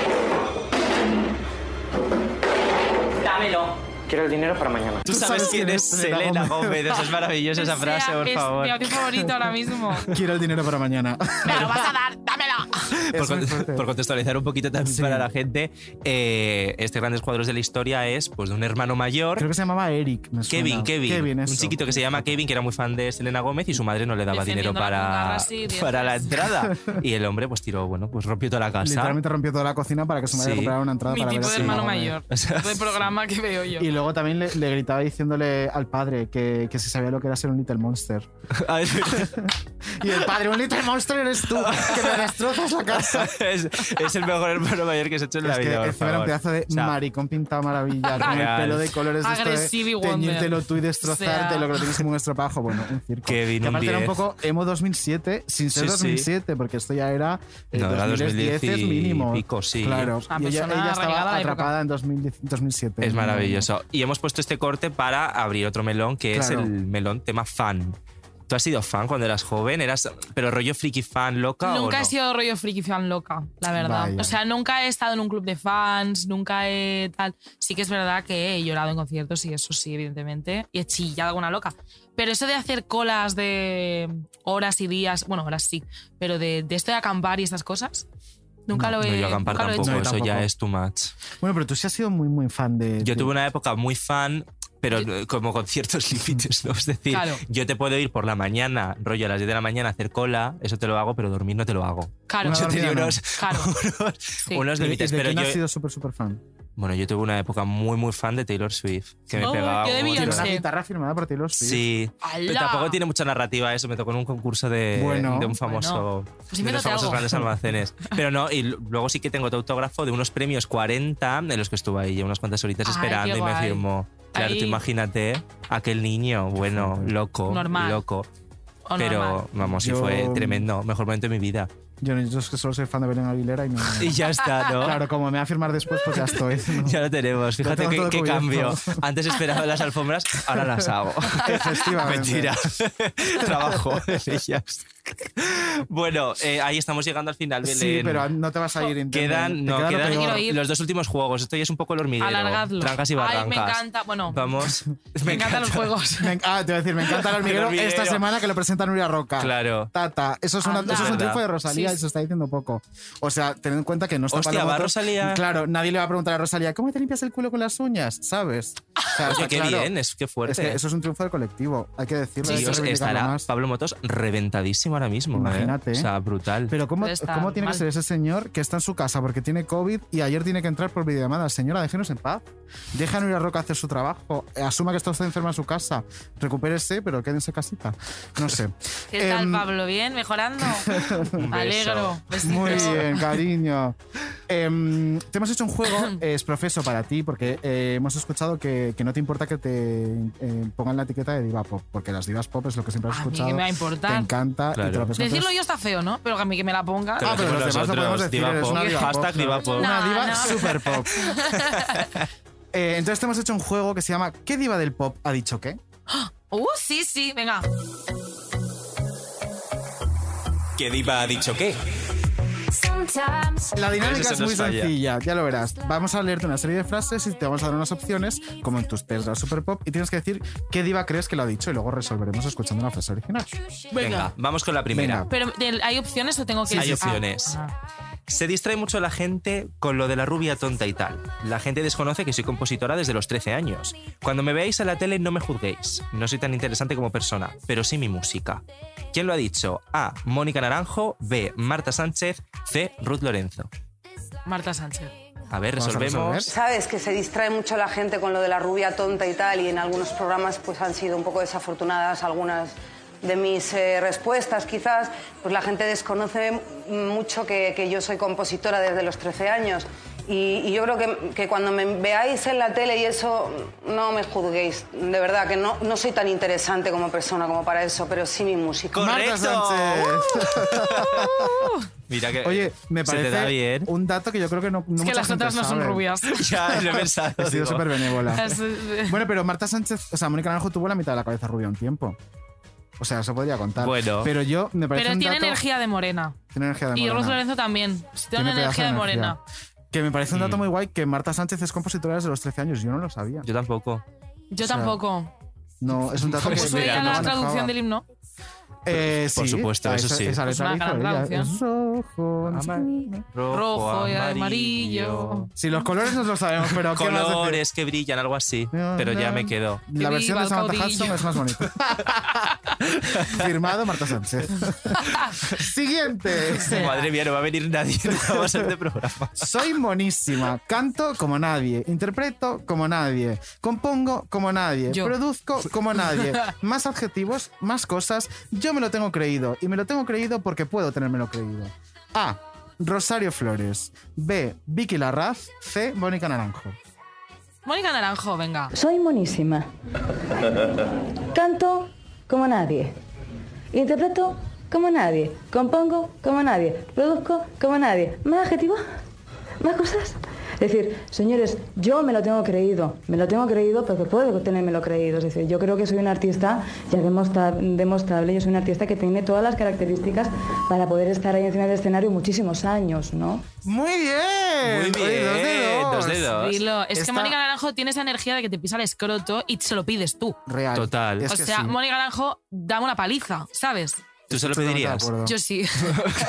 S15: Dámelo. Quiero el dinero para mañana.
S3: ¿Tú sabes quién es Selena Gómez? Eso es maravillosa esa frase, por
S8: ah, es
S3: favor.
S8: mi audio favorito ahora mismo.
S2: Quiero el dinero para mañana.
S3: por,
S2: muy
S3: cont-
S2: fuerte.
S3: por contextualizar un poquito también para la gente, eh, este Grandes Cuadros de la Historia es pues, de un hermano mayor.
S2: Creo que se llamaba Eric. me suena.
S3: Kevin, Kevin, un
S2: eso.
S3: chiquito que se llama Kevin, que era muy fan de Selena Gómez y su madre no le daba dinero
S2: Defendiéndola con
S3: para,
S2: garras y dientes.
S3: para la entrada. Y el hombre pues tiró, bueno, pues rompió toda la casa.
S2: Literalmente rompió toda la cocina para que su madre
S3: Sí.
S2: comprara una entrada
S8: Mi
S2: para ver
S8: tipo de
S2: a Selena
S8: hermano
S2: Gómez.
S8: mayor. De programa que veo yo.
S2: Y luego también le, le gritaba diciéndole al padre que, que si sabía lo que era ser un Little Monster. y el padre, un Little Monster eres tú, que me destrozas la casa.
S3: es, es el mejor hermano mayor que se ha hecho en la
S2: Es que
S3: vida. por
S2: encima era un
S3: favor.
S2: pedazo de
S3: O sea,
S2: maricón pintado maravilla, con el
S3: Real.
S2: pelo de colores de esto
S8: Agresivo y
S2: de
S8: wonder.
S2: teñírtelo tú y
S8: O
S2: destrozarte
S8: sea.
S2: lo que lo tienes como un estropajo. Bueno, un circo.
S3: Kevin,
S2: que
S3: un
S2: aparte era un
S3: 10.
S2: poco emo 2007, sin ser
S3: Sí, sí.
S2: 2007, porque esto ya era, eh,
S3: No, era
S2: 2010 es
S3: 2010 y
S2: mínimo.
S3: pico, sí.
S2: Claro,
S3: Una
S2: y ella,
S3: persona arraigada a
S2: ella estaba
S3: la época.
S2: atrapada en 2010 2007.
S3: Es
S2: No,
S3: maravilloso. Y hemos puesto este corte para abrir otro melón, que es
S2: Claro.
S3: el melón tema fan. ¿Tú has sido fan cuando eras joven? ¿Eras, pero rollo friki fan loca o
S8: Nunca
S3: no?
S8: he sido rollo friki fan loca, la verdad.
S3: Vaya.
S8: O sea, nunca he estado en un club de fans, nunca he tal. Sí que es verdad que he llorado en conciertos y eso sí, evidentemente. Y he chillado alguna loca. Pero eso de hacer colas de horas y días, bueno, horas sí, pero de, de esto de acampar y estas cosas, nunca lo he
S3: No, yo acampar
S8: nunca lo he
S3: tampoco,
S8: hecho.
S3: eso ya es too much.
S2: Bueno, pero tú sí has sido muy, muy fan de.
S3: Yo
S2: de-
S3: tuve una época muy fan, pero eh, como con ciertos límites, ¿no? Es decir,
S8: Claro.
S3: yo te puedo ir por la mañana, rollo a las 10 de la mañana a hacer cola, eso te lo hago, pero dormir no te lo hago.
S8: Claro,
S3: Yo tenía
S2: dormida no.
S3: unos,
S8: Claro.
S3: unos
S2: ¿De,
S3: límites,
S2: de
S3: pero
S2: quién
S3: yo...
S2: has sido súper, súper fan?
S3: Bueno, yo tuve una época muy, muy fan de Taylor Swift, que me
S2: Oh,
S3: pegaba...
S2: yo de
S3: mucho.
S2: Tiene una guitarra firmada por Taylor Swift.
S3: Sí, pero
S8: ¡Hala!
S3: tampoco tiene mucha narrativa eso. Me tocó en un concurso de,
S2: Bueno.
S3: de un famoso.
S2: Bueno. Pues
S3: de
S2: invéntate
S3: los famosos
S2: algo.
S3: grandes almacenes. Pero no, y l- luego sí que tengo tu autógrafo de unos premios 40 de los que estuve ahí unas cuantas horitas
S8: Ay,
S3: esperando
S8: qué
S3: y me
S8: guay.
S3: firmó. Claro,
S8: Ahí-
S3: tú imagínate aquel niño, bueno, loco,
S8: Normal.
S3: loco.
S8: O
S3: Pero
S8: normal.
S3: vamos, sí
S2: Yo-
S3: fue tremendo, mejor momento de mi vida.
S2: Yo, yo es que solo soy fan de Belén Aguilera y no.
S3: Y ya está, ¿no?
S2: Claro, como me va a firmar después, pues ya estoy. ¿no?
S3: Ya lo tenemos,
S2: Lo
S3: fíjate
S2: tengo
S3: qué,
S2: todo
S3: qué
S2: cubierto.
S3: cambio. Antes esperaba las alfombras, ahora las hago.
S2: Efectivamente.
S3: Ah, Mentira. Trabajo en ellas. Bueno, eh, ahí estamos llegando al final, Belén.
S2: Sí, pero no te vas a ir. intento. Te
S3: Oh, Quedan, no,
S2: queda lo
S3: quedan
S2: peor.
S3: los dos últimos juegos. Esto ya es un poco el hormiguero.
S8: Alargadlo.
S3: Trancas y barrancas.
S8: Ay, me encanta. Bueno,
S3: Vamos.
S8: me, encantan los juegos.
S2: Me, ah, te voy a decir, me encanta el hormiguero,
S3: El hormiguero.
S2: esta semana que lo presenta Nuria Roca.
S3: Claro.
S2: Tata, eso es, una-
S3: Anda.
S2: eso es un
S3: Verdad.
S2: triunfo de Rosalía
S3: Sí,
S2: y se está diciendo poco. O sea, teniendo en cuenta que no está
S3: Hostia,
S2: Paloma
S3: va
S2: Torres-
S3: Rosalía.
S2: Claro, nadie le va a preguntar a Rosalía, ¿cómo te limpias el culo con las uñas? ¿Sabes? O sea,
S3: Oye,
S2: está
S3: qué
S2: claro.
S3: bien, es que fuerte.
S2: Es que eso es un triunfo del colectivo, hay que decirlo. hay
S3: Sí,
S2: que
S3: os-
S2: reivindicarlo
S3: estará
S2: más.
S3: Pablo Motos reventadísimo enfermo ahora mismo. ¿eh?
S2: Imagínate.
S3: O sea, brutal.
S2: Pero ¿cómo,
S3: Pero está
S2: ¿cómo tiene
S3: mal.
S2: que ser ese señor que está en su casa porque tiene COVID y ayer tiene que entrar por videollamada? Señora, déjenos en paz. Déjanos ir a Roca a hacer su trabajo. Asuma que está usted enferma en su casa. Recupérese, pero quédense en casita. No sé.
S8: ¿Qué tal,
S2: Em,
S8: Pablo? ¿Bien? ¿Mejorando? Me Alegro. Pues Besitos.
S2: Muy bien, cariño. Em, te hemos hecho un juego, es profeso para ti, porque eh, hemos escuchado que, que no te importa que te eh, pongan la etiqueta de diva pop, porque las divas pop es lo que siempre has
S8: A mí
S2: escuchado.
S8: que me va a importar.
S2: Te encanta. y te lo presentas.
S8: Decirlo yo está feo, ¿no? Pero que a mí que me la ponga.
S2: Ah, pero los demás lo podemos decir.
S3: diva
S2: eres una
S3: pop.
S2: diva
S3: Hashtag
S2: pop, ¿no?
S3: diva pop.
S2: Una
S3: No,
S2: diva
S3: no.
S2: super pop. Eh, entonces te hemos hecho un juego que se llama ¿Qué diva del pop ha dicho qué?
S8: Uh, sí, sí, venga.
S3: ¿Qué diva ha dicho qué?
S2: La
S3: Eso
S2: dinámica es
S3: nos
S2: muy
S3: falla.
S2: sencilla, ya lo verás. Vamos a leerte una serie de frases y te vamos a dar unas opciones, como en tus test de Super Pop, y tienes que decir qué diva crees que lo ha dicho y luego resolveremos escuchando la frase original.
S3: Venga, vamos con la primera.
S8: Pero ¿del- ¿hay opciones o tengo que Ah,
S3: Hay opciones. Se distrae mucho la gente con lo de la rubia tonta y tal. La gente desconoce que soy compositora desde los 13 años. Cuando me veáis en la tele no me juzguéis. No soy tan interesante como persona, pero sí mi música. ¿Quién lo ha dicho? A. Mónica Naranjo. B. Marta Sánchez. C. Ruth Lorenzo.
S8: Marta Sánchez.
S3: A ver, resolvemos.
S6: Pues Sabes que se distrae mucho la gente con lo de la rubia tonta y tal, y en algunos programas pues han sido un poco desafortunadas algunas de mis eh, respuestas, quizás. Pues la gente desconoce mucho que, que yo soy compositora desde los 13 años. Y, y yo creo que, que cuando me veáis en la tele y eso, no me juzguéis. De verdad, que no, no soy tan interesante como persona como para eso, pero sí mi música.
S2: Marta Sánchez.
S3: Mira que
S2: Oye, me
S3: se te da bien.
S2: parece un dato que yo creo que no, no
S8: Es que
S2: mucha
S8: las
S2: gente
S8: otras no son
S2: sabe.
S8: rubias.
S3: Ya, lo he pensado.
S2: He sido
S3: digo.
S2: súper benévola.
S8: Es-
S2: Bueno, pero Marta Sánchez, o sea, Mónica Naranjo tuvo la mitad de la cabeza rubia un tiempo. O sea, eso podría contar.
S3: Bueno.
S2: Pero yo, me parece
S8: Pero
S2: un
S8: tiene
S2: dato-
S8: energía de morena.
S2: Tiene energía de
S8: Y Ruth
S2: morena.
S8: Lorenzo también. Tiene
S2: Tiene pedazo
S8: energía de
S2: de energía.
S8: morena.
S2: Que me parece un
S3: Mm.
S2: dato muy guay que Marta Sánchez es compositora desde los 13 años. Yo no lo sabía.
S3: Yo tampoco.
S8: Yo
S2: O sea,
S8: tampoco.
S2: No, es un dato que
S8: Pues
S2: que
S8: suena
S2: no
S8: la
S2: manejaba.
S8: traducción del himno.
S2: Eh,
S3: Por
S2: sí,
S3: supuesto,
S2: a
S3: eso
S2: esa-
S3: sí.
S2: Esa
S8: Pues
S2: letra
S8: una gran
S2: hizo ella.
S8: traducción.
S2: Es rojo, no sé qué.
S8: Rojo y amarillo.
S2: Sí, los colores no los sabemos, pero ¿qué más decir?
S3: Colores que brillan, algo así. Pero ya me quedo.
S2: La
S8: Que
S2: versión
S8: viva
S2: de
S8: el
S2: Samantha
S8: caudillo.
S2: Hudson es más bonita. Firmado Marta Sánchez. Siguiente.
S3: Madre mía, no va a venir nadie. No va a ser de programa.
S2: Soy monísima, canto como nadie, interpreto como nadie, compongo como nadie,
S3: Yo.
S2: produzco como nadie. Más adjetivos, más cosas, yo me lo tengo creído y me lo tengo creído porque puedo tenérmelo creído. A. Rosario Flores. B. Vicky Larraz. C. Mónica Naranjo.
S8: Mónica Naranjo, venga.
S17: Soy monísima. Canto como nadie. Interpreto como nadie. Compongo como nadie. Produzco como nadie. ¿Más adjetivos? ¿Más cosas? Es decir, señores, yo me lo tengo creído. Me lo tengo creído porque puedo tenérmelo creído. Es decir, yo creo que soy un artista ya demostra- demostrable. Yo soy un artista que tiene todas las características para poder estar ahí encima del escenario muchos años, ¿no?
S2: Muy bien.
S3: Muy bien, dos de dos.
S8: Dilo. Es que
S3: Esta-
S8: Mónica Naranjo tiene esa energía de que te pisa el escroto y se lo pides tú.
S2: Real.
S3: Total.
S8: o sea, Mónica Naranjo, dame una paliza, ¿sabes?
S3: ¿Tú se lo pedirías?
S8: Yo sí.
S2: Ah.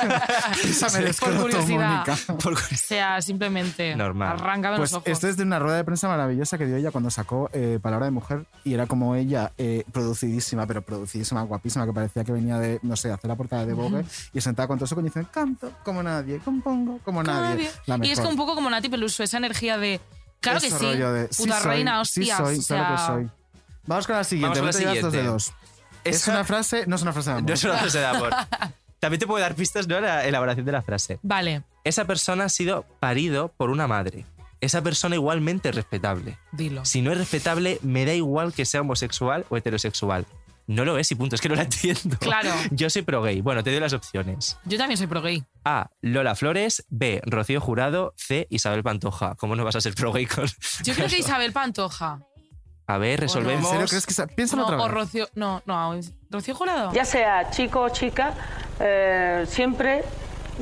S2: Písame el
S8: Por
S2: escroto,
S8: curiosidad.
S2: Mónica.
S8: O sea, simplemente.
S3: Normal.
S8: Arráncame
S2: Pues
S8: los ojos.
S2: esto es de una rueda de prensa maravillosa que dio ella cuando sacó eh, Palabra de Mujer y era como ella, eh, producidísima, pero producidísima, guapísima, que parecía que venía de, no sé, hacer la portada de Vogue y sentada con todo eso con diciendo, canto como nadie, compongo como nadie. La
S8: Y es que
S2: mejor.
S8: un poco como Nati Peluso, esa energía de. Claro
S2: Ese
S8: que sí.
S2: rollo de,
S8: puta
S2: soy,
S8: reina,
S2: sí
S8: hostias.
S2: soy,
S8: o
S2: claro
S8: sea,
S2: que soy. Vamos con la siguiente,
S3: Vamos con la
S2: vete ya dos de
S3: siguiente.
S2: dos. Es
S3: Esa-
S2: una frase, no es una frase de amor.
S3: No es una frase de amor. También te puedo dar pistas, ¿no? La elaboración de la frase.
S8: Vale.
S3: Esa persona ha sido parido por una madre. Esa persona igualmente es respetable.
S8: Dilo.
S3: Si no es respetable, me da igual que sea homosexual o heterosexual. No lo es y punto, es que no la entiendo.
S8: Claro.
S3: Yo soy pro gay. Bueno, te doy las opciones.
S8: Yo también soy pro gay.
S3: A. Lola Flores. B. Rocío Jurado. C. Isabel Pantoja. ¿Cómo no vas a ser pro gay con.?
S8: Yo creo que Isabel Pantoja.
S3: A ver, resolvemos.
S2: ¿En serio crees que esa- Piénsalo
S8: No,
S2: otra
S8: o
S2: vez.
S8: Rocío. No, no, Rocío Jurado.
S18: Ya sea chico o chica, eh, siempre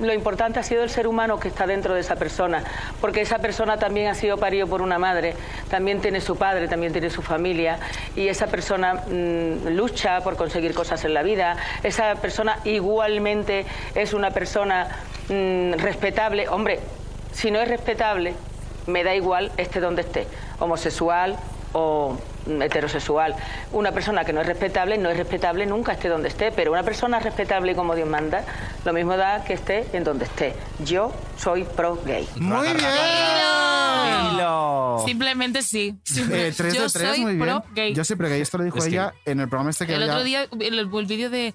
S18: lo importante ha sido el ser humano que está dentro de esa persona, porque esa persona también ha sido parido por una madre, también tiene su padre, también tiene su familia, y esa persona mm, lucha por conseguir cosas en la vida, esa persona igualmente es una persona mm, respetable, hombre, si no es respetable, me da igual esté donde esté, homosexual o heterosexual. Una persona que no es respetable no es respetable nunca esté donde esté, pero una persona respetable como Dios manda, lo mismo da que esté en donde esté. Yo soy pro gay.
S2: Muy bien.
S8: Simplemente sí. Simple-
S2: Eh, 3 de
S8: Yo
S2: 3,
S8: soy
S2: muy bien.
S8: pro gay.
S2: Yo siempre que esto lo dijo
S3: Es que-
S2: ella en el programa este que
S8: el
S2: había-
S8: otro día, el, el vídeo de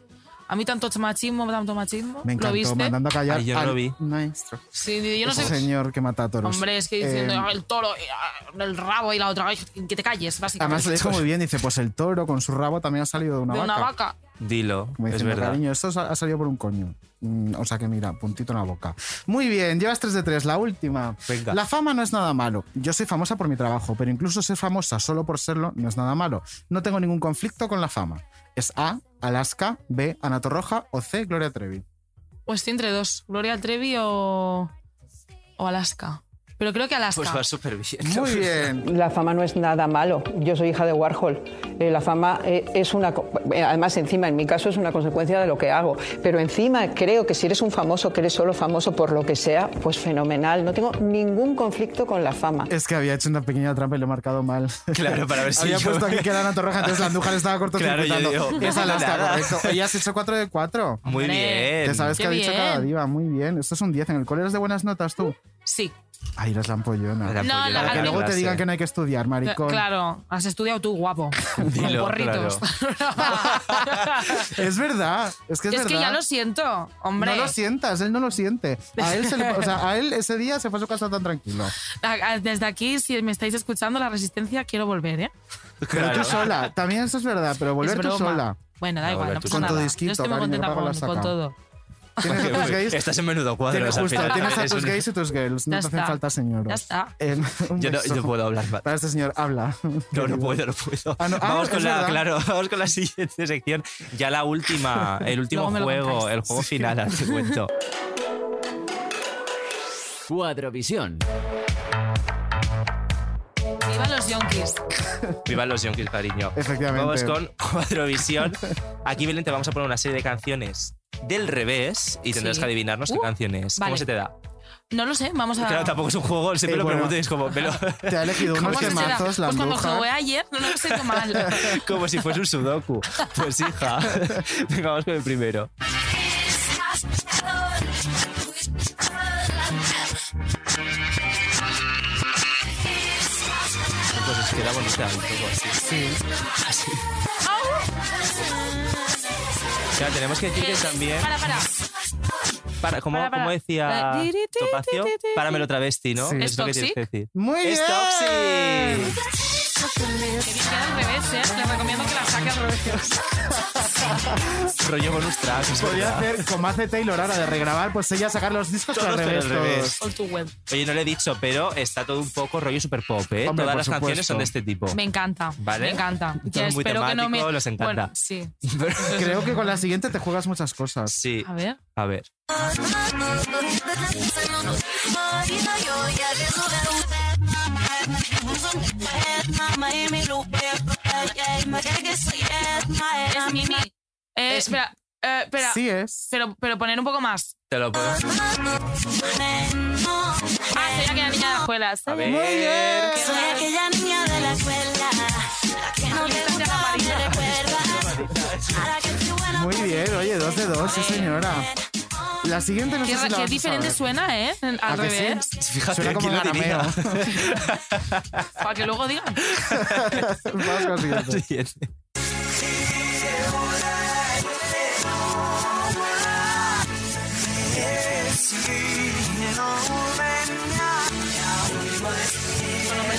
S8: a mí tanto machismo, tanto machismo,
S2: me
S8: ¿lo
S2: encantó,
S8: viste?
S2: mandando a callar
S3: Ay, yo no
S2: al
S3: lo vi.
S2: maestro.
S8: Sí, yo no
S2: Ese
S8: sé.
S2: señor que mata a toros.
S8: Hombre, es que diciendo
S2: Eh,
S8: "Ah, el toro, eh, ah, el rabo y la otra, ay, que te calles, básicamente.
S2: Además lo dijo muy bien, dice, pues el toro con su rabo también ha salido de una
S8: De
S2: vaca.
S8: una vaca.
S3: Dilo,
S2: Como
S3: es
S2: diciendo,
S3: verdad.
S2: cariño, esto sa- ha salido por un coño. Mm, o sea que mira, puntito en la boca. Muy bien, llevas 3 de 3, la última.
S3: Venga.
S2: La fama no es nada malo. Yo soy famosa por mi trabajo, pero incluso ser famosa solo por serlo no es nada malo. No tengo ningún conflicto con la fama. Es A, Alaska, B, Ana Torroja o C, Gloria Trevi.
S8: O estoy entre dos, Gloria Trevi o, o Alaska. Pero creo que Alaska.
S3: Pues va súper bien.
S2: Muy bien.
S6: La fama no es nada malo. Yo soy hija de Warhol. Eh, la fama eh, es una. co- eh, Además, encima, en mi caso, es una consecuencia de lo que hago. Pero encima, creo que si eres un famoso, que eres solo famoso por lo que sea, pues fenomenal. No tengo ningún conflicto con la fama.
S2: Es que había hecho una pequeña trampa y lo he marcado mal.
S3: Claro, para ver si
S2: Había
S3: yo-
S2: puesto aquí que era Ana Torroja, entonces la Andújar estaba cortocircuitando.
S3: Claro, yo digo,
S2: es Alaska,
S3: nada.
S2: correcto. Oye, has hecho 4 de 4.
S3: Muy bien.
S2: Te sabes que ha dicho cada diva, muy bien. Esto es un 10. ¿En el cole eres de buenas notas tú?
S8: Sí.
S2: Ay, eres lampollona.
S8: No, la-
S2: Para que
S8: la-
S2: luego te
S8: clase.
S2: digan que no hay que estudiar, maricón.
S8: Claro, has estudiado tú, guapo. Con
S2: Dilo,
S8: porritos.
S2: Es verdad, es que es,
S8: es
S2: verdad.
S8: que ya lo siento, hombre.
S2: No lo sientas, él no lo siente. A él, se le- o sea, a él ese día se fue a su casa tan tranquilo.
S8: A- a- Desde aquí, si me estáis escuchando, la resistencia, quiero volver, ¿eh?
S2: Pero tú sola, también eso es verdad, pero volver
S8: Es
S2: tú
S8: broma.
S2: sola.
S8: Bueno, da
S3: No,
S8: igual,
S3: volver
S8: no
S3: tú
S8: pasa
S3: sola.
S8: nada.
S3: Con tu
S8: Yo
S2: disquito,
S8: estoy muy
S2: cariño,
S8: contenta
S2: luego la
S8: con, con
S2: saca.
S8: todo.
S2: Tienes a tus gays.
S3: Estás en menudo cuadro.
S2: Tienes,
S3: al
S2: justo,
S3: final,
S2: tienes a
S3: eres
S2: tus
S3: un-
S2: gays y tus girls.
S8: Ya
S2: No te hacen
S8: está.
S2: falta señoros.
S8: Ya está.
S2: Em, un
S3: Yo no-
S2: beso
S3: yo puedo hablar.
S2: Para este señor, habla.
S3: No, no puedo, no puedo.
S2: Ah, no, ah,
S3: vamos, con
S2: es
S3: la,
S2: verdad.
S3: claro, vamos con la siguiente sección. Ya la última, el último
S14: Luego me lo
S3: juego,
S14: contáis.
S3: el juego
S14: Sí.
S3: final, ahora te cuento.
S14: Cuadrovisión.
S8: Viva los yonkis.
S3: Viva los yonkis, cariño.
S2: Efectivamente.
S3: Vamos con Cuadrovisión. Aquí, Belén, te vamos a poner una serie de canciones del revés y tendrás
S8: Sí.
S3: que adivinarnos qué
S8: Uh,
S3: canción es. ¿Cómo
S8: vale.
S3: se te da?
S8: No lo sé, vamos a.
S3: Claro, tampoco es un juego, siempre
S2: Eh,
S3: lo
S2: bueno.
S3: pregunto y es como, pero
S2: Te ha elegido
S8: ¿Cómo
S2: unos
S8: se será?
S2: temazos, la
S8: Pues cuando
S2: bruja.
S8: jugué ayer, no Eh, lo sé mal.
S3: como si fuese un sudoku. Pues hija, venga, vamos con el primero. Pues es que era bonita, un poco así. Así. Claro, tenemos que decir que también...
S8: Para, para.
S3: Para, como,
S8: Para, para.
S3: como decía
S8: Eh, tiri, tiri,
S3: Topacio,
S8: tiri, tiri.
S3: párame lo travesti, ¿no?
S2: Sí.
S3: Es lo que
S8: ¿Es
S3: tienes
S8: Toxic?
S3: que decir.
S2: Muy
S3: ¡Es
S2: bien.
S3: Toxic!
S8: Que bien queda al revés, ¿eh? Les recomiendo que la saquen al revés.
S3: Rollo bonus track, es
S2: Podría
S3: verdad.
S2: hacer como hace Taylor ahora de regrabar, pues ella sacar los discos
S3: Todos,
S2: al
S3: pero
S2: revés.
S3: al revés.
S2: todos.
S8: All to web.
S3: Oye, no lo he dicho, pero está todo un poco rollo super pop, ¿eh?
S2: Hombre,
S3: Todas
S2: por
S3: las canciones
S2: supuesto.
S3: son de este tipo.
S8: Me encanta.
S3: Vale.
S8: Me encanta.
S3: Todo
S8: Ya
S3: muy
S8: espero que no me.
S3: temático, nos encanta.
S8: Bueno, sí.
S2: Creo que con la siguiente te juegas muchas cosas.
S3: Sí,
S8: A ver.
S3: a ver.
S18: Ah,
S8: Es Mimi. Eh, espera. eh, espera.
S2: Sí es.
S8: Pero, pero poner un poco más.
S3: Te lo puedo.
S8: Ah, soy aquella niña de la escuela.
S3: A ver.
S2: Muy bien. Muy bien, oye, dos de dos, sí señora. La siguiente no
S8: Qué,
S2: sé si
S8: ra-
S2: la
S8: qué
S2: vas a
S8: diferente
S2: saber.
S8: suena, ¿eh? En-
S2: ¿A
S8: Al
S2: que sí?
S8: revés.
S3: Fíjate,
S2: Suena como
S3: ¿quién lo diría?
S2: ganameo.
S8: Para que luego digan.
S2: Vamos con la
S3: La
S2: siguiente.
S3: siguiente.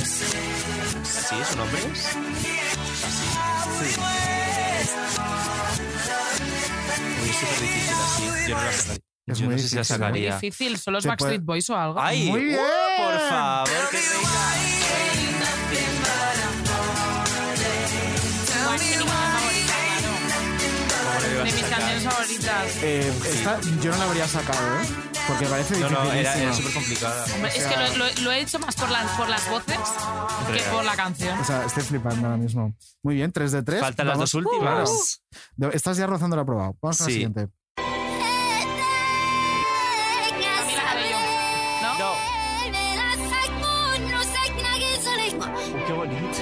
S3: ¿Sí? ¿Son hombres? Sí. Uy, es súper difícil así. Yo no la sacaría.
S2: Es
S3: Yo
S2: muy
S3: no sé si la
S2: difícil, ¿eh?
S8: Muy
S3: sacaría.
S8: difícil. ¿Son los
S2: Se puede-
S8: Backstreet Boys o algo?
S3: Ah, ¡Ay!
S2: Muy
S3: uh,
S2: bien.
S3: ¡Por favor! qué reina.
S8: Guau, es mi canción favorita, claro. De mis canciones favoritas.
S2: Eh, esta yo no la habría sacado, ¿eh? Porque parece
S3: No, no, era,
S2: dificilísima.
S3: era súper complicada.
S8: Hombre, Es que lo, lo- lo he hecho más por, las por las voces que por la canción.
S2: O sea, estoy flipando ahora mismo. Muy bien, 3 de 3.
S3: Faltan las dos últimas.
S2: Estás ya rozando la aprobado. Vamos con
S3: Sí.
S2: la siguiente.
S3: No. Qué bonito.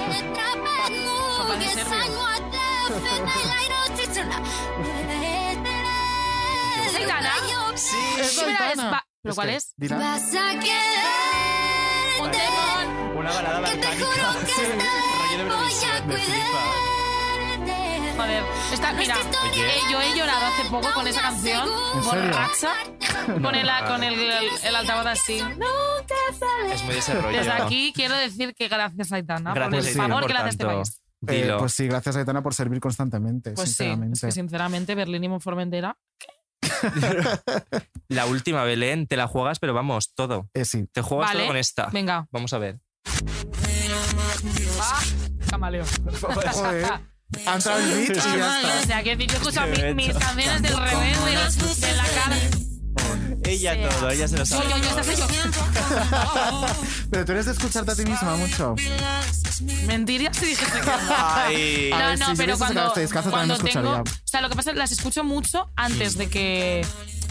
S8: ¿Es gitana?
S4: Sí,
S8: es Mira, es ba- ¿Pero cuál es?
S4: Vas a quedarte.
S3: Una balada balcánica.
S4: Voy a cuidarte.
S8: Joder, esta, mira,
S3: Oye.
S8: eh, yo he llorado hace poco con esa canción,
S3: ¿En serio?
S8: borracha, con, el, con el, el, el altavoz así.
S3: Es muy de ese rollo.
S8: Desde aquí quiero decir que gracias, Aitana,
S3: Gracias,
S8: por el
S3: Aitana,
S8: favor
S3: por
S8: que le hace este
S3: tanto.
S8: país.
S2: Eh,
S3: Dilo.
S2: pues sí, gracias a Aitana por servir constantemente.
S8: Pues sí,
S2: sinceramente.
S8: es que sinceramente Berlín y Formentera
S3: La última, Belén, te la juegas, pero vamos, todo.
S2: Eh,
S3: Te juegas
S8: Vale,
S3: todo con esta.
S8: venga.
S3: Vamos a ver.
S8: Ah, Camaleo.
S4: Joder,
S2: ha entrado el beat y ya
S8: Camaleo,
S2: está.
S8: O sea, que yo escucho
S3: Qué
S8: mi- mis
S3: hecho.
S8: canciones del revés de, de la cara.
S3: Ella todo, ella se lo sabe.
S8: Soy yo, yo, esta soy yo.
S2: Pero tú eres de escucharte a ti misma mucho.
S8: Mentirías si dijese que no.
S2: Ay. A
S8: No,
S2: ver,
S8: no,
S2: si yo
S8: pero
S2: hubiese
S8: cuando,
S2: sacado este discazo, también
S8: cuando
S2: lo
S8: tengo...
S2: escucharía.
S8: O sea, lo que pasa es que las escucho mucho antes de que...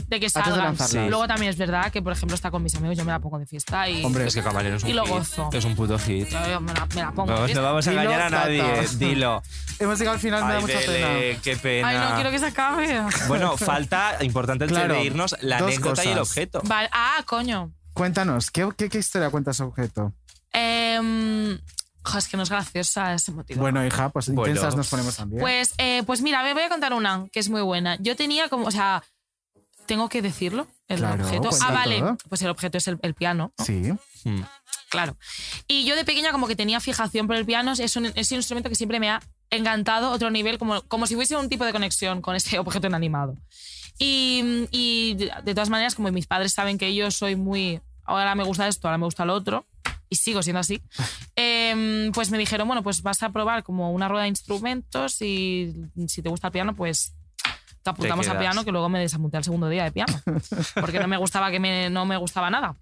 S8: De que
S2: de
S8: salgan.
S2: lanzarlas. Sí.
S8: Luego también es verdad que, por ejemplo, está con mis amigos, yo me la pongo de fiesta y.
S3: es que Camarero es un
S8: Y lo
S3: hit.
S8: gozo. Este
S3: Es un puto hit.
S8: Yo me la, me la pongo. de
S3: No,
S8: fiesta.
S3: no vamos a
S2: Dilo,
S3: engañar a
S2: Tata.
S3: nadie, dilo.
S2: Hemos llegado al final, me da
S3: Ay,
S2: mucha
S3: Belén, qué pena.
S8: Ay, no quiero que se acabe.
S3: Bueno, falta, importante antes
S2: Claro,
S3: de irnos, la
S2: dos
S3: anécdota y el
S2: cosas.
S3: objeto.
S8: Vale, Ah, coño.
S2: pena. Cuéntanos, ¿qué, qué, qué historia cuenta ese objeto?
S8: Eh, jo, es que no es graciosa ese motivo.
S2: Bueno, hija, pues
S3: Bueno.
S2: intensas nos ponemos también.
S8: Pues, eh, pues mira, me voy a contar una que es muy buena. Yo tenía como, o sea, tengo que decirlo, el
S2: Claro,
S8: objeto.
S2: cuenta
S8: Ah, vale,
S2: todo.
S8: pues el objeto es el, el piano.
S2: Sí.
S8: Claro. Y yo de pequeña como que tenía fijación por el piano, es un, es un instrumento que siempre me ha encantado, otro nivel, como, como si hubiese un tipo de conexión con ese objeto inanimado. Y, y de todas maneras, como mis padres saben que yo soy muy, ahora me gusta esto, ahora me gusta lo otro, y sigo siendo así, em, pues me dijeron, bueno, pues vas a probar como una rueda de instrumentos y si te gusta el piano, pues te apuntamos a
S5: quedas.
S8: piano, que luego me desapunté al segundo día de piano, porque no me gustaba, que me, no me gustaba nada.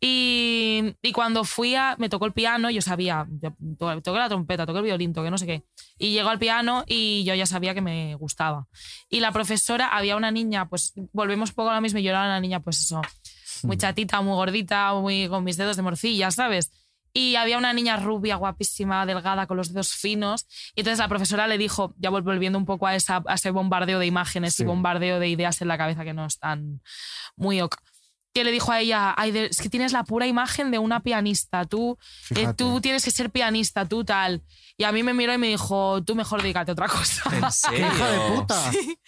S8: Y, y cuando fui a. Me tocó el piano, yo sabía. Yo to- toqué la trompeta, toqué el violín, toqué no sé qué. Y llegó al piano y yo ya sabía que me gustaba. Y la profesora, había una niña, pues volvemos un poco a lo mismo, y yo era una niña, pues eso, muy
S5: Hmm.
S8: chatita, muy gordita, muy con mis dedos de morcilla, ¿sabes? Y había una niña rubia, guapísima, delgada, con los dedos finos. Y entonces la profesora le dijo, ya vol- volviendo un poco a, esa, a ese bombardeo de imágenes
S5: Sí.
S8: y bombardeo de ideas en la cabeza que no están muy ok que le dijo a ella, "Ay, de- es que tienes la pura imagen de una pianista, tú, eh,
S5: Fíjate.
S8: tú tienes que ser pianista, tú tal. Y a mí me miró y me dijo, tú mejor dedícate a otra cosa.
S3: ¿En serio? Hija de puta.
S2: Pues
S8: Sí.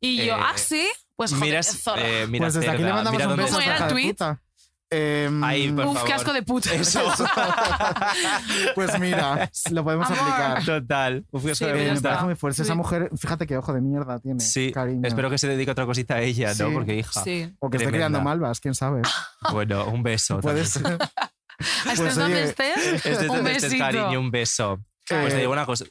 S8: Y yo,
S3: Eh,
S8: ah, sí, pues joder,
S3: mira,
S8: zorra.
S3: eh, mira,
S2: pues desde aquí le
S3: cerda,
S2: mandamos
S3: mira
S2: un
S3: dónde
S2: beso.
S8: ¿Cómo
S2: hija
S8: era
S2: de
S8: el tuit?
S2: puta. Em,
S3: Ahí, por
S8: Uf,
S3: favor.
S8: qué asco de puta.
S3: Eso.
S2: Pues mira, lo podemos
S8: Amor.
S2: aplicar.
S3: Total. Uf, qué asco de
S2: Eh, me
S3: puta.
S2: parece muy fuerte. Esa
S3: Sí.
S2: mujer, fíjate qué ojo de mierda tiene.
S3: Sí,
S2: cariño.
S3: espero que se dedique a otra cosita a ella, ¿no?
S2: Sí.
S3: Porque hija.
S2: O que esté
S3: tremenda.
S2: creando malvas, quién sabe.
S3: Bueno, un beso.
S2: Puede
S3: también.
S8: A
S2: Pues,
S8: estés donde
S2: oye,
S8: estés,
S3: Este es
S8: un
S3: donde estés,
S8: besito.
S3: cariño, un beso. Pues te digo una cosa.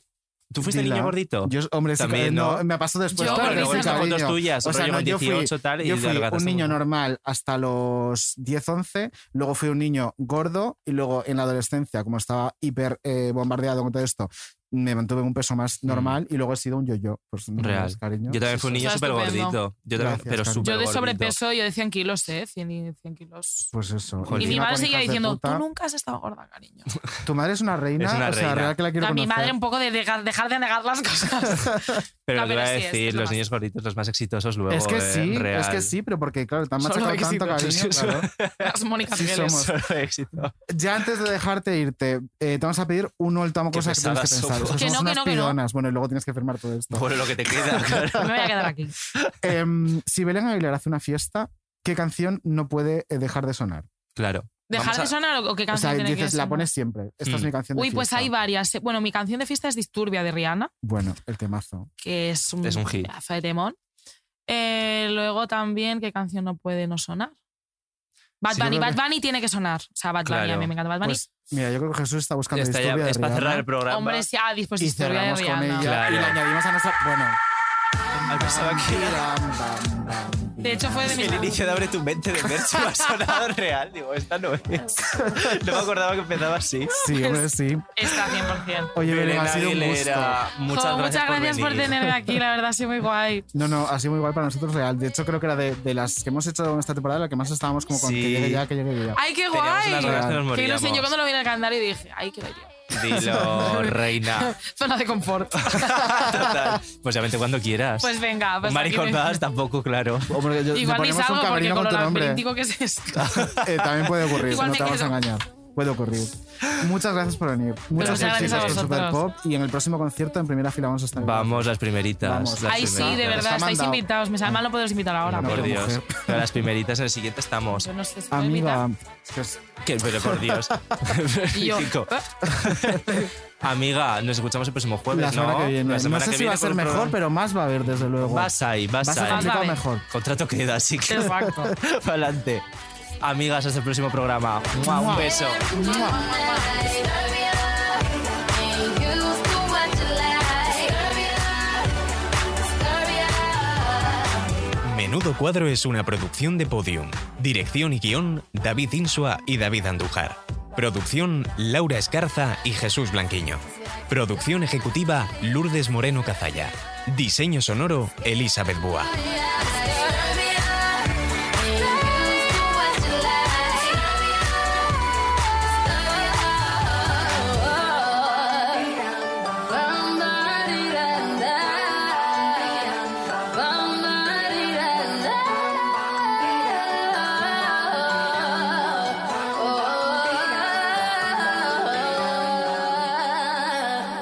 S3: ¿Tú fuiste
S2: Eh, Dila.
S3: niño gordito? Pues
S2: Yo, hombre, sí,
S3: También,
S2: no,
S3: ¿no?
S2: me pasó después.
S3: Yo,
S2: claro,
S3: pero
S2: fui
S3: esas fotos
S2: cariño.
S3: tuyas,
S2: O sea,
S3: rollo
S2: no,
S3: con
S2: yo fui,
S3: 18 tal, y
S2: yo fui
S3: adelgazaste
S2: un niño
S3: mucho.
S2: normal hasta los 10, 11. Luego fui un niño gordo. Y luego en la adolescencia, como estaba hiper eh, bombardeado con todo esto, me mantuve un peso más normal. Y luego he sido un yo-yo. Pues, no
S3: Mm. Real.
S2: ves, cariño.
S3: Yo también fui un
S2: Sí,
S3: niño
S2: sí.
S3: súper gordito. Yo también,
S2: Gracias,
S3: pero
S2: cariño.
S3: súper
S8: Yo de
S3: gordito.
S8: sobrepeso, yo de 100 kilos, ¿eh? 100, y- 100 kilos.
S2: Pues eso.
S8: Y mi
S2: encima
S8: madre
S2: con
S8: seguía
S2: hijas de
S8: diciendo,
S2: puta.
S8: tú nunca has estado gorda, cariño.
S2: Tu madre es una reina.
S3: Es una
S2: o sea,
S3: reina.
S2: real que la quiero
S8: A mi
S2: conocer.
S8: madre un poco de dejar, dejar de negar las cosas.
S3: Pero
S8: No,
S3: te voy a
S8: pero sí, es-
S3: decir,
S8: es lo
S3: los
S8: más.
S3: niños gorditos, los más exitosos luego.
S2: es que
S3: eh,
S2: sí,
S3: real.
S2: es que sí, pero porque, claro, te han
S8: Solo
S2: machacado
S8: éxito.
S2: tanto cariño. claro.
S8: Las Mónica
S2: Sí
S8: Geles.
S2: somos.
S3: Solo éxito.
S2: Ya antes de dejarte irte, eh, te vamos a pedir un último
S3: Qué
S2: cosa que tienes que
S3: pesadas
S2: pensar.
S3: somos.
S2: Es que
S3: Que no,
S2: somos
S3: que
S2: unas
S3: no, que no.
S2: pidonas. Bueno, y luego tienes que firmar todo esto.
S3: Por lo que te queda. claro.
S8: Me voy a quedar aquí.
S2: Em, si Belén Aguilar hace una fiesta, ¿qué canción no puede eh, dejar de sonar?
S3: Claro.
S8: ¿Dejar de sonar o o qué
S2: O
S8: canción
S2: sea,
S8: tiene que
S2: dices, la
S8: sonar?
S2: pones siempre. Esta
S3: Mm.
S2: es mi canción de
S8: Uy, pues
S2: fiesta.
S8: hay varias. eh. Bueno, mi canción de fiesta es Disturbia de Rihanna,
S2: Bueno, el temazo.
S8: que es un,
S2: Es un hit.
S8: pedazo de temón. Eh, luego también, ¿qué canción no puede no sonar? Bad
S2: Sí, yo
S8: Bunny,
S2: creo
S8: Bad
S2: que-
S8: Bunny tiene que sonar. O sea, Bad Bunny, a
S2: Claro.
S8: mí me encanta Bad Bunny.
S2: Pues, mira, yo creo que Jesús está buscando
S3: Esta ya
S2: Disturbia de
S3: es para cerrar
S2: Rihanna.
S3: el programa.
S8: Hombre, sí, ah, pues
S2: Y
S8: Disturbia de
S2: cerramos con
S8: Rihanna.
S2: ella. Y le añadimos a nuestra. Bueno.
S3: Pensaba
S8: De hecho, fue de
S3: que
S8: mi
S3: el inicio de Abre tu mente de Merche me ha sonado real. Digo, esta no es. No me acordaba que empezaba así.
S2: Sí, hombre, sí.
S8: Esta 100%.
S2: Oye, Belén, ha sido un
S3: Aguilera,
S2: gusto.
S3: Muchas gracias,
S8: Jo, muchas gracias por,
S3: venir.
S8: tenerme aquí, la verdad ha sido muy guay.
S2: No, no, ha sido muy igual para nosotros real. De hecho, creo que era de, de las que hemos hecho en esta temporada la que más estábamos como con
S3: Sí.
S2: que llegue ya, que llegue ya.
S8: ¡Ay, qué
S3: Teníamos
S8: guay!
S3: unas ganas que nos
S8: Qué ilusión.
S3: moríamos.
S8: Yo cuando lo vi en el calendario dije, ¡ay, qué bello!
S3: Dilo, reina.
S8: Zona de confort.
S3: Total. Pues ya vente cuando quieras.
S8: Pues venga, pues
S3: Un
S8: aquí
S3: maricón
S8: me-
S3: más tampoco, claro.
S8: Igual ni salgo porque con lo laberíntico que es esto.
S2: Eh, también puede ocurrir,
S8: Igual
S2: no
S8: me
S2: te vamos a
S8: quedo.
S2: engañar. Puede ocurrir. Muchas gracias por venir. Muchas
S3: Muchas
S2: gracias,
S3: gracias a
S2: por Super Pop.
S8: vosotros.
S2: Y en el próximo concierto, en primera fila, vamos a estar.
S3: Vamos, las primeritas.
S2: Vamos,
S3: las
S8: Ay, sí,
S3: primeritas.
S8: de verdad, estáis
S2: mandado.
S8: invitados. Me sale mal no poderos invitar ahora.
S3: Por
S8: pero-
S3: Dios. Pero las primeritas en el siguiente estamos.
S8: Yo no sé si puedo invitar.
S2: Amiga.
S3: Que- Pero por Dios.
S8: Y yo,
S3: Chico. Amiga, nos escuchamos el próximo jueves,
S2: la semana
S3: Pues ¿no?
S2: que viene.
S3: La semana
S2: no sé
S3: que
S2: si va
S3: viene
S2: a ser
S3: con el
S2: mejor,
S3: programa.
S2: pero más va a haber, desde luego.
S3: Vas ahí, vas
S2: Va a ser
S3: ahí.
S2: complicado mejor.
S3: Contrato queda, así que.
S2: Exacto.
S3: Para adelante. Amigas, hasta el próximo programa. ¡Mua! Un beso.
S4: Menudo Cuadro es una producción de Podium. Dirección y guión, David Insua y David Andújar. Producción, Laura Escarza y Jesús Blanquiño. Producción ejecutiva, Lourdes Moreno Cazalla. Diseño sonoro, Elizabeth Búa.